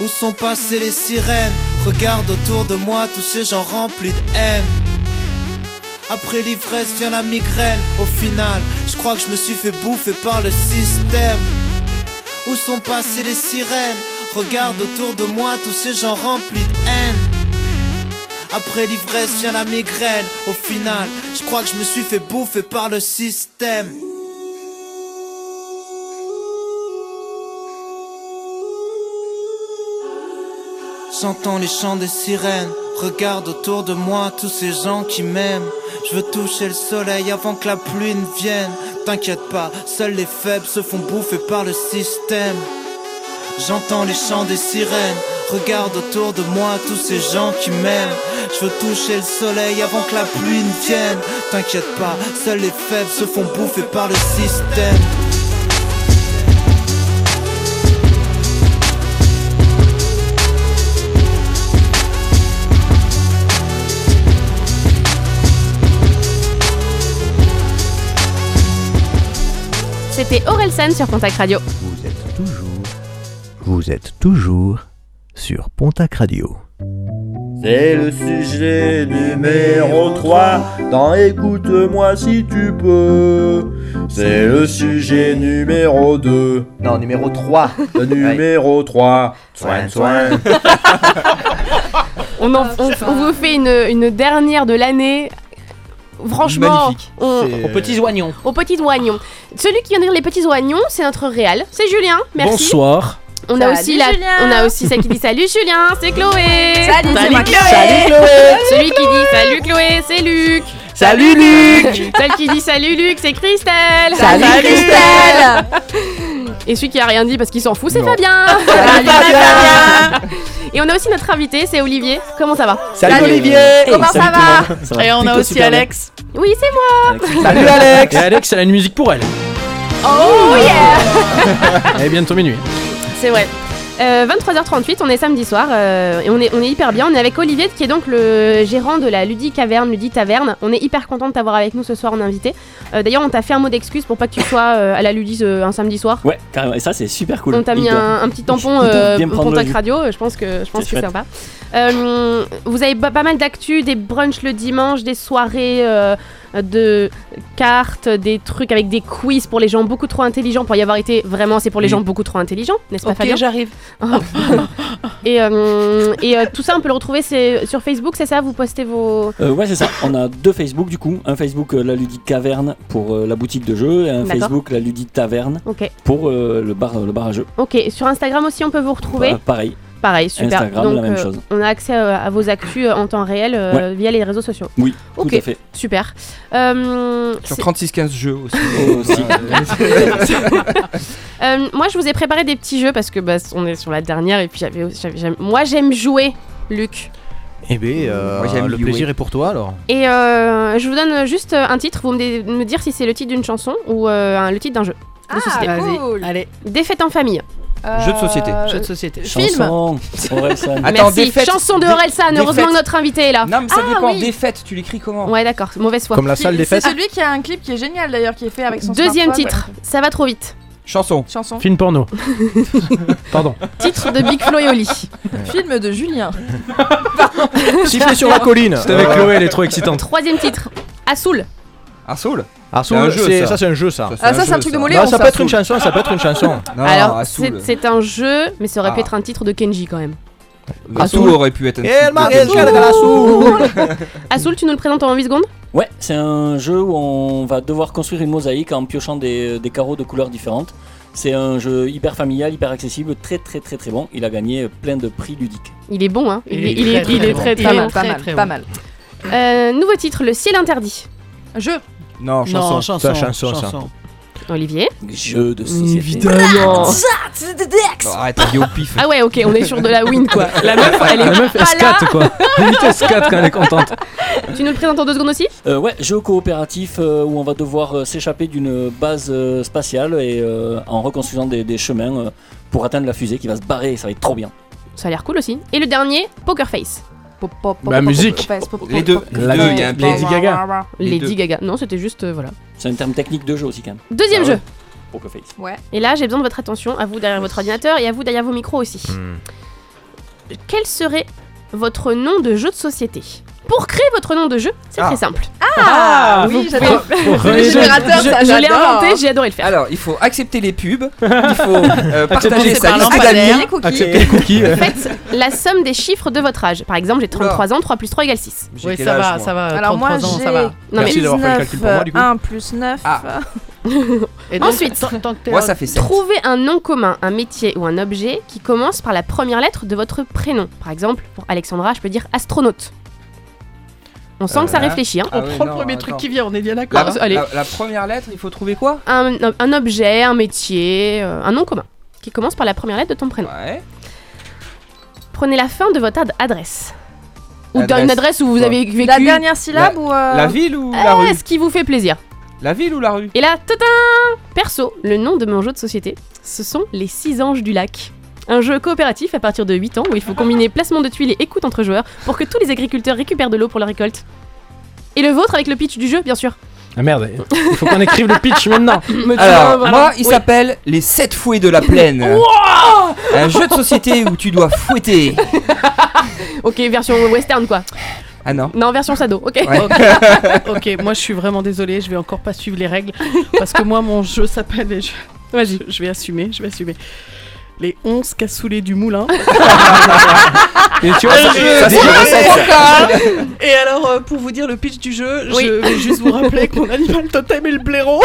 Speaker 23: Où sont passées les sirènes Regarde autour de moi tous ces gens remplis de haine. Après l'ivresse vient la migraine. Au final, je crois que je me suis fait bouffer par le système. Où sont passées les sirènes Regarde autour de moi tous ces gens remplis de haine. Après l'ivresse vient la migraine. Au final, je crois que je me suis fait bouffer par le système. J'entends les chants des sirènes, regarde autour de moi tous ces gens qui m'aiment. Je veux toucher le soleil avant que la pluie ne vienne. T'inquiète pas, seuls les faibles se font bouffer par le système. J'entends les chants des sirènes, regarde autour de moi tous ces gens qui m'aiment. Je veux toucher le soleil avant que la pluie ne vienne. T'inquiète pas, seuls les faibles se font bouffer par le système.
Speaker 8: C'était Orelsan sur Contact Radio.
Speaker 22: Vous êtes toujours. Vous êtes toujours sur Pontac Radio.
Speaker 1: C'est le sujet numéro 3 dans Écoute-moi si tu peux. C'est le sujet numéro 2.
Speaker 19: Non, numéro 3.
Speaker 1: Le numéro 3. Soin, soin.
Speaker 8: On,
Speaker 13: Ah,
Speaker 8: en- on- on vous fait une, une dernière de l'année. Franchement,
Speaker 19: Magnifique.
Speaker 8: on-
Speaker 19: C'est- Aux petits oignons.
Speaker 8: Aux petits oignons. Celui qui vient de dire les petits oignons, c'est notre réal. C'est Julien. Merci.
Speaker 10: Bonsoir.
Speaker 8: On a,
Speaker 13: Salut
Speaker 8: aussi la-
Speaker 13: Julien.
Speaker 8: on a aussi celle qui dit salut Julien, c'est Chloé.
Speaker 13: Salut, c'est Salut moi, Chloé. Chloé.
Speaker 8: Celui qui dit salut Chloé, c'est Luc.
Speaker 2: Salut, Luc.
Speaker 8: Celle qui dit salut Luc, c'est Christelle.
Speaker 2: Salut, Salut, Christelle.
Speaker 8: Et celui qui a rien dit parce qu'il s'en fout, c'est
Speaker 2: Non.
Speaker 8: Fabien.
Speaker 2: Salut, Fabien.
Speaker 8: Et on a aussi notre invité, c'est Olivier. Comment ça va
Speaker 2: Salut, Salut, Olivier. Olivier.
Speaker 8: Comment
Speaker 2: Salut,
Speaker 8: ça,
Speaker 2: tout le
Speaker 8: va
Speaker 2: monde. Ça va Et on a plutôt aussi super bien. Alex.
Speaker 8: Oui, c'est moi.
Speaker 10: Et Alex, elle a une musique pour elle.
Speaker 8: Oh yeah
Speaker 10: Elle est bientôt minuit.
Speaker 8: C'est vrai. Euh, 23h38, on est samedi soir euh, et on est, on est hyper bien. On est avec Olivier qui est donc le gérant de la Ludie Caverne, Ludie Taverne. On est hyper content de t'avoir avec nous ce soir en invité. Euh, D'ailleurs, on t'a fait un mot d'excuse pour pas que tu sois euh, à la Ludie ce- un samedi soir.
Speaker 12: Ouais, carrément. Et ça, c'est super cool.
Speaker 8: On t'a
Speaker 12: Il
Speaker 8: mis
Speaker 12: doit-
Speaker 8: un, un petit tampon
Speaker 12: il doit
Speaker 8: euh,
Speaker 12: bien
Speaker 8: pour
Speaker 12: prendre le
Speaker 8: Pontac
Speaker 12: jus.
Speaker 8: radio. Je pense que je pense
Speaker 12: C'est
Speaker 8: que c'est
Speaker 12: chouette.
Speaker 8: sympa. Euh, vous avez pas pas mal d'actu, des brunchs le dimanche, des soirées euh, de cartes, des trucs avec des quiz pour les gens beaucoup trop intelligents. Pour y avoir été, vraiment, c'est pour les gens beaucoup trop intelligents, n'est-ce pas
Speaker 9: Ok,
Speaker 8: Fabien
Speaker 9: j'arrive.
Speaker 8: et euh, et euh, tout ça, on peut le retrouver c'est- sur Facebook, c'est ça Vous postez vos.
Speaker 12: Euh, ouais, c'est ça. On a deux Facebook du coup. Un Facebook, euh, la Ludique Caverne pour euh, la boutique de jeux, et un
Speaker 8: D'accord.
Speaker 12: Facebook, la Ludique Taverne
Speaker 8: Ok.
Speaker 12: pour euh, le, bar, le bar à jeux.
Speaker 8: Ok, sur Instagram aussi, on peut vous retrouver.
Speaker 12: Euh, pareil.
Speaker 8: Pareil, super.
Speaker 12: Instagram,
Speaker 8: Donc,
Speaker 12: la même
Speaker 8: euh,
Speaker 12: chose.
Speaker 8: on a accès euh, à vos actus euh, en temps réel euh, via les réseaux sociaux.
Speaker 12: Oui, tout
Speaker 8: Ok,
Speaker 12: à fait.
Speaker 8: super. Euh,
Speaker 11: Sur
Speaker 8: c'est-
Speaker 11: 36-15 jeux aussi.
Speaker 12: Aussi.
Speaker 8: Euh, moi, je vous ai préparé des petits jeux parce que bah, on est sur la dernière et puis j'avais, j'avais- j'aime- moi j'aime jouer, Luc.
Speaker 5: Eh
Speaker 15: ben,
Speaker 5: bien,
Speaker 15: euh,
Speaker 19: Moi, j'aime
Speaker 5: le
Speaker 19: Huey.
Speaker 5: plaisir est pour toi alors.
Speaker 8: Et euh, je vous donne juste un titre. Vous me, dé- me dire si c'est le titre d'une chanson ou euh, un- le titre d'un jeu. De société.
Speaker 9: Allez.
Speaker 8: Défaite en famille.
Speaker 11: Euh, Jeu de société.
Speaker 8: euh,
Speaker 9: Jeu de société.
Speaker 11: Chanson. Orelsan.
Speaker 8: Merci.
Speaker 11: défaite.
Speaker 8: Chanson de Orelsan. Heureusement
Speaker 11: Défaite.
Speaker 8: que notre invité est là.
Speaker 11: Non, mais ça
Speaker 8: Ah,
Speaker 11: dépend.
Speaker 8: oui.
Speaker 11: Défaite, tu l'écris comment
Speaker 8: Ouais, d'accord. Mauvaise foi.
Speaker 11: Comme la salle des
Speaker 13: C'est
Speaker 11: fêtes.
Speaker 13: celui qui a un clip qui est génial d'ailleurs, qui est fait avec son
Speaker 8: Deuxième
Speaker 13: smartphone.
Speaker 8: titre. Ça va trop vite.
Speaker 11: Chanson.
Speaker 13: Chanson.
Speaker 10: Film porno. Pardon.
Speaker 8: Titre de Big Flo et Oli.
Speaker 13: Film de Julien.
Speaker 10: Siffler sur la colline. C'était avec
Speaker 11: Euh.
Speaker 10: Chloé, elle est trop excitante.
Speaker 8: Troisième titre. Assoul.
Speaker 11: Arsoul
Speaker 15: Ah,
Speaker 5: Arsoul,
Speaker 11: C'est un jeu,
Speaker 5: c'est-
Speaker 11: ça.
Speaker 5: ça, c'est un jeu, ça.
Speaker 8: Ah, ça, c'est un truc de Moléon,
Speaker 15: Bah,
Speaker 5: Non, ça,
Speaker 8: ça,
Speaker 5: peut être une
Speaker 8: Assoul.
Speaker 5: chanson, ça peut être une chanson.
Speaker 8: Alors, c'est, c'est un jeu, mais ça aurait pu
Speaker 5: Ah.
Speaker 8: être un titre de Kenji quand même.
Speaker 11: Assoul aurait pu être un
Speaker 5: El maréchal de la
Speaker 8: Assoul, tu nous le présentes en 8 secondes
Speaker 12: Ouais, c'est un jeu où on va devoir construire une mosaïque en piochant des, des carreaux de couleurs différentes. C'est un jeu hyper familial, hyper accessible, très très très très bon. Il a gagné plein de prix ludiques.
Speaker 8: Il est bon, hein Il,
Speaker 12: Il est
Speaker 8: est, il est-
Speaker 12: très,
Speaker 8: il est
Speaker 12: très
Speaker 8: très
Speaker 12: bon.
Speaker 8: très
Speaker 12: Il est
Speaker 8: bon.
Speaker 12: pas mal,
Speaker 13: pas mal.
Speaker 8: Euh, nouveau titre, Le ciel interdit.
Speaker 13: Jeu.
Speaker 11: Non, chanson.
Speaker 9: chanson,
Speaker 11: C'est la chanson,
Speaker 9: chanson.
Speaker 8: Olivier
Speaker 12: Jeu de société.
Speaker 8: Mm,
Speaker 12: Ah,
Speaker 8: Évidemment.
Speaker 10: Ah,
Speaker 11: Non, Arrête, t'as dit au pif.
Speaker 8: Ah ouais, ok, on est sûr de la win quoi.
Speaker 10: La meuf,
Speaker 8: elle est pas là.
Speaker 10: quoi. Limite, elle scatte quand elle est contente.
Speaker 8: Tu nous le présentes en 2 secondes aussi
Speaker 12: Euh, ouais, jeu coopératif euh, où on va devoir euh, s'échapper d'une base euh, spatiale et euh, en reconstruisant des, des chemins euh, pour atteindre la fusée qui va se barrer. Ça va être trop bien.
Speaker 8: Ça a l'air cool aussi. Et le dernier, Poker Face.
Speaker 12: Bah, musique. Les deux. Les deux, il y a un peu- Lady Gaga. Les
Speaker 8: Lady
Speaker 12: deux.
Speaker 8: Gaga. Ah. Non, c'était juste. euh, voilà.
Speaker 12: C'est un terme technique de jeu aussi quand même.
Speaker 8: Deuxième
Speaker 12: Ah
Speaker 8: jeu.
Speaker 12: ouais. Poker Face.
Speaker 8: Ouais. Et là, j'ai besoin de votre attention, à vous derrière votre ordinateur et à vous derrière vos
Speaker 12: Hmm.
Speaker 8: micros aussi. Quel serait votre nom de jeu de société Pour créer votre nom de jeu, c'est très simple.
Speaker 13: Ah,
Speaker 8: Vous
Speaker 13: oui, j'adore.
Speaker 8: pouvez-
Speaker 13: Le générateur, ça,
Speaker 8: je l'ai
Speaker 13: j'adore.
Speaker 8: inventé, j'ai adoré le faire.
Speaker 11: Alors, il faut accepter les pubs, il faut euh, partager
Speaker 8: Accepter
Speaker 11: sa
Speaker 8: par
Speaker 11: liste
Speaker 8: lampadaire,
Speaker 11: d'amis,
Speaker 8: les cookies.
Speaker 11: accepter les cookies.
Speaker 8: Faites la somme des chiffres de votre âge. Par exemple, j'ai 33 ans, 3 plus 3 égale 6.
Speaker 11: J'ai Oui, quel ça âge, va, moi ça va,
Speaker 13: Alors moi, j'ai
Speaker 8: Non, mais
Speaker 13: 1 plus 9.
Speaker 8: Et donc, Ensuite,
Speaker 11: Moi, ça fait sept.
Speaker 8: trouvez un nom commun, un métier ou un objet qui commence par la première lettre de votre prénom. Par exemple, pour Alexandra, je peux dire astronaute. On sent que ça
Speaker 11: Euh,
Speaker 8: réfléchit. Hein.
Speaker 11: ah On oui, prend le non, premier truc attends. qui vient,
Speaker 9: on est bien
Speaker 11: La,
Speaker 8: Ah, allez.
Speaker 11: la- la première lettre, il faut trouver quoi
Speaker 8: un, un objet, un métier, euh, un nom commun qui commence par la première lettre de ton prénom. Prenez la fin de votre ad- adresse. Ou
Speaker 11: Adresse.
Speaker 8: d'une adresse où vous
Speaker 11: Ouais.
Speaker 8: avez vécu.
Speaker 13: La dernière syllabe
Speaker 11: La-
Speaker 13: ou euh,
Speaker 11: la ville ou la
Speaker 8: Ah,
Speaker 11: rue
Speaker 8: Ce qui vous fait plaisir.
Speaker 11: La ville ou la rue
Speaker 8: Et là, tadam Perso, le nom de mon jeu de société, ce sont les Six Anges du Lac. Un jeu coopératif à partir de 8 ans où il faut combiner placement de tuiles et écoute entre joueurs pour que tous les agriculteurs récupèrent de l'eau pour leur récolte. Et le vôtre avec le pitch du jeu, bien sûr.
Speaker 10: Ah merde, il faut qu'on écrive le pitch maintenant.
Speaker 8: Mais tu
Speaker 11: Alors,
Speaker 8: vois,
Speaker 11: moi,
Speaker 8: voilà.
Speaker 11: il
Speaker 8: Oui.
Speaker 11: s'appelle Les 7 fouets de la plaine. Un jeu de société où tu dois fouetter.
Speaker 8: Ok, version western quoi.
Speaker 11: Ah non.
Speaker 8: Non, version sado, ok.
Speaker 9: Ok. ok, moi je suis vraiment désolée, je vais encore pas suivre les règles parce que moi mon jeu s'appelle et je... je- je vais assumer, je vais assumer. Les 11 cassoulets du moulin.
Speaker 10: Et tu vois, ça,
Speaker 9: Je-
Speaker 10: ça, c'est une recette.
Speaker 9: Et alors, euh, pour vous dire le pitch du jeu,
Speaker 10: Oui.
Speaker 9: je vais juste vous rappeler que mon animal totem est le blaireau.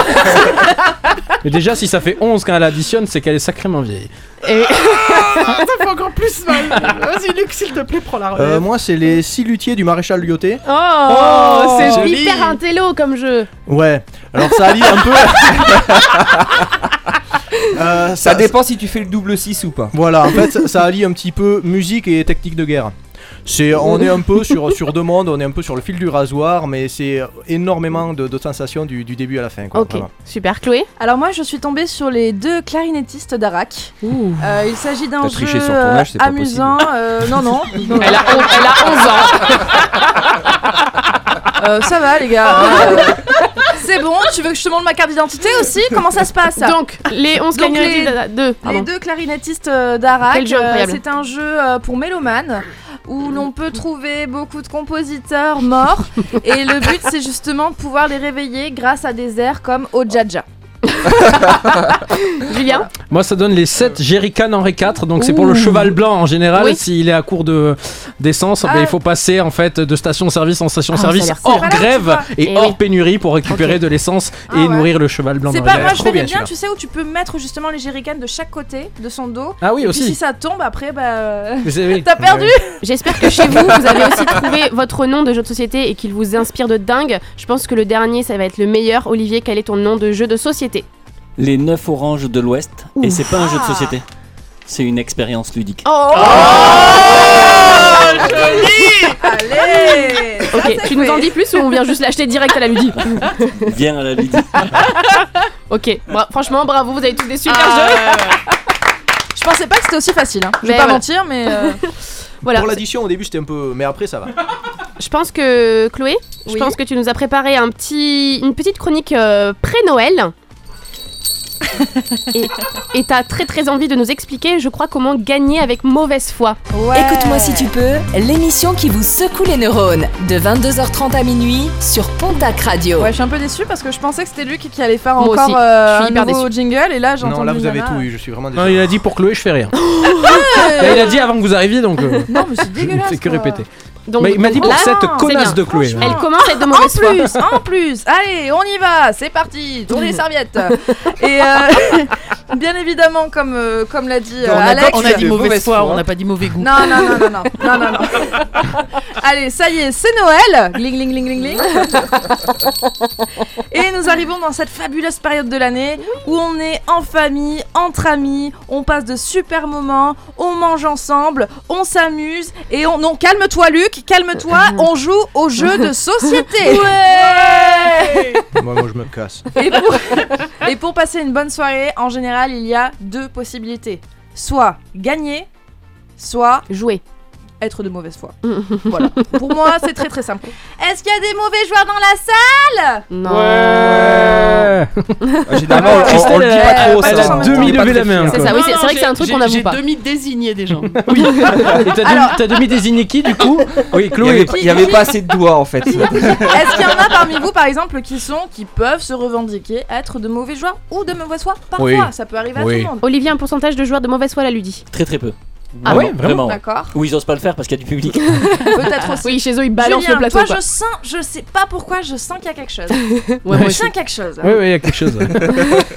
Speaker 10: Mais déjà, si ça fait 11 quand elle additionne, c'est qu'elle est sacrément vieille.
Speaker 9: Ah, ça fait encore plus mal. Vas-y, Luc, s'il te plaît, prends la relève.
Speaker 15: Euh, moi, c'est les 6 luthiers du maréchal Lyoté.
Speaker 8: Oh,
Speaker 15: Oh,
Speaker 8: c'est
Speaker 15: joli.
Speaker 8: hyper intello comme jeu.
Speaker 15: Ouais, alors ça allie un peu. Euh,
Speaker 11: Ça, dépend si tu fais le double 6 ou pas.
Speaker 15: Voilà, en fait, ça- ça allie un petit peu musique et technique de guerre. C'est, on est un peu sur, sur demande, on est un peu sur le fil du rasoir, mais c'est énormément de, de sensations du, du début à la fin. Quoi,
Speaker 8: Ok,
Speaker 15: vraiment.
Speaker 8: super Chloé.
Speaker 13: Alors moi je suis tombée sur les deux clarinettistes d'Arak. Euh, il s'agit d'un
Speaker 11: T'as
Speaker 13: jeu
Speaker 11: triché sur ton âge, c'est pas
Speaker 13: amusant.
Speaker 11: possible.
Speaker 13: euh, non non.
Speaker 8: Elle a, on- elle a 11 ans.
Speaker 13: Euh, ça va les gars. Euh, C'est bon. Tu veux que je te montre ma carte d'identité aussi Comment ça se passe
Speaker 8: Donc, les 11
Speaker 13: Donc, les-
Speaker 8: clarinettistes d'A- deux, pardon.
Speaker 13: Les deux clarinettistes euh, d'Arak.
Speaker 8: Quel jeu incroyable.
Speaker 13: c'est un jeu euh, pour mélomanes où l'on peut trouver beaucoup de compositeurs morts et le but c'est justement de pouvoir les réveiller grâce à des airs comme Ojaja.
Speaker 8: Julien
Speaker 10: Moi, ça donne
Speaker 13: Euh,
Speaker 10: les 7 jerrycans Henri IV, donc c'est pour le
Speaker 8: Ouh.
Speaker 10: cheval blanc en général.
Speaker 8: Oui.
Speaker 10: S'il est à court de- d'essence, ben,
Speaker 13: Ah.
Speaker 10: il faut passer en fait de station-service en
Speaker 13: Ah, ça
Speaker 10: station-service
Speaker 13: a l'air
Speaker 10: hors
Speaker 13: sympa.
Speaker 10: grève
Speaker 13: Tu vois.
Speaker 10: et
Speaker 13: Eh
Speaker 10: hors
Speaker 13: oui. Ah
Speaker 10: pénurie pour récupérer de l'essence et nourrir le cheval blanc.
Speaker 13: C'est
Speaker 10: dans
Speaker 13: pas
Speaker 10: le
Speaker 13: moi,
Speaker 10: grève.
Speaker 13: je
Speaker 10: Trop
Speaker 13: verrais bien,
Speaker 10: bien, celui-là.
Speaker 13: tu sais, où tu peux mettre justement les jerrycans de chaque côté de son dos.
Speaker 10: Ah oui,
Speaker 13: Et puis
Speaker 10: aussi.
Speaker 13: si ça tombe, après, bah. euh,
Speaker 10: Mais c'est- oui.
Speaker 13: T'as perdu
Speaker 8: J'espère que chez vous, vous avez aussi trouvé votre nom de jeu de société et qu'il vous inspire de dingue. Je pense que le dernier, ça va être le meilleur. Olivier, quel est ton nom de jeu de société
Speaker 12: Les 9 oranges de l'Ouest, et
Speaker 8: Ouf. Ah.
Speaker 12: c'est pas un jeu de société, c'est une expérience ludique.
Speaker 8: Oh,
Speaker 13: Allez
Speaker 8: Ok, tu nous en dis plus ou on vient juste l'acheter direct à la midi
Speaker 12: Viens à la vie.
Speaker 8: Ok, bra- franchement, bravo, vous avez tous des super
Speaker 13: Ah,
Speaker 8: jeux.
Speaker 13: ouais, Je pensais pas que c'était aussi facile, hein. je vais
Speaker 8: Mais
Speaker 13: pas
Speaker 8: voilà.
Speaker 13: mentir, mais. euh,
Speaker 8: Voilà.
Speaker 15: Pour l'addition, au début, c'était un peu. Mais après, ça va.
Speaker 8: Je pense que Chloé, je
Speaker 13: Oui.
Speaker 8: pense que tu nous as préparé un petit, une petite chronique euh, pré-Noël. Et- et t'as très très envie de nous expliquer, je crois, comment gagner avec mauvaise foi.
Speaker 3: Écoute-moi si tu peux, l'émission qui vous secoue les neurones, de 22h30 à minuit sur Pontac Radio.
Speaker 13: Ouais, je suis un peu déçue parce que je pensais que c'était lui qui allait faire
Speaker 3: Moi
Speaker 13: encore
Speaker 3: aussi,
Speaker 13: euh,
Speaker 3: je
Speaker 13: un
Speaker 3: suis hyper
Speaker 13: nouveau
Speaker 3: déçue.
Speaker 13: jingle et là j'ai entendu.
Speaker 15: Non, là, vous avez
Speaker 13: Nana.
Speaker 15: tout eu, je suis vraiment
Speaker 10: Non,
Speaker 15: désolé.
Speaker 10: il a dit pour Chloé, je fais rien. Là, il a dit avant que vous arriviez, donc. euh,
Speaker 13: Non, mais c'est
Speaker 10: je ne
Speaker 13: dégueulasse.
Speaker 10: fais que répéter.
Speaker 8: Donc,
Speaker 10: Mais il m'a dit pour
Speaker 13: là,
Speaker 10: cette
Speaker 13: c'est
Speaker 10: connasse de
Speaker 13: bien.
Speaker 10: Chloé.
Speaker 13: Franchement.
Speaker 8: Elle commence à être de
Speaker 13: En
Speaker 8: mauvaise foi.
Speaker 13: plus, en plus, allez, on y va, c'est parti, tournez les serviettes. Et euh, bien évidemment, comme, euh, comme l'a dit euh,
Speaker 9: on, a,
Speaker 13: Alex,
Speaker 9: on a dit mauvaise foi, on n'a pas dit mauvais goût.
Speaker 13: Non, non, non, non, non, non, non, non. Allez, ça y est, c'est Noël. Gling, gling, gling, gling, gling. Et nous arrivons dans cette fabuleuse période de l'année où on est en famille, entre amis, on passe de super moments, on mange ensemble, on s'amuse et on. Non, calme-toi, Luc, calme-toi, on joue au jeu de société. Ouais
Speaker 15: moi, moi, je me casse.
Speaker 13: et pour, et pour passer une bonne soirée, en général, il y a deux possibilités. Soit gagner, soit
Speaker 8: jouer. Mm.
Speaker 13: être de mauvaise foi. voilà. Pour moi, c'est très très simple. Est-ce qu'il y a des mauvais joueurs dans la salle
Speaker 8: Non.
Speaker 13: Ah,
Speaker 11: Généralement, on- on- on le dit pas trop.
Speaker 10: Ah, elle
Speaker 11: ça.
Speaker 10: a demi
Speaker 11: On est pas
Speaker 10: levé
Speaker 11: très
Speaker 10: la
Speaker 11: fiers.
Speaker 10: main, quoi. C'est ça,
Speaker 8: oui, c'est- c'est vrai que c'est un truc qu'on avoue
Speaker 9: J'ai
Speaker 8: pas.
Speaker 9: demi désigné des gens.
Speaker 10: Oui. Et t'as demi- T'as demi désigné qui du coup Oui,
Speaker 11: Il y avait
Speaker 10: Chloé.
Speaker 11: pas- il y avait pas assez de doigts en fait.
Speaker 13: Est-ce qu'il y en a parmi vous, par exemple, qui sont, qui peuvent se revendiquer être de mauvais joueurs ou de mauvaise foi Parfois,
Speaker 12: Oui.
Speaker 13: ça peut arriver à
Speaker 12: Oui.
Speaker 13: tout le monde.
Speaker 8: Olivier, un pourcentage de joueurs de mauvaise foi la ludie.
Speaker 12: Très très peu.
Speaker 8: Ah
Speaker 12: Vraiment,
Speaker 8: ouais, vraiment D'accord.
Speaker 12: Ou ils osent pas le faire parce qu'il y a du public.
Speaker 13: Peut-être aussi.
Speaker 8: Oui, chez eux, ils balancent
Speaker 13: Julien,
Speaker 8: le plateau,
Speaker 13: Toi,
Speaker 8: quoi.
Speaker 13: je sens, je sais pas pourquoi, je sens qu'il y a quelque chose.
Speaker 8: moi
Speaker 13: je
Speaker 8: aussi.
Speaker 13: sens quelque chose. hein.
Speaker 10: Oui, oui, il y a quelque chose.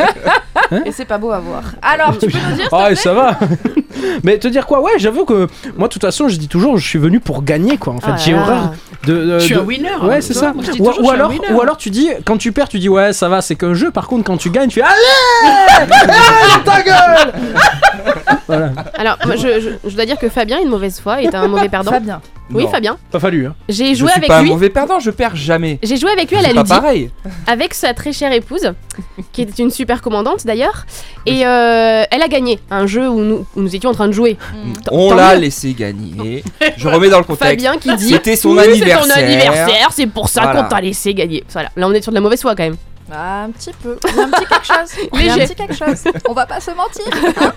Speaker 13: Et c'est pas beau à voir. Alors, tu peux nous dire
Speaker 10: Ah, ça va Mais te dire quoi Ouais, j'avoue que moi, de toute façon, je dis toujours, je suis venu pour gagner, quoi. En fait,
Speaker 9: Ah
Speaker 10: j'ai
Speaker 9: là là.
Speaker 10: horreur de. de-
Speaker 9: Je suis
Speaker 10: de-
Speaker 9: un winner, hein,
Speaker 10: Ouais, c'est
Speaker 9: toi.
Speaker 10: ça.
Speaker 9: Moi, je dis
Speaker 10: Ou,
Speaker 9: toujours,
Speaker 10: ou
Speaker 9: je suis un
Speaker 10: alors,
Speaker 9: winner.
Speaker 10: ou alors, tu dis, quand tu perds, tu dis, ouais, ça va, c'est qu'un jeu. Par contre, quand tu gagnes, tu fais, allez Allez, ta gueule Voilà.
Speaker 8: Alors, moi, je, je- je dois dire que Fabien est une mauvaise foi et est un mauvais perdant.
Speaker 13: Fabien.
Speaker 8: Oui,
Speaker 11: Non.
Speaker 8: Fabien.
Speaker 10: Pas fallu, hein.
Speaker 8: J'ai
Speaker 11: Je
Speaker 8: joué
Speaker 11: suis
Speaker 8: avec
Speaker 11: pas
Speaker 8: lui.
Speaker 11: un mauvais perdant, je perds jamais.
Speaker 8: J'ai joué avec lui à la
Speaker 11: C'est pas
Speaker 8: Ludie.
Speaker 11: pareil.
Speaker 8: Avec sa très chère épouse, qui était une super commandante d'ailleurs. Et euh, elle a gagné un jeu où nous, où nous étions en train de jouer.
Speaker 11: On
Speaker 13: Mm.
Speaker 8: tant
Speaker 11: l'a
Speaker 8: mieux.
Speaker 11: laissé gagner. Je remets dans le contexte.
Speaker 8: Fabien qui dit
Speaker 11: C'était son
Speaker 8: Oui,
Speaker 11: anniversaire.
Speaker 8: C'est ton anniversaire, c'est pour ça
Speaker 11: Voilà.
Speaker 8: qu'on t'a laissé gagner. Voilà. Là, on est sur de la mauvaise foi quand même.
Speaker 13: Ah, un petit peu. Il y a un petit quelque chose. Il y a un
Speaker 8: Léger.
Speaker 13: petit quelque chose. On va pas se mentir. hein.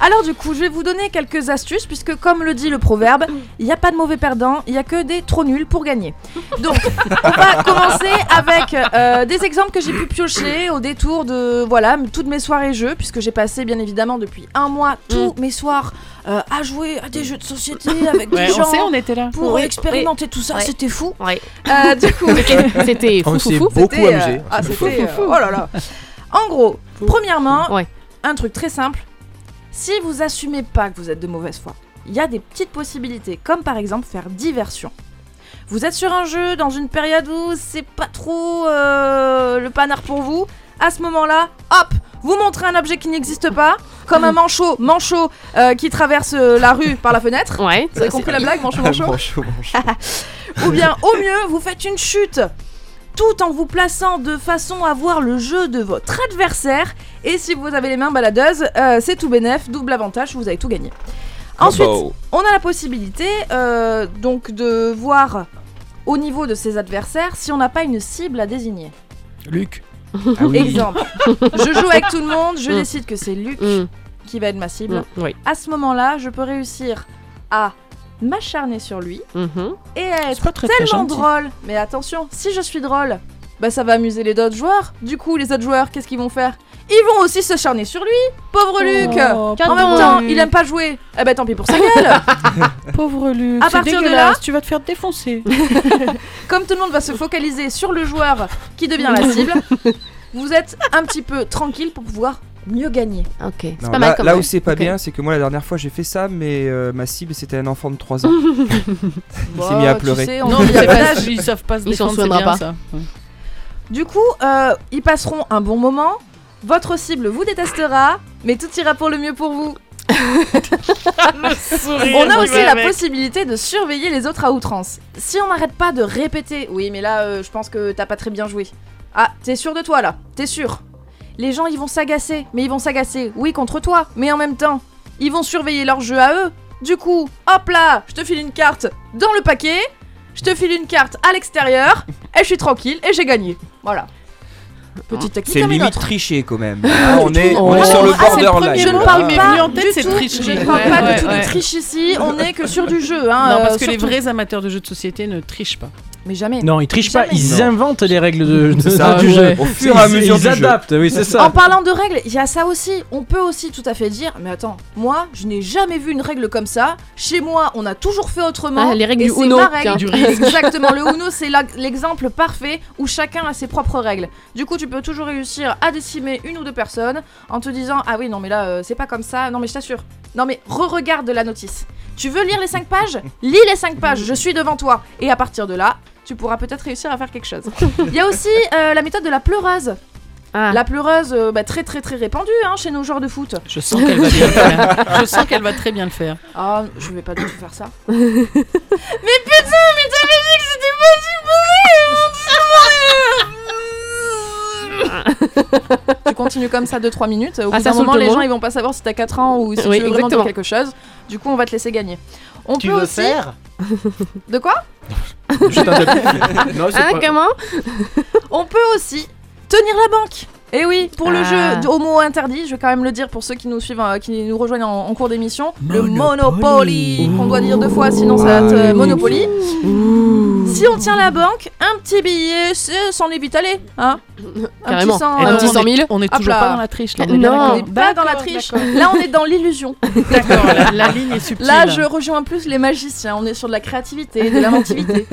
Speaker 13: Alors du coup, je vais vous donner quelques astuces puisque comme le dit le proverbe, il n'y a pas de mauvais perdants, il n'y a que des trop nuls pour gagner. Donc, on va commencer avec euh, des exemples que j'ai pu piocher au détour de voilà toutes mes soirées jeux puisque j'ai passé bien évidemment depuis un mois tous
Speaker 9: Mm.
Speaker 13: mes soirs euh, à jouer à des jeux de société avec
Speaker 9: Ouais,
Speaker 13: des
Speaker 9: on
Speaker 13: gens.
Speaker 9: sait, on était là.
Speaker 13: pour
Speaker 9: Oui,
Speaker 13: expérimenter
Speaker 9: oui.
Speaker 13: tout ça.
Speaker 9: Ouais.
Speaker 13: C'était fou.
Speaker 8: Euh,
Speaker 13: du coup,
Speaker 8: c'était fou,
Speaker 13: On
Speaker 8: fou,
Speaker 13: s'est
Speaker 8: fou.
Speaker 13: Ah, beaucoup
Speaker 8: C'était, euh,
Speaker 13: amusé.
Speaker 8: ah, c'était,
Speaker 13: Fou, fou,
Speaker 8: euh,
Speaker 13: fou.
Speaker 8: Oh là là.
Speaker 13: En gros, premièrement, un truc très simple. Si vous assumez pas que vous êtes de mauvaise foi, il y a des petites possibilités, comme par exemple faire diversion. Vous êtes sur un jeu dans une période où c'est pas trop euh, le panard pour vous. À ce moment-là, hop, vous montrez un objet qui n'existe pas, comme un manchot, manchot euh, qui traverse euh, la rue par la fenêtre.
Speaker 8: Ouais.
Speaker 13: Vous avez compris la blague, manchot, manchot
Speaker 11: Manchot, manchot.
Speaker 13: ou bien, au mieux, vous faites une chute tout en vous plaçant de façon à voir le jeu de votre adversaire. Et si vous avez les mains baladeuses, euh, c'est tout bénef, double avantage, vous avez tout gagné. Ensuite,
Speaker 2: Combo.
Speaker 13: on a la possibilité euh, donc de voir au niveau de ses adversaires si on n'a pas une cible à désigner.
Speaker 10: Luc.
Speaker 8: Ah
Speaker 23: Ah
Speaker 13: Exemple, je joue avec tout le monde, je décide que c'est Luc qui va être ma cible.
Speaker 8: Mm, oui.
Speaker 13: À ce moment-là, je peux réussir à m'acharner sur lui et à être
Speaker 8: très, très
Speaker 13: tellement
Speaker 8: gentil.
Speaker 13: drôle. Mais attention, si je suis drôle, bah ça va amuser les autres joueurs. Du coup, les autres joueurs, qu'est-ce qu'ils vont faire Ils vont aussi s'acharner sur lui. Pauvre Luc En
Speaker 8: pauvre
Speaker 13: même temps,
Speaker 8: Luc.
Speaker 13: il aime pas jouer. Eh ben tant pis pour sa gueule.
Speaker 9: Pauvre Luc,
Speaker 13: À
Speaker 9: c'est
Speaker 13: partir de
Speaker 9: dégueulasse,
Speaker 13: là-
Speaker 9: tu vas te faire défoncer.
Speaker 13: Comme tout le monde va se focaliser sur le joueur qui devient la cible, vous êtes un petit peu tranquille pour pouvoir mieux gagner.
Speaker 8: Ok, c'est
Speaker 11: Non, là, là où c'est pas bien, c'est que moi la dernière fois j'ai fait ça, mais euh, ma cible c'était un enfant de 3 ans. Il
Speaker 13: Bah,
Speaker 11: s'est
Speaker 8: Bah,
Speaker 11: mis à pleurer.
Speaker 9: non, mais il y a pas d'âge, ils savent pas se
Speaker 13: Ils s'en
Speaker 9: défendre, c'est
Speaker 13: souviendra
Speaker 9: bien
Speaker 13: pas.
Speaker 9: ça.
Speaker 13: Du coup, euh, ils passeront un bon moment. Votre cible vous détestera, mais tout ira pour le mieux pour vous. on a
Speaker 2: qui
Speaker 13: aussi
Speaker 2: va
Speaker 13: la
Speaker 2: avec.
Speaker 13: possibilité de surveiller les autres à outrance. Si on n'arrête pas de répéter, oui, mais là, euh, je pense que t'as pas très bien joué. Ah, t'es sûr de toi là T'es sûr Les gens, ils vont s'agacer, mais ils vont s'agacer, oui, contre toi, mais en même temps, ils vont surveiller leur jeu à eux. Du coup, hop là, je te file une carte dans le paquet, je te file une carte à l'extérieur, et je suis tranquille, et j'ai gagné. Voilà. Petite technique
Speaker 11: C'est
Speaker 13: comme une
Speaker 11: limite
Speaker 13: autre.
Speaker 11: triché quand même.
Speaker 8: Ah,
Speaker 11: Là, on est, on
Speaker 13: Oh.
Speaker 11: est sur le
Speaker 13: Ah, c'est le
Speaker 11: borderline.
Speaker 13: premier
Speaker 9: Je ne
Speaker 13: parle
Speaker 9: parle
Speaker 13: pas
Speaker 9: pas en
Speaker 13: du
Speaker 9: tête, c'est
Speaker 13: tout.
Speaker 9: tricherie.
Speaker 13: Je ne parle pas du tout de triche ici, on est que sur du jeu, hein,
Speaker 9: non, parce
Speaker 13: euh,
Speaker 9: que les
Speaker 13: surtout.
Speaker 9: vrais amateurs de jeux de société ne trichent pas.
Speaker 13: Mais jamais.
Speaker 10: Non, ils trichent pas, ils inventent les règles de, de-
Speaker 11: C'est ça,
Speaker 10: du
Speaker 11: ouais.
Speaker 10: jeu.
Speaker 11: Au fur et à
Speaker 10: Ils-
Speaker 11: mesure
Speaker 10: Ils
Speaker 11: du jeu.
Speaker 10: adaptent, oui, c'est
Speaker 13: En
Speaker 10: ça.
Speaker 13: parlant de règles, il y a ça aussi. On peut aussi tout à fait dire, mais attends, moi, je n'ai jamais vu une règle comme ça. Chez moi, on a toujours fait autrement.
Speaker 8: Ah, les règles
Speaker 13: et
Speaker 8: du
Speaker 13: c'est
Speaker 8: Uno,
Speaker 13: ma règle.
Speaker 8: tiens. Du risque.
Speaker 13: Exactement, le Uno, c'est la- l'exemple parfait où chacun a ses propres règles. Du coup, tu peux toujours réussir à décimer une ou deux personnes en te disant, ah oui, non, mais là, euh, c'est pas comme ça. Non, mais je t'assure. Non, mais re-regarde la notice. Tu veux lire les 5 pages Lis les 5 pages, je suis devant toi. Et à partir de là, tu pourras peut-être réussir à faire quelque chose. Il y a aussi euh, la méthode de la pleureuse.
Speaker 8: Ah.
Speaker 13: La pleureuse, euh, bah, très très très répandue hein, chez nos joueurs de foot.
Speaker 9: Je sens qu'elle va bien le faire. Je sens qu'elle va très bien le faire.
Speaker 13: Ah, je vais pas du tout faire ça. mais putain, mais t'avais dit que c'était pas hein, supportable Tu continues comme ça 2-3 minutes. Au
Speaker 8: Ah,
Speaker 13: bout
Speaker 8: ça
Speaker 13: d'un
Speaker 8: saoule
Speaker 13: moment,
Speaker 8: tout le
Speaker 13: les gens
Speaker 8: monde.
Speaker 13: ils vont pas savoir si t'as 4 ans ou si
Speaker 8: Oui,
Speaker 13: tu veux vraiment dire
Speaker 8: exactement.
Speaker 13: quelque chose. Du coup, on va te laisser gagner. On
Speaker 19: Tu
Speaker 13: peut
Speaker 19: veux
Speaker 13: aussi-
Speaker 19: faire
Speaker 13: De quoi
Speaker 19: Non, c'est
Speaker 13: Hein,
Speaker 19: pas-
Speaker 13: comment On peut aussi tenir la banque. Et oui, pour le
Speaker 8: Ah.
Speaker 13: jeu d- au mot interdit, je vais quand même le dire pour ceux qui nous suivent, euh, qui nous rejoignent en, en cours d'émission, le Monopoly, qu'on doit dire deux fois, sinon ça va être
Speaker 8: Allez.
Speaker 13: euh, Monopoly. Si on tient la banque, un petit billet, c'est- c'en est vite allé, hein
Speaker 8: Carrément.
Speaker 13: petit cent,
Speaker 8: Et
Speaker 13: euh,
Speaker 8: donc, on est- on est
Speaker 13: Hop
Speaker 8: toujours
Speaker 13: là.
Speaker 8: pas dans la triche, là, on est bien
Speaker 13: non, on
Speaker 8: d'accord.
Speaker 13: n'est pas dans la triche. Là, on est dans l'illusion.
Speaker 9: La, la ligne est subtile.
Speaker 13: Là, je rejoins plus les magiciens. On est sur de la créativité, de l'inventivité.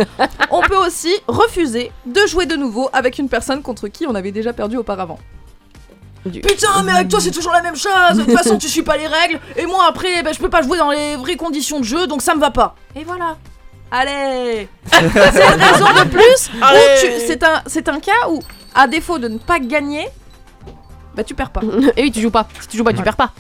Speaker 13: on peut aussi refuser de jouer de nouveau avec une personne contre qui on avait déjà perdu auparavant. Putain, mais avec toi, c'est toujours la même chose. De toute façon, tu suis pas les règles. Et moi, après, ben, je peux pas jouer dans les vraies conditions de jeu, donc ça me va pas. Et voilà. Allez C'est une raison de plus. où
Speaker 2: Allez.
Speaker 13: tu- C'est un, c'est un cas où, à défaut de ne pas gagner, bah tu perds pas. Et oui, tu joues pas. Si tu joues pas, tu perds pas.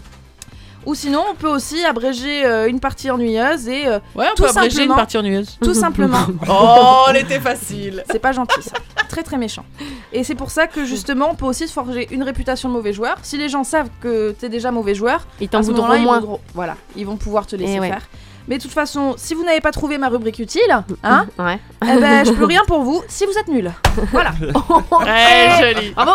Speaker 13: Ou sinon, on peut aussi abréger euh, une partie ennuyeuse et euh,
Speaker 9: Ouais, on
Speaker 13: tout
Speaker 9: peut abréger
Speaker 13: simplement-
Speaker 9: une partie ennuyeuse.
Speaker 13: Tout simplement.
Speaker 9: Oh, elle était facile.
Speaker 13: C'est pas gentil ça. Très très méchant. Et c'est pour ça que justement, on peut aussi se forger une réputation de mauvais joueur. Si les gens savent que t'es déjà mauvais joueur,
Speaker 8: Ils t'en
Speaker 13: à ce
Speaker 8: voudront
Speaker 13: moment-là, ils
Speaker 8: moins.
Speaker 13: voudront- Voilà, ils vont pouvoir te laisser
Speaker 8: Eh ouais.
Speaker 13: faire. Mais de toute façon, si vous n'avez pas trouvé ma rubrique utile, hein,
Speaker 8: Ouais.
Speaker 13: eh ben, je peux rien pour vous si vous êtes nul. Voilà. Eh,
Speaker 8: Très joli. Bravo.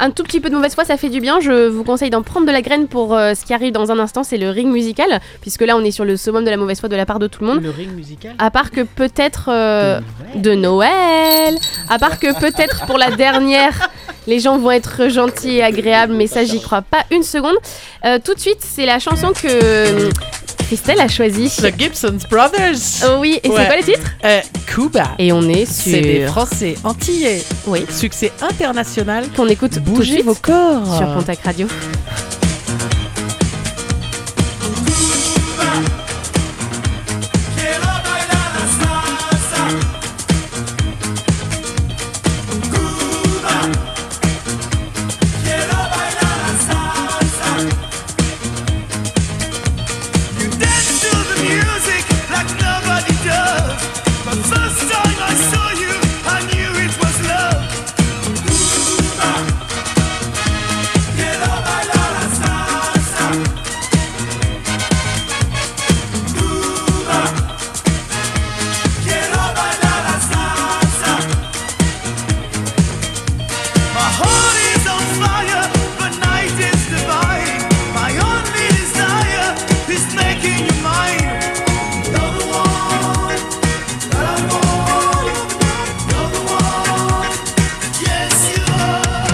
Speaker 8: Un tout petit peu de mauvaise foi, ça fait du bien. Je vous conseille d'en prendre de la graine pour euh, ce qui arrive dans un instant, c'est le ring musical, puisque là on est sur le summum de la mauvaise foi de la part de tout le monde.
Speaker 9: Le ring musical
Speaker 8: À part que peut-être euh, de Noël, à part que peut-être pour la dernière, les gens vont être gentils et agréables, mais ça j'y crois pas une seconde. Euh, tout de suite, c'est la chanson que euh, Christelle a choisie.
Speaker 9: The Gibson's Brothers.
Speaker 8: Oh oui, et c'est quoi le titre
Speaker 9: Euh, Cuba.
Speaker 8: Et on est sur.
Speaker 9: C'est des Français antillais.
Speaker 8: Oui.
Speaker 9: Succès international.
Speaker 8: Qu'on écoute tout de
Speaker 9: Bougez
Speaker 8: suite
Speaker 9: vos corps.
Speaker 8: sur Pontac Radio.
Speaker 18: My heart is on fire, but night is divine. My only desire is making you mine. You're the one that I want. You're the one, yes you are.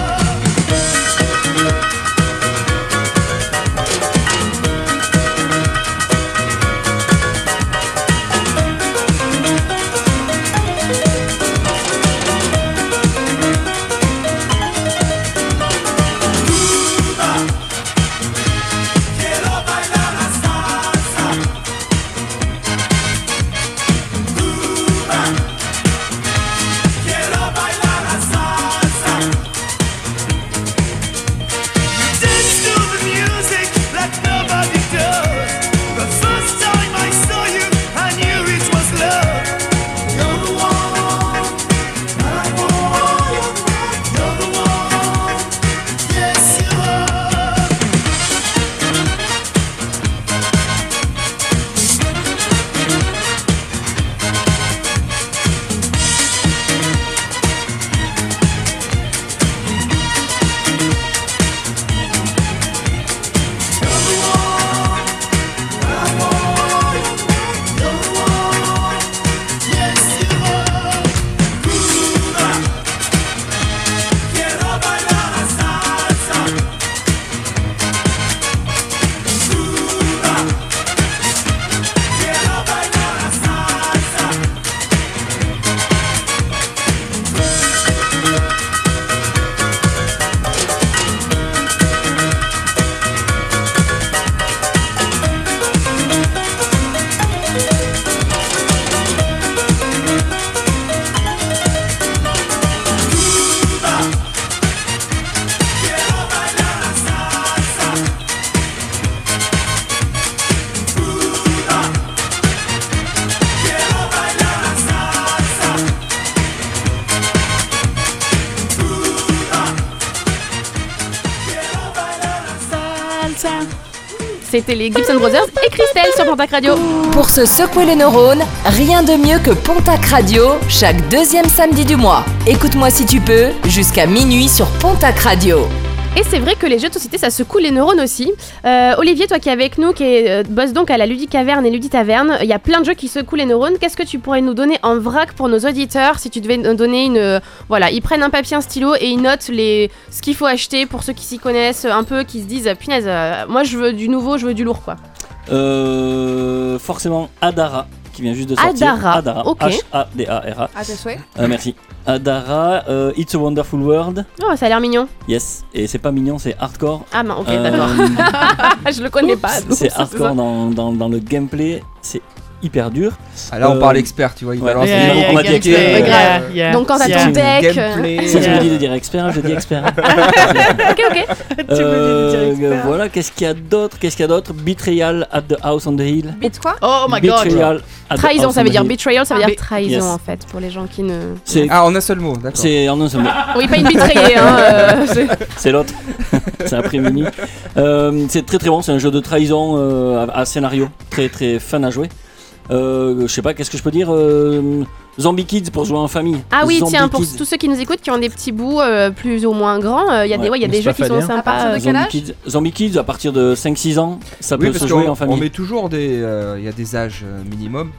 Speaker 8: C'était les Gibson Brothers et Christelle sur Pontac Radio.
Speaker 3: Pour se secouer les neurones, rien de mieux que Pontac Radio chaque deuxième samedi du mois. Écoute-moi si tu peux jusqu'à minuit sur Pontac Radio.
Speaker 8: Et c'est vrai que les jeux de société, ça secoue les neurones aussi. Euh, Olivier, toi qui es avec nous, qui est, euh, bosse donc à la Ludicaverne et Luditaverne, il y a plein de jeux qui secouent les neurones. Qu'est-ce que tu pourrais nous donner en vrac pour nos auditeurs si tu devais nous donner une. euh, voilà, ils prennent un papier, un stylo et ils notent les, ce qu'il faut acheter pour ceux qui s'y connaissent un peu, qui se disent punaise, euh, moi je veux du nouveau, je veux du lourd quoi.
Speaker 12: Euh, forcément, Adara, qui vient juste de sortir.
Speaker 8: Adara, ok.
Speaker 12: H-A-D-A-R-A.
Speaker 8: À tes souhaits.
Speaker 12: Euh, merci. Adara, euh, It's a Wonderful World.
Speaker 8: Oh, ça a l'air mignon.
Speaker 12: Yes. Et c'est pas mignon, c'est hardcore.
Speaker 8: Ah, bah, ok,
Speaker 12: Euh,
Speaker 8: d'accord. je le connais pas. donc
Speaker 12: C'est
Speaker 8: ça,
Speaker 12: hardcore
Speaker 8: ça.
Speaker 12: dans, dans, dans le gameplay. C'est hyper dur. Euh,
Speaker 11: Ah, là, on parle expert, tu vois, il
Speaker 12: ouais,
Speaker 11: balance
Speaker 12: c'est
Speaker 11: des-
Speaker 12: bon,
Speaker 11: Yeah,
Speaker 12: on m'a
Speaker 11: yeah,
Speaker 12: dit
Speaker 11: gameplay,
Speaker 12: expert.
Speaker 11: yeah, yeah. Donc, quand t'as
Speaker 12: C'est-
Speaker 11: ton deck, Gameplay,
Speaker 12: C'est ce que
Speaker 11: yeah.
Speaker 12: je dis de dire expert, je dis expert.
Speaker 8: ok, ok.
Speaker 12: Euh, voilà, qu'est-ce qu'il y a d'autre Qu'est-ce qu'il y a d'autre Betrayal at the House on the Hill.
Speaker 8: Bit quoi Oh
Speaker 12: my God. Betrayal at the
Speaker 8: Trahison,
Speaker 12: house
Speaker 8: ça
Speaker 12: on
Speaker 8: veut
Speaker 12: the
Speaker 8: dire
Speaker 12: hill.
Speaker 8: betrayal, ça veut dire
Speaker 12: Yes.
Speaker 8: trahison en fait, pour les gens qui ne.
Speaker 12: C'est-
Speaker 11: Ah, en un seul mot, d'accord.
Speaker 12: C'est en un seul mot.
Speaker 8: Oui, pas une betrayée, hein. euh, c'est-
Speaker 12: C'est l'autre. c'est un prémini. Euh, c'est très très bon, c'est un jeu de trahison euh, à à scénario, très très fun à jouer. Euh, je sais pas, qu'est-ce que je peux dire euh, Zombie Kids pour jouer en famille.
Speaker 8: Ah oui,
Speaker 12: Zombie
Speaker 8: tiens, pour
Speaker 12: Kids.
Speaker 8: tous ceux qui nous écoutent, qui ont des petits bouts euh, plus ou moins grands, euh, il y a des, ouais, il y a
Speaker 12: mais
Speaker 8: des
Speaker 12: c'est
Speaker 8: jeux
Speaker 12: pas
Speaker 8: qui sont
Speaker 12: fané, hein.
Speaker 8: sympas. euh.
Speaker 12: Zombie Kids, Zombie Kids, à partir de 5-6 ans, ça
Speaker 11: oui,
Speaker 12: peut se
Speaker 11: parce
Speaker 12: jouer
Speaker 11: qu'on
Speaker 12: en
Speaker 11: on
Speaker 12: famille.
Speaker 11: met toujours des. euh, Il y a des âges euh, minimum.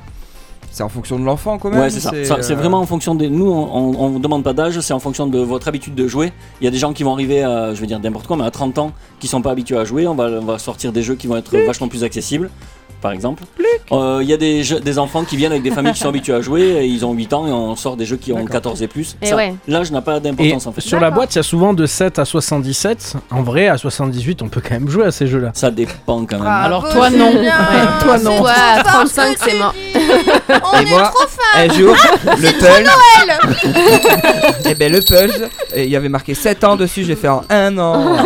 Speaker 11: C'est en fonction de l'enfant quand même.
Speaker 12: Ouais, c'est ça. Ça, C'est
Speaker 11: euh,
Speaker 12: vraiment en fonction des. Nous, on- on ne demande pas d'âge, c'est en fonction de votre habitude de jouer. Il y a des gens qui vont arriver à, je vais dire n'importe quoi, mais à 30 ans, qui sont pas habitués à jouer. On va, on va sortir des jeux qui vont être vachement plus accessibles, par exemple. Euh, Il y a des, jeux- des enfants qui viennent avec des familles qui sont habituées à jouer, et ils ont 8 ans, et on sort des jeux qui ont 14 et plus.
Speaker 8: Et
Speaker 12: Ça,
Speaker 8: ouais.
Speaker 12: L'âge n'a pas
Speaker 10: Et
Speaker 12: d'importance en fait.
Speaker 10: sur la boîte, il y a souvent de 7 à 77. En vrai, à 78, on peut quand même jouer à ces jeux-là.
Speaker 12: Ça dépend quand même.
Speaker 9: Alors toi non. Ouais, toi non.
Speaker 8: Toi, à 35, c'est mort.
Speaker 11: Et moi, un jour,
Speaker 8: Ah,
Speaker 11: le Pulse. et ben le Pulse, et il y avait marqué 7 ans dessus, j'ai fait en un an.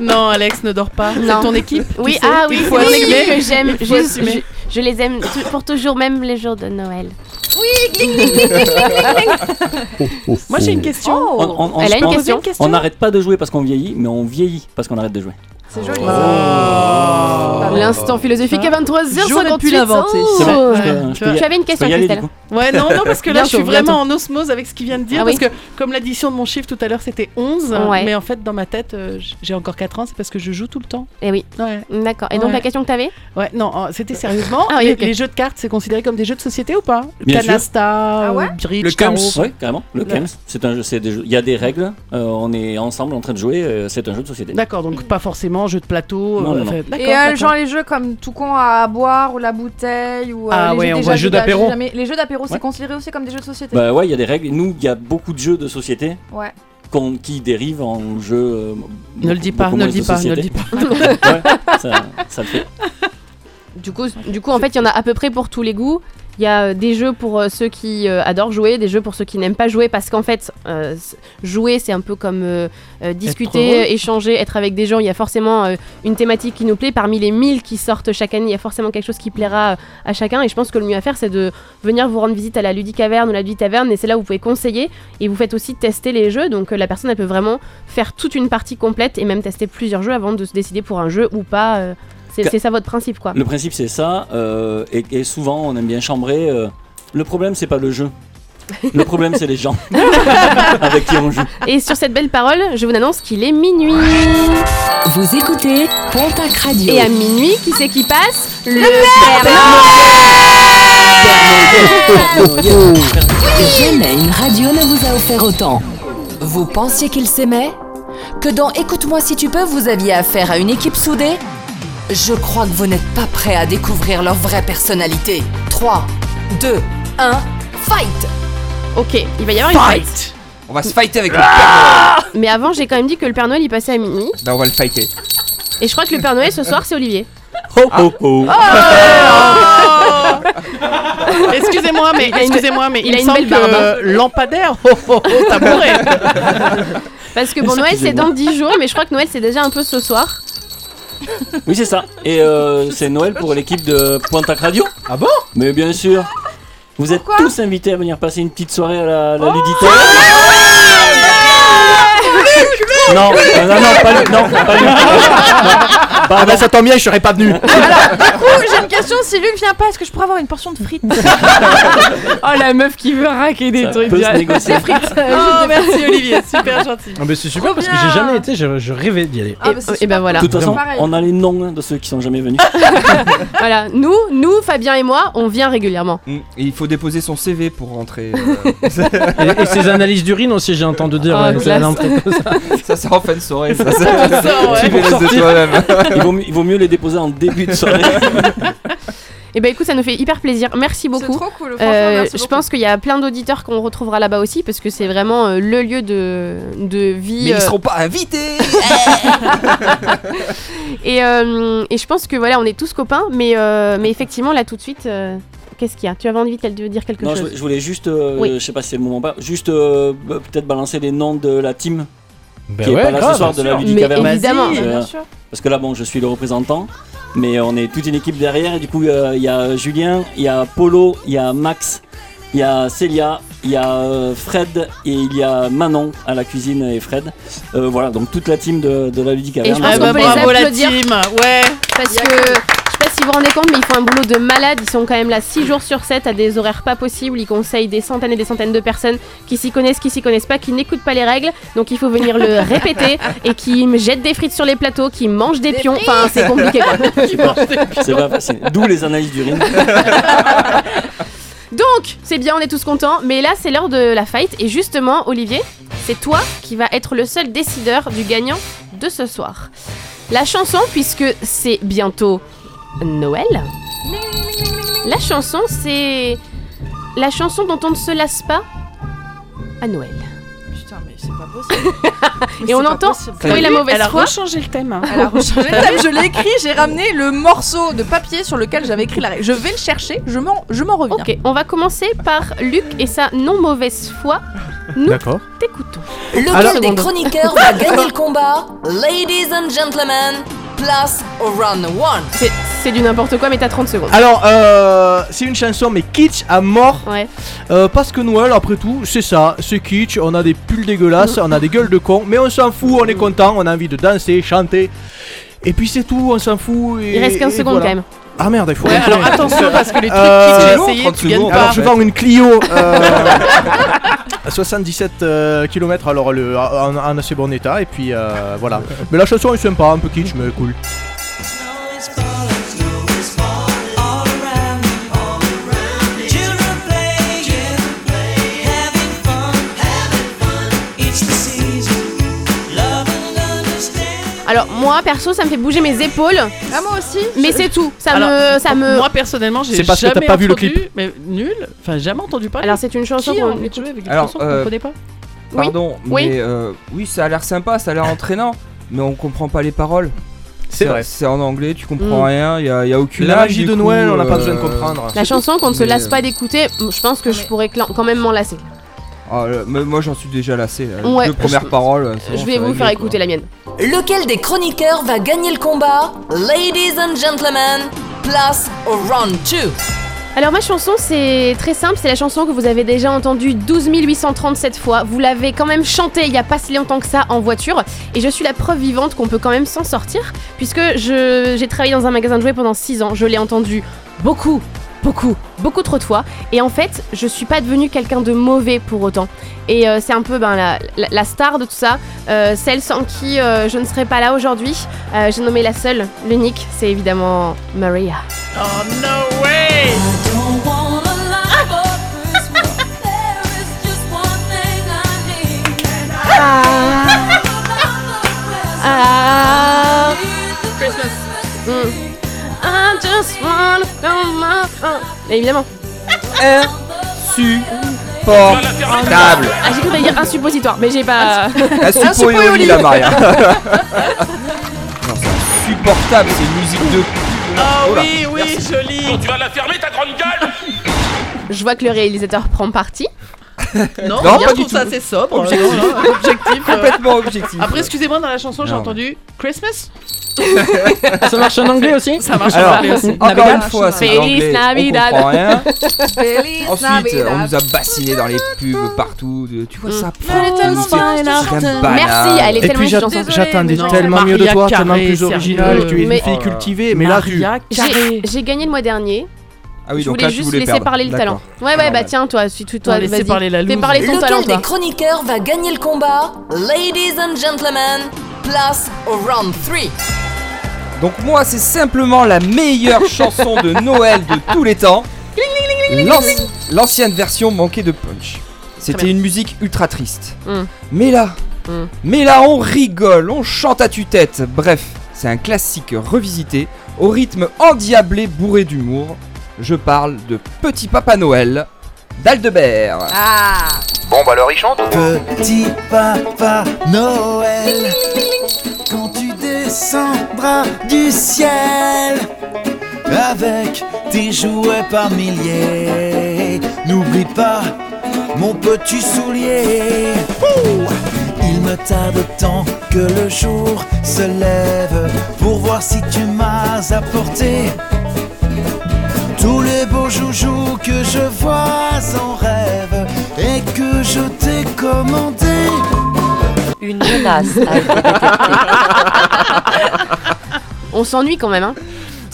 Speaker 9: Non, Alex ne dort pas. C'est
Speaker 8: Non.
Speaker 9: ton équipe. tu
Speaker 8: Oui,
Speaker 9: sais,
Speaker 8: ah oui,
Speaker 9: il faut
Speaker 8: c'est mon
Speaker 9: assumer.
Speaker 8: équipe que j'aime.
Speaker 9: Il
Speaker 8: Je,
Speaker 9: faut assumer.
Speaker 8: je- je les aime tou- pour toujours, même les jours de Noël.
Speaker 2: Oui, gling, gling, gling, gling, gling, gling.
Speaker 9: Moi j'ai une question.
Speaker 12: On- on- on-
Speaker 9: Elle a une
Speaker 12: on-
Speaker 9: question.
Speaker 12: On n'arrête pas de jouer parce qu'on vieillit, mais on vieillit parce qu'on arrête de jouer.
Speaker 13: C'est joli.
Speaker 12: Oh.
Speaker 8: L'instant philosophique à 23h58.
Speaker 9: J'aurais pu l'inventer.
Speaker 8: Oh.
Speaker 12: C'est bon, je peux- je peux
Speaker 8: Tu
Speaker 12: y-
Speaker 8: avais une
Speaker 12: je peux y
Speaker 8: question,
Speaker 12: aller, du
Speaker 8: Christelle.
Speaker 12: coup.
Speaker 9: Ouais, non, non, parce que là,
Speaker 8: Bien
Speaker 9: je suis
Speaker 8: sûr,
Speaker 9: vraiment
Speaker 8: bientôt.
Speaker 9: en osmose avec ce qu'il vient de dire.
Speaker 8: Ah
Speaker 9: parce
Speaker 8: oui.
Speaker 9: que, comme l'addition de mon chiffre tout à l'heure, c'était 11.
Speaker 8: Ouais.
Speaker 9: Mais en fait, dans ma tête, euh, j- j'ai encore 4 ans. C'est parce que je joue tout le temps.
Speaker 8: Et Eh oui. D'accord. Et donc,
Speaker 9: Ouais.
Speaker 8: la question que t'avais
Speaker 9: Ouais, non, euh, c'était sérieusement.
Speaker 8: Ah oui,
Speaker 9: les,
Speaker 8: ok.
Speaker 9: les jeux de cartes, c'est considéré comme des jeux de société ou pas
Speaker 12: Bien sûr.
Speaker 9: Canasta,
Speaker 8: Ah
Speaker 9: euh, bridge,
Speaker 12: le
Speaker 9: tarot.
Speaker 12: Kems. Oui, carrément. Le
Speaker 9: Le-
Speaker 12: Kems. C'est un jeu, c'est des jeux- Il y a des règles. euh, on est ensemble en train de jouer. euh, c'est un jeu de société.
Speaker 9: D'accord, donc pas forcément jeu de plateau.
Speaker 12: Non, non,
Speaker 9: euh,
Speaker 12: non.
Speaker 9: enfin,
Speaker 12: Et,
Speaker 9: d'accord,
Speaker 13: Et euh,
Speaker 9: d'accord.
Speaker 13: genre les jeux comme tout con à boire ou la bouteille ou euh,
Speaker 12: Ah
Speaker 13: les
Speaker 12: ouais,
Speaker 13: jeux
Speaker 12: on
Speaker 13: déjà
Speaker 12: voit les jeux
Speaker 13: joués à-
Speaker 12: d'apéro.
Speaker 13: jamais- Les jeux d'apéro, c'est
Speaker 12: Ouais.
Speaker 13: considéré aussi comme des jeux de société.
Speaker 12: Bah ouais, il y a des règles. Nous, il y a beaucoup de jeux de société
Speaker 13: Ouais.
Speaker 12: qu'on- qui dérivent en jeux. euh,
Speaker 9: Ne le dis pas,
Speaker 12: beaucoup
Speaker 9: ne
Speaker 12: moins
Speaker 9: le
Speaker 12: de
Speaker 9: dis pas, ne le
Speaker 12: société.
Speaker 9: dis pas.
Speaker 12: Ouais, ça, ça le fait.
Speaker 8: Du coup, du coup, en fait, il y en a à peu près pour tous les goûts. Il y a euh, des jeux pour euh, ceux qui euh, adorent jouer, des jeux pour ceux qui n'aiment pas jouer, parce qu'en fait, euh, c- jouer, c'est un peu comme euh, euh, discuter,
Speaker 3: heureux.
Speaker 8: euh, échanger, être avec des gens. Il y a forcément euh, une thématique qui nous plaît. Parmi les 1000 qui sortent chaque année, il y a forcément quelque chose qui plaira euh, à chacun. Et je pense que le mieux à faire, c'est de venir vous rendre visite à la Ludicaverne ou la Luditaverne, et c'est là où vous pouvez conseiller. Et vous faites aussi tester les jeux, donc euh, la personne, elle peut vraiment faire toute une partie complète, et même tester plusieurs jeux avant de se décider pour un jeu ou pas. euh. C'est
Speaker 12: Ca-
Speaker 8: c'est ça votre principe,
Speaker 9: Ah.
Speaker 8: quoi.
Speaker 12: Le principe, c'est ça. euh, et, et souvent, on aime bien chambrer. euh, le problème, c'est pas le jeu. Le problème, c'est les gens avec qui on joue.
Speaker 8: Et sur cette belle parole, je vous annonce qu'il est minuit.
Speaker 3: Vous écoutez Pontac Radio.
Speaker 8: Et à minuit, qui c'est qui passe Le
Speaker 3: Père Jamais une radio ne vous a offert autant. Vous pensiez qu'il s'aimait Que dans Écoute-moi si tu peux, vous aviez affaire à une équipe soudée Je crois que vous n'êtes pas prêt à découvrir leur vraie personnalité. 3, 2, 1, fight
Speaker 8: Ok, il va y avoir une fight. Ah.
Speaker 11: On va se fighter avec le Père
Speaker 8: Mais avant, j'ai quand même dit que le Père Noël il passait à minuit.
Speaker 11: Noël. Bah, on va le fighter.
Speaker 8: Et je crois que le Père Noël ce soir, c'est Olivier.
Speaker 11: Ho ho ho.
Speaker 9: Excusez-moi, mais
Speaker 8: Il a une-
Speaker 9: excusez-moi, mais
Speaker 8: il
Speaker 9: il,
Speaker 8: a
Speaker 9: me
Speaker 8: une
Speaker 9: semble
Speaker 8: belle barbe,
Speaker 9: que
Speaker 8: hein.
Speaker 9: lampadaire, oh, oh, oh, t'as bourré.
Speaker 8: Parce que bon, Noël c'est dans 10 jours, mais je crois que Noël c'est déjà un peu ce soir.
Speaker 12: Oui, c'est ça. Et euh, c'est Noël pour l'équipe de Pointac Radio. Ah bon Mais bien sûr. Vous êtes tous invités à venir passer une
Speaker 10: Oh
Speaker 12: petite soirée à la, la Luditelle. non, euh, non, pas lui. Non, pas lui.
Speaker 5: Bah, ben, ça tombe bien, je serais pas venu.
Speaker 13: Bah, Du coup, j'ai une question. Si Luc vient pas, est-ce que je pourrais avoir une portion de frites
Speaker 8: Oh la meuf qui veut raquer des
Speaker 10: Ça
Speaker 8: trucs.
Speaker 10: peut se
Speaker 8: direct.
Speaker 10: négocier.
Speaker 8: Des frites.
Speaker 13: Oh, merci Olivier, super gentil.
Speaker 10: Ah, mais c'est super
Speaker 13: Trop
Speaker 10: parce que
Speaker 13: bien.
Speaker 10: j'ai jamais été, je, je rêvais d'y aller.
Speaker 13: Ah, bah, c'est
Speaker 8: et ben voilà.
Speaker 12: De toute façon,
Speaker 8: Pareil.
Speaker 12: on a les noms hein, de ceux qui sont jamais venus.
Speaker 8: Voilà, nous, nous, Fabien et moi, on vient régulièrement.
Speaker 11: Mm, et il faut déposer son CV pour rentrer. euh.
Speaker 10: Et, et ces analyses d'urine aussi, j'ai entendu dire.
Speaker 8: Oh,
Speaker 11: Ah,
Speaker 10: euh, c'est à
Speaker 11: classe.
Speaker 10: l'entrée.
Speaker 11: ça sort en fin de soirée. Ça,
Speaker 10: Ça sort, ouais.
Speaker 11: Tu les laisses de toi-même.
Speaker 12: il, vaut, mieux- il vaut mieux les déposer en début de soirée.
Speaker 8: Et ben écoute, ça nous fait hyper plaisir. Merci beaucoup. Euh,
Speaker 13: trop cool, franchement, merci
Speaker 8: je
Speaker 13: beaucoup.
Speaker 8: pense qu'il y a plein d'auditeurs qu'on retrouvera là-bas aussi parce que c'est vraiment euh, le lieu de, de vie.
Speaker 11: Mais ils
Speaker 8: euh,
Speaker 11: seront pas invités.
Speaker 8: Et, euh, et je pense que voilà, on est tous copains, mais, euh, mais effectivement, là tout de suite, euh, qu'est-ce qu'il y a Tu avais envie de de dire quelque
Speaker 12: Non, je,
Speaker 8: chose
Speaker 12: voulais- je voulais juste, euh,
Speaker 8: Oui.
Speaker 12: je sais pas si c'est le moment ou pas, juste euh, bah, peut-être balancer les noms de la team
Speaker 10: Ben
Speaker 12: qui est
Speaker 10: ouais,
Speaker 12: pas là
Speaker 10: grave,
Speaker 12: ce soir de
Speaker 10: bien
Speaker 12: la
Speaker 10: sûr.
Speaker 12: Ludique
Speaker 10: Mais
Speaker 12: Caverne.
Speaker 10: évidemment,
Speaker 12: Parce que,
Speaker 10: bien
Speaker 12: euh,
Speaker 10: sûr.
Speaker 12: Parce que là, bon, je suis le représentant, mais on est toute une équipe derrière. Et du coup, euh, il y a Julien, il y a Polo, il y a Max, il y a Célia, il y a euh, Fred et il y a Manon à la cuisine et Fred. Euh, voilà, donc toute la team de, de la Ludique
Speaker 8: Et je
Speaker 12: Caverne.
Speaker 8: pense qu'on peut
Speaker 13: bravo
Speaker 8: les
Speaker 13: la
Speaker 8: applaudir.
Speaker 13: ouais.
Speaker 8: Parce que je sais pas si vous vous rendez compte, mais ils font un boulot de malade. Ils sont quand même là 6 jours sur 7 à des horaires pas possibles. Ils conseillent des centaines et des centaines de personnes qui s'y connaissent, qui s'y connaissent pas, qui n'écoutent pas les règles. Donc il faut venir le répéter et qui me jettent des frites sur les plateaux, qui mangent des, pions. Enfin, c'est compliqué. quoi.
Speaker 12: C'est pas facile. D'où les analyses d'urine.
Speaker 8: Donc, c'est bien, on est tous contents. Mais là, c'est l'heure de la fight. Et justement, Olivier, c'est toi qui vas être le seul décideur du gagnant de ce soir. La chanson, puisque c'est bientôt Noël. La chanson, c'est la chanson dont on ne se lasse pas à Noël.
Speaker 13: Putain, mais c'est pas possible. Mais
Speaker 8: Et on
Speaker 13: c'est pas
Speaker 8: entend
Speaker 13: possible.
Speaker 8: Chloé la mauvaise
Speaker 13: Elle a
Speaker 8: foi.
Speaker 13: rechangé le thème. Elle a rechangé le thème, je l'ai écrit, j'ai ramené le morceau de papier sur lequel j'avais écrit la règle. Je vais le chercher, je m'en, je m'en reviens.
Speaker 8: Ok, on va commencer par Luc et sa non mauvaise foi.
Speaker 5: D'accord.
Speaker 3: Lequel
Speaker 5: Alors-
Speaker 3: des chroniqueurs va gagner le combat Ladies and gentlemen, place au round one.
Speaker 8: C'est du n'importe quoi, mais t'as 30 secondes.
Speaker 5: Alors, euh, c'est une chanson, mais kitsch à mort.
Speaker 8: Ouais.
Speaker 5: Euh, parce que Noël, après tout, c'est ça, c'est kitsch. On a des pulls dégueulasses, on a des gueules de con, mais on s'en fout, on est content, on a envie de danser, chanter. Et puis c'est tout, on s'en fout. et-
Speaker 8: Il reste 15
Speaker 5: et
Speaker 8: secondes
Speaker 5: voilà.
Speaker 8: quand même.
Speaker 5: Ah merde, il faut.
Speaker 8: Ouais,
Speaker 5: enchaîner.
Speaker 8: alors attention, parce que les trucs
Speaker 5: Euh,
Speaker 8: qui sont long, essayés, 30 tu gagnes secondes. pas.
Speaker 5: Alors, je vends une Clio. euh, à 77 km, alors le, en, en assez bon état, et puis euh, voilà. Mais la chanson est sympa, un peu kitsch, mais cool.
Speaker 8: Alors moi perso ça me fait bouger mes épaules.
Speaker 13: Ah moi aussi.
Speaker 8: Mais c'est tout. Ça
Speaker 9: Alors,
Speaker 8: me ça me
Speaker 9: Moi personnellement, j'ai
Speaker 11: C'est parce que t'as
Speaker 9: jamais
Speaker 11: pas vu le
Speaker 9: entendu,
Speaker 11: clip.
Speaker 9: Mais nul. Enfin, j'ai jamais entendu parler.
Speaker 8: Alors, c'est une chanson
Speaker 9: Qui
Speaker 8: qu'on
Speaker 9: a envie de jouer avec une chanson qu'on
Speaker 11: euh,
Speaker 9: connaît pas.
Speaker 11: Pardon,
Speaker 9: Oui.
Speaker 11: mais euh, oui, ça a l'air sympa, ça a l'air entraînant, mais on comprend pas les paroles.
Speaker 5: C'est vrai.
Speaker 11: C'est en anglais, tu comprends
Speaker 5: Mm.
Speaker 11: rien, il y a, y a aucune
Speaker 5: La
Speaker 11: âge,
Speaker 5: magie
Speaker 11: du
Speaker 5: de
Speaker 11: coup,
Speaker 5: Noël, on n'a pas
Speaker 11: euh,
Speaker 5: besoin de comprendre.
Speaker 8: La chanson qu'on ne se
Speaker 11: Mais,
Speaker 8: lasse
Speaker 11: euh,
Speaker 8: pas d'écouter, je pense que je pourrais cla- quand même m'en lasser.
Speaker 11: ah, là, mais moi j'en suis déjà lassé. Là.
Speaker 8: Ouais.
Speaker 11: Les deux premières paroles. c'est
Speaker 8: Je
Speaker 11: bon,
Speaker 8: vais
Speaker 11: c'est
Speaker 8: vous
Speaker 11: réglé,
Speaker 8: faire
Speaker 11: quoi.
Speaker 8: écouter la mienne.
Speaker 3: Lequel des chroniqueurs va gagner le combat Ladies and gentlemen, place au round two.
Speaker 8: Alors ma chanson c'est très simple, c'est la chanson que vous avez déjà entendue 12 837 fois. Vous l'avez quand même chantée il y a pas si longtemps que ça en voiture et je suis la preuve vivante qu'on peut quand même s'en sortir puisque je- j'ai travaillé dans un magasin de jouets pendant 6 ans. Je l'ai entendue beaucoup, beaucoup, beaucoup trop de fois et en fait je suis pas devenue quelqu'un de mauvais pour autant. Et euh, c'est un peu ben, la, la- la star de tout ça, euh, celle sans qui euh, je ne serais pas là aujourd'hui. Euh, J'ai nommé la seule, l'unique, c'est évidemment Maria.
Speaker 9: Oh no way.
Speaker 8: Ah. Mm. I just wanna come out. Ah. Mais Évidemment. Euh.
Speaker 11: Insupportable.
Speaker 8: Ah, j'ai Ah, cru que t'allais dire insuppositoire, mais j'ai pas.
Speaker 11: La suppo et au lit, la Maria. non, c'est insupportable, c'est une musique de.
Speaker 9: Ah
Speaker 11: Oh là.
Speaker 9: oui, oui, joli.
Speaker 17: tu vas la fermer ta grande gueule
Speaker 8: Je vois que le réalisateur prend parti.
Speaker 9: Non,
Speaker 11: Non,
Speaker 9: bien,
Speaker 11: pas
Speaker 9: je
Speaker 11: du
Speaker 9: trouve ça
Speaker 11: tout.
Speaker 9: assez sobre. hein,
Speaker 11: Objectif.
Speaker 9: Non, non, objectif. objectif. euh.
Speaker 11: Complètement objectif.
Speaker 9: Après, excusez-moi, dans la chanson, j'ai
Speaker 11: Non.
Speaker 9: entendu Christmas.
Speaker 10: Ça marche en anglais aussi
Speaker 9: Ça marche
Speaker 11: Alors,
Speaker 9: en anglais aussi.
Speaker 11: encore
Speaker 9: Navidad.
Speaker 11: une fois, c'est en anglais, on comprend rien. Ensuite, euh, on nous a bassiné dans les pubs partout. de- Tu vois ça
Speaker 8: Merci, elle est
Speaker 15: Et
Speaker 8: tellement
Speaker 15: puis j'att-
Speaker 8: chanteuse.
Speaker 15: j'attendais
Speaker 8: Non,
Speaker 15: tellement mieux de
Speaker 8: Maria
Speaker 15: toi, tellement
Speaker 8: Carré,
Speaker 15: plus originale,
Speaker 8: sérieux.
Speaker 15: tu es une
Speaker 8: Mais-
Speaker 15: fille cultivée, mais là tu.
Speaker 8: J'ai j'ai gagné le mois dernier.
Speaker 15: Ah oui,
Speaker 8: je
Speaker 15: donc
Speaker 8: voulais
Speaker 15: là, tu
Speaker 8: juste
Speaker 15: voulais
Speaker 8: laisser
Speaker 15: perdre.
Speaker 8: parler le talent.
Speaker 15: D'accord.
Speaker 8: Ouais, ouais, bah
Speaker 15: Normal.
Speaker 8: tiens, toi, suis tout toi,
Speaker 9: On va laisser
Speaker 8: vas-y.
Speaker 9: parler la
Speaker 8: Fais
Speaker 9: loose.
Speaker 8: parler ton
Speaker 3: Lequel
Speaker 8: talent,
Speaker 3: des
Speaker 8: toi.
Speaker 3: chroniqueurs va gagner le combat Ladies and gentlemen, place au round 3.
Speaker 11: Donc moi, c'est simplement la meilleure chanson de Noël de tous les temps. L'anci- L'ancienne version manquait de punch. C'était
Speaker 9: bien.
Speaker 11: une musique ultra triste.
Speaker 9: Mm.
Speaker 11: Mais là,
Speaker 9: Mm.
Speaker 11: mais là, on rigole, on chante à tue-tête. Bref, c'est un classique revisité, au rythme endiablé, bourré d'humour. Je parle de Petit Papa Noël d'Aldebert.
Speaker 2: Ah
Speaker 11: Bon bah alors il chante.
Speaker 23: Petit papa Noël, quand tu descendras du ciel avec tes jouets par milliers, n'oublie pas mon petit soulier. Ouh Il me tarde tant que le jour se lève pour voir si tu m'as apporté tous les beaux joujoux que je vois en rêve et que je t'ai commandé. Une menace.
Speaker 8: On s'ennuie quand même, hein.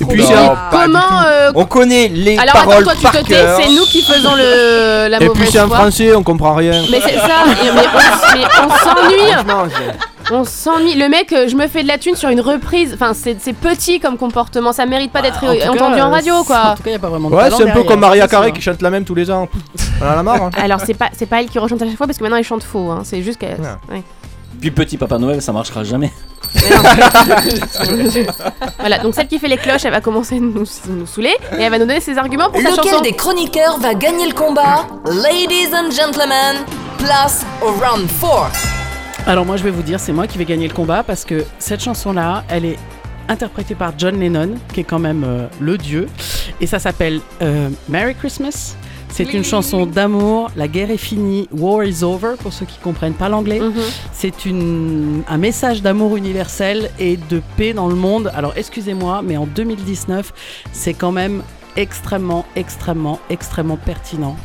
Speaker 11: Et
Speaker 8: puis, c'est un- Comment. euh,
Speaker 11: On connaît les
Speaker 8: Alors attends,
Speaker 11: paroles
Speaker 8: toi, tu
Speaker 11: par
Speaker 8: te tais,
Speaker 11: cœur.
Speaker 8: c'est nous qui faisons le, la
Speaker 15: Et
Speaker 8: mauvaise
Speaker 15: puis c'est en
Speaker 8: foi.
Speaker 15: français, on comprend rien. Ah,
Speaker 8: Mais c'est ça, et- mais on, mais on s'ennuie. On s'ennuie. Le mec, euh, je me fais de la thune sur une reprise. Enfin, c'est c'est petit comme comportement. Ça mérite pas d'être
Speaker 9: En tout cas,
Speaker 8: entendu en
Speaker 9: euh,
Speaker 8: radio,
Speaker 9: En
Speaker 8: quoi.
Speaker 9: tout cas, il a pas vraiment de
Speaker 15: Ouais,
Speaker 9: talent
Speaker 15: c'est un peu
Speaker 9: derrière,
Speaker 15: comme Maria
Speaker 9: c'est
Speaker 15: Carré
Speaker 9: sûr.
Speaker 15: qui chante la même tous les ans. On en a marre. hein.
Speaker 8: Alors, c'est pas, c'est pas elle qui rechante à chaque fois parce que maintenant elle chante faux. hein. C'est juste qu'elle. ouais.
Speaker 12: Puis petit Papa Noël, ça marchera jamais.
Speaker 8: Voilà, donc celle qui fait les cloches, elle va commencer à nous, nous saouler et elle va nous donner ses arguments pour sa chanson.
Speaker 3: Lequel des chroniqueurs va gagner le combat Ladies and gentlemen, place au round 4.
Speaker 9: Alors moi je vais vous dire, c'est moi qui vais gagner le combat parce que cette chanson-là, elle est interprétée par John Lennon, qui est quand même euh, le dieu, et ça s'appelle euh, Merry Christmas. C'est une chanson d'amour, la guerre est finie, war is over pour ceux qui comprennent pas l'anglais. C'est une- un message d'amour universel et de paix dans le monde. Alors excusez-moi, mais en 2019, c'est quand même extrêmement, extrêmement, extrêmement pertinent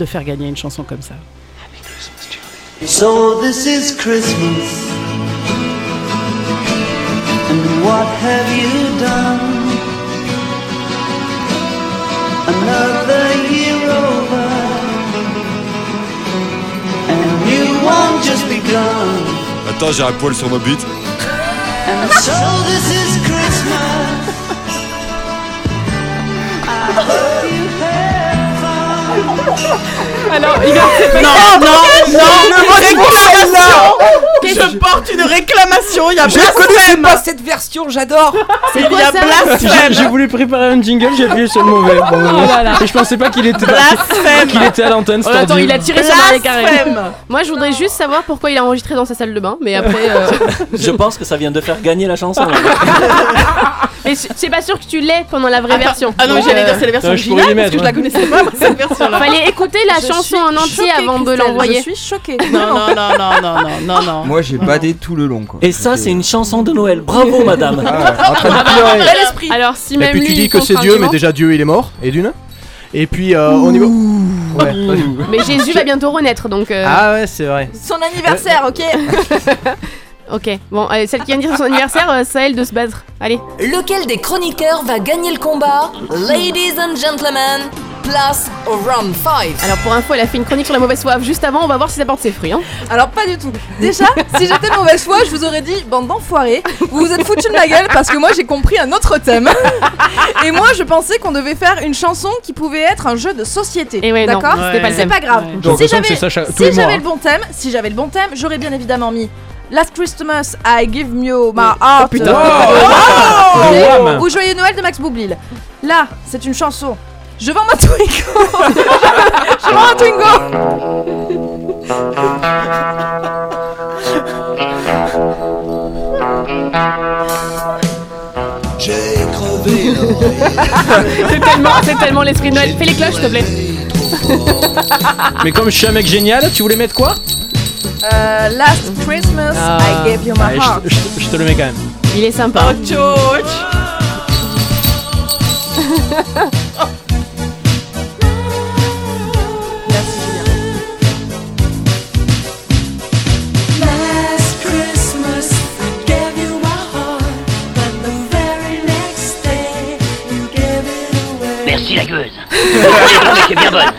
Speaker 9: de faire gagner une chanson comme ça.
Speaker 6: So this is Christmas. And what have you done? Another year over. And a new one just begun.
Speaker 24: Attends, j'ai un poil sur ma bite.
Speaker 6: And so this is Christmas. I hope you have fun.
Speaker 9: Alors, il a- c'est pas- Non, non, non, le vote est pour celle-là. Qu'est-ce que porte une réclamation, il y a
Speaker 11: Je connaissais pas cette version, j'adore.
Speaker 9: Il y a
Speaker 10: J'ai-
Speaker 9: blasphème
Speaker 10: J'ai voulu préparer un jingle, j'ai appuyé sur le mauvais. Bon,
Speaker 8: Oh, Voilà.
Speaker 10: Et je pensais pas qu'il était,
Speaker 8: Blasphème.
Speaker 10: qu'il était à l'antenne.
Speaker 8: Oh,
Speaker 10: cet
Speaker 8: attends,
Speaker 10: ordi.
Speaker 8: il a tiré sur Maria Carré. Moi, je voudrais juste savoir pourquoi il a enregistré dans sa salle de bain, mais après. euh,
Speaker 12: Je pense que ça vient de faire gagner la chanson.
Speaker 8: Mais c- c'est pas sûr que tu l'aies pendant la vraie
Speaker 9: Attends,
Speaker 8: version.
Speaker 9: ah non,
Speaker 8: Donc,
Speaker 9: j'allais
Speaker 8: euh,
Speaker 9: dire c'est la version
Speaker 12: je pourrais y
Speaker 9: originale parce que
Speaker 12: mettre, hein.
Speaker 9: je la
Speaker 12: ouais.
Speaker 9: connaissais pas cette version-là.
Speaker 8: Fallait écouter la
Speaker 13: Je
Speaker 8: chanson en
Speaker 13: suis
Speaker 8: entier
Speaker 13: choquée,
Speaker 8: avant de
Speaker 13: Christelle,
Speaker 8: l'envoyer.
Speaker 13: Je suis choquée.
Speaker 9: Non, non, non, non, non, non, non, non.
Speaker 11: Moi j'ai badé tout le long quoi. Ah
Speaker 12: Et ça, c'est une chanson de Noël. Bravo, madame.
Speaker 8: Alors, si
Speaker 15: Et
Speaker 8: même
Speaker 15: puis
Speaker 8: lui.
Speaker 15: tu dis
Speaker 8: il
Speaker 15: que c'est
Speaker 8: comprend
Speaker 15: Dieu, mais
Speaker 8: vraiment-
Speaker 15: déjà Dieu il est mort, et d'une. Et puis euh, au niveau. Ouais.
Speaker 8: Mais Jésus va bientôt renaître, donc. euh,
Speaker 15: Ah ouais, c'est vrai.
Speaker 8: Son anniversaire, ok Euh, Ok, bon, allez, celle qui vient de dire son anniversaire, euh, c'est à elle de se battre. Allez.
Speaker 3: Lequel des chroniqueurs va gagner le combat Ladies and gentlemen, place au round 5.
Speaker 8: Alors pour info, elle a fait une chronique sur la mauvaise soif juste avant, on va voir si ça porte ses fruits. Hein.
Speaker 13: Alors pas du tout. Déjà, si j'étais de mauvaise foi, je vous aurais dit bande d'enfoirés, vous vous êtes foutu de ma gueule parce que moi j'ai compris un autre thème. Et moi je pensais qu'on devait faire une chanson qui pouvait être un jeu de société.
Speaker 8: non,
Speaker 13: D'accord
Speaker 8: c'était pas le
Speaker 13: C'est
Speaker 8: thème.
Speaker 13: pas grave.
Speaker 8: Ouais. Donc, il
Speaker 13: si
Speaker 8: me semble
Speaker 13: j'avais
Speaker 8: que c'est Sacha- tous
Speaker 13: si
Speaker 8: les mois,
Speaker 13: j'avais
Speaker 8: hein.
Speaker 13: le bon thème, si j'avais le bon thème, j'aurais bien évidemment mis Last Christmas I Give You My Heart.
Speaker 10: putain.
Speaker 13: euh,
Speaker 10: Oh,
Speaker 13: euh,
Speaker 10: le
Speaker 13: ou-
Speaker 10: Wham.
Speaker 13: Ou Joyeux Noël de Max Boublil. Là, c'est une chanson. Je vends ma Twingo. je vends ma Twingo.
Speaker 23: J'ai crevé l'oreille.
Speaker 10: euh,
Speaker 8: c'est tellement, c'est tellement l'esprit de Noël. Fais les cloches, s'il te plaît.
Speaker 10: Mais comme je suis un mec génial, tu voulais mettre quoi
Speaker 13: Euh, last Christmas,
Speaker 10: Ah,
Speaker 13: I gave you my
Speaker 10: ouais, je-
Speaker 13: heart.
Speaker 10: je- je te le mets quand même.
Speaker 8: Il est sympa.
Speaker 13: Oh, George
Speaker 8: Oh,
Speaker 6: Last Christmas, I gave you my heart, but the very next day, you gave it away.
Speaker 13: Merci, la gueuse.
Speaker 6: C'est bien bonne.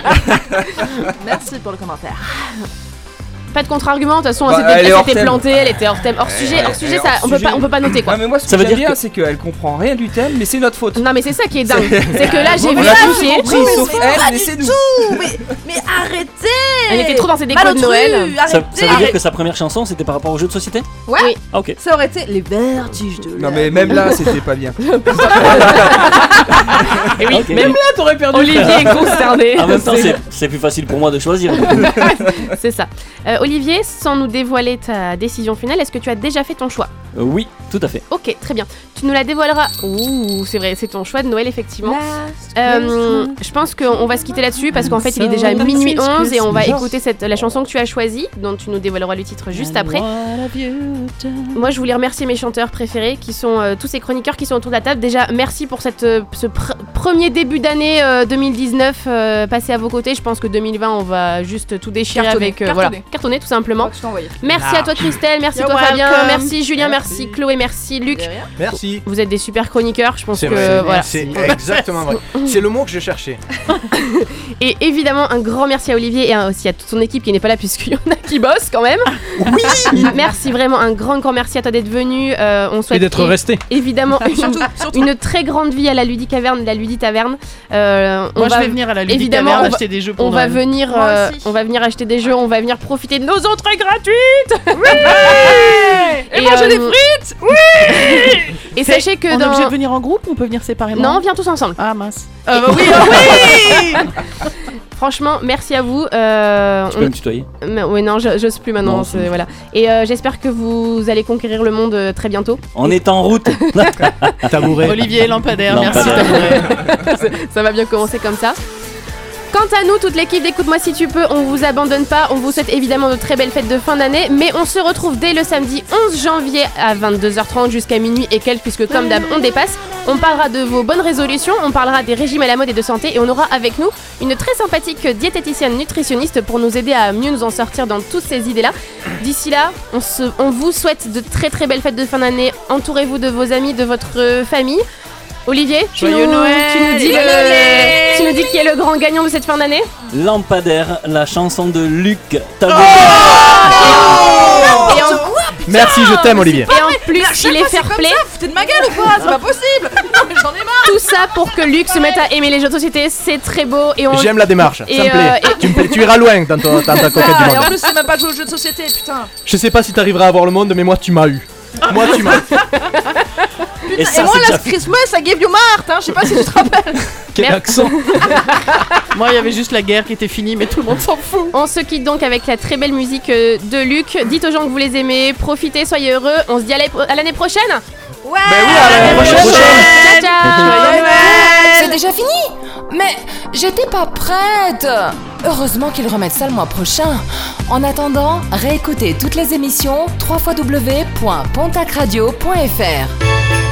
Speaker 13: Merci pour le commentaire.
Speaker 8: Pas de contre-argument, de toute façon,
Speaker 11: Bah,
Speaker 8: elle s'était-
Speaker 11: elle est
Speaker 8: elle
Speaker 11: hors
Speaker 8: s'était
Speaker 11: thème.
Speaker 8: plantée, elle était hors thème. Hors sujet, hors sujet, ça, on peut pas, on peut pas noter quoi.
Speaker 11: Ouais, mais moi, ce
Speaker 8: Ça
Speaker 11: que
Speaker 8: veut
Speaker 11: j'aime
Speaker 8: dire
Speaker 11: bien, c'est qu'elle comprend rien du thème, mais c'est notre faute.
Speaker 8: Non, mais c'est ça qui est dingue. C'est que là, j'ai
Speaker 11: On l'a
Speaker 8: vu la
Speaker 11: tous
Speaker 8: fille.
Speaker 11: compris,
Speaker 8: Non, mais
Speaker 11: sauf
Speaker 8: c'est
Speaker 11: elle,
Speaker 8: pas du
Speaker 11: laissez-nous.
Speaker 13: Mais arrêtez
Speaker 8: Elle était trop dans ses décos de
Speaker 13: Malotru,
Speaker 8: Noël.
Speaker 13: arrêtez.
Speaker 12: Ça, ça veut dire que sa première chanson, c'était par rapport au jeu de société
Speaker 13: Ouais.
Speaker 12: Ah, ok.
Speaker 13: Ça aurait été les vertiges de
Speaker 11: Non,
Speaker 13: la-
Speaker 11: mais même là, c'était pas bien.
Speaker 8: Et oui,
Speaker 12: Ok.
Speaker 8: même là,
Speaker 10: t'aurais perdu.
Speaker 8: Olivier est concerné.
Speaker 12: En même temps, c'est- c'est plus facile pour moi de choisir. Euh,
Speaker 8: C'est ça. Euh, Olivier, sans nous dévoiler ta décision finale, est-ce que tu as déjà fait ton choix
Speaker 12: Euh, oui, tout à fait.
Speaker 8: Ok, très bien. Tu nous la dévoileras. Ouh, c'est vrai, c'est ton choix de Noël, effectivement. Euh, je pense qu'on va se quitter là-dessus parce qu'en fait, il est déjà
Speaker 13: So
Speaker 8: minuit
Speaker 13: this
Speaker 8: 11 et on va
Speaker 13: Christmas.
Speaker 8: écouter cette, la chanson que tu as choisie, dont tu nous dévoileras le titre juste après. Moi, je voulais remercier mes chanteurs préférés, qui sont euh, tous ces chroniqueurs qui sont autour de la table. Déjà, merci pour cette, euh, ce pr- premier début d'année euh, 2019 euh, passé à vos côtés. Je pense que 2020, on va juste tout déchirer
Speaker 13: Cartonner,
Speaker 8: avec. euh,
Speaker 13: cartonner.
Speaker 8: voilà, cartonner tout simplement. Merci
Speaker 13: Ah.
Speaker 8: à toi, Christelle. Merci à
Speaker 13: You're
Speaker 8: toi, Fabien.
Speaker 13: welcome.
Speaker 8: Merci, Julien. Merci, Chloé. Merci, Luc.
Speaker 5: Merci.
Speaker 8: Vous êtes des super chroniqueurs. Je pense que.
Speaker 5: C'est vrai.
Speaker 8: voilà.
Speaker 5: C'est exactement vrai. C'est le mot que je cherchais.
Speaker 8: Et évidemment, un grand merci à Olivier et à- aussi à toute son équipe qui n'est pas là puisqu'il y en a qui bossent quand même. Oui Merci vraiment, un grand, grand merci à toi d'être venu. Euh, on souhaite
Speaker 10: d'être
Speaker 8: é-
Speaker 10: resté.
Speaker 8: Évidemment, une,
Speaker 10: Surtout, surtout.
Speaker 8: une très grande vie à la Ludicaverne, Caverne, la Ludie Taverne. Euh,
Speaker 9: Moi, je vais venir à la Ludicaverne
Speaker 8: évidemment, on va-
Speaker 9: acheter des jeux pour
Speaker 8: on va,
Speaker 9: Noël.
Speaker 8: venir,
Speaker 9: Moi
Speaker 8: euh,
Speaker 9: aussi.
Speaker 8: on va venir acheter des jeux, on va venir profiter de nos entrées gratuites euh,
Speaker 9: Et manger des
Speaker 8: frites
Speaker 9: Oui
Speaker 8: Et sachez que
Speaker 9: On est
Speaker 8: dans-
Speaker 9: obligé de venir en groupe ou on peut venir séparément
Speaker 8: Non, on vient tous ensemble.
Speaker 9: Ah mince.
Speaker 8: Ah
Speaker 9: bah oui,
Speaker 8: Franchement, merci à vous. Euh,
Speaker 12: Tu peux me tutoyer.
Speaker 8: Mais- ouais, non, je- j'ose plus maintenant.
Speaker 12: Non,
Speaker 8: c'est-
Speaker 12: c'est-
Speaker 8: voilà. Et euh, j'espère que vous allez conquérir le monde euh, très bientôt.
Speaker 12: On est en route. Tabouret.
Speaker 8: Olivier Lampadaire,
Speaker 12: merci,
Speaker 8: ça va bien commencer comme ça. Quant à nous, toute l'équipe d'Écoute-moi si tu peux, on vous abandonne pas, on vous souhaite évidemment de très belles fêtes de fin d'année, mais on se retrouve dès le samedi 11 janvier à 22h30 jusqu'à minuit et quelques, puisque comme d'hab, on dépasse. On parlera de vos bonnes résolutions, on parlera des régimes à la mode et de santé, et on aura avec nous une très sympathique diététicienne nutritionniste pour nous aider à mieux nous en sortir dans toutes ces idées-là. D'ici là, on, se, on vous souhaite de très très belles fêtes de fin d'année, entourez-vous de vos amis, de votre euh, famille. Olivier, tu nous,
Speaker 12: Joyeux Noël
Speaker 8: tu nous dis
Speaker 12: Joyeux
Speaker 8: le-
Speaker 12: Noël
Speaker 8: tu nous dis qui est le grand gagnant de cette fin d'année
Speaker 12: Lampadaire, la chanson de Luc Tabouret.
Speaker 5: Oh
Speaker 8: Et en-
Speaker 5: Merci, je t'aime, Olivier.
Speaker 8: Et en plus, il est fair play.
Speaker 13: Foutez de ma gueule ou quoi C'est pas possible Non, mais j'en ai marre
Speaker 8: Tout ça pour que Luc se mette à aimer les jeux de société, c'est très beau. Et on...
Speaker 5: J'aime la démarche, ça
Speaker 8: Et,
Speaker 5: me plaît.
Speaker 8: euh, et-
Speaker 5: Tu me plais, tu iras loin dans, ton- dans ta conquête du
Speaker 13: Ah, Et en
Speaker 5: monde.
Speaker 13: plus, c'est même pas jouer aux jeux de société, putain
Speaker 5: Je sais pas si t'arriveras à voir le monde, mais moi tu m'as eu. Moi tu m'as.
Speaker 13: Putain, Et, moi, Last Christmas, I gave you my heart, hein, je sais pas si tu te rappelles
Speaker 9: Quel accent Moi, il y avait juste la guerre qui était finie, mais tout le monde s'en fout.
Speaker 8: On se quitte donc avec la très belle musique euh, de Luc. Dites aux gens que vous les aimez, profitez, soyez heureux. On se dit à la- à l'année prochaine.
Speaker 13: Ouais.
Speaker 8: à l'année prochaine. Ciao, ciao.
Speaker 3: C'est déjà fini Mais j'étais pas prête Heureusement qu'ils remettent ça le mois prochain. En attendant, réécoutez toutes les émissions www.pontacradio.fr.
Speaker 6: Oh,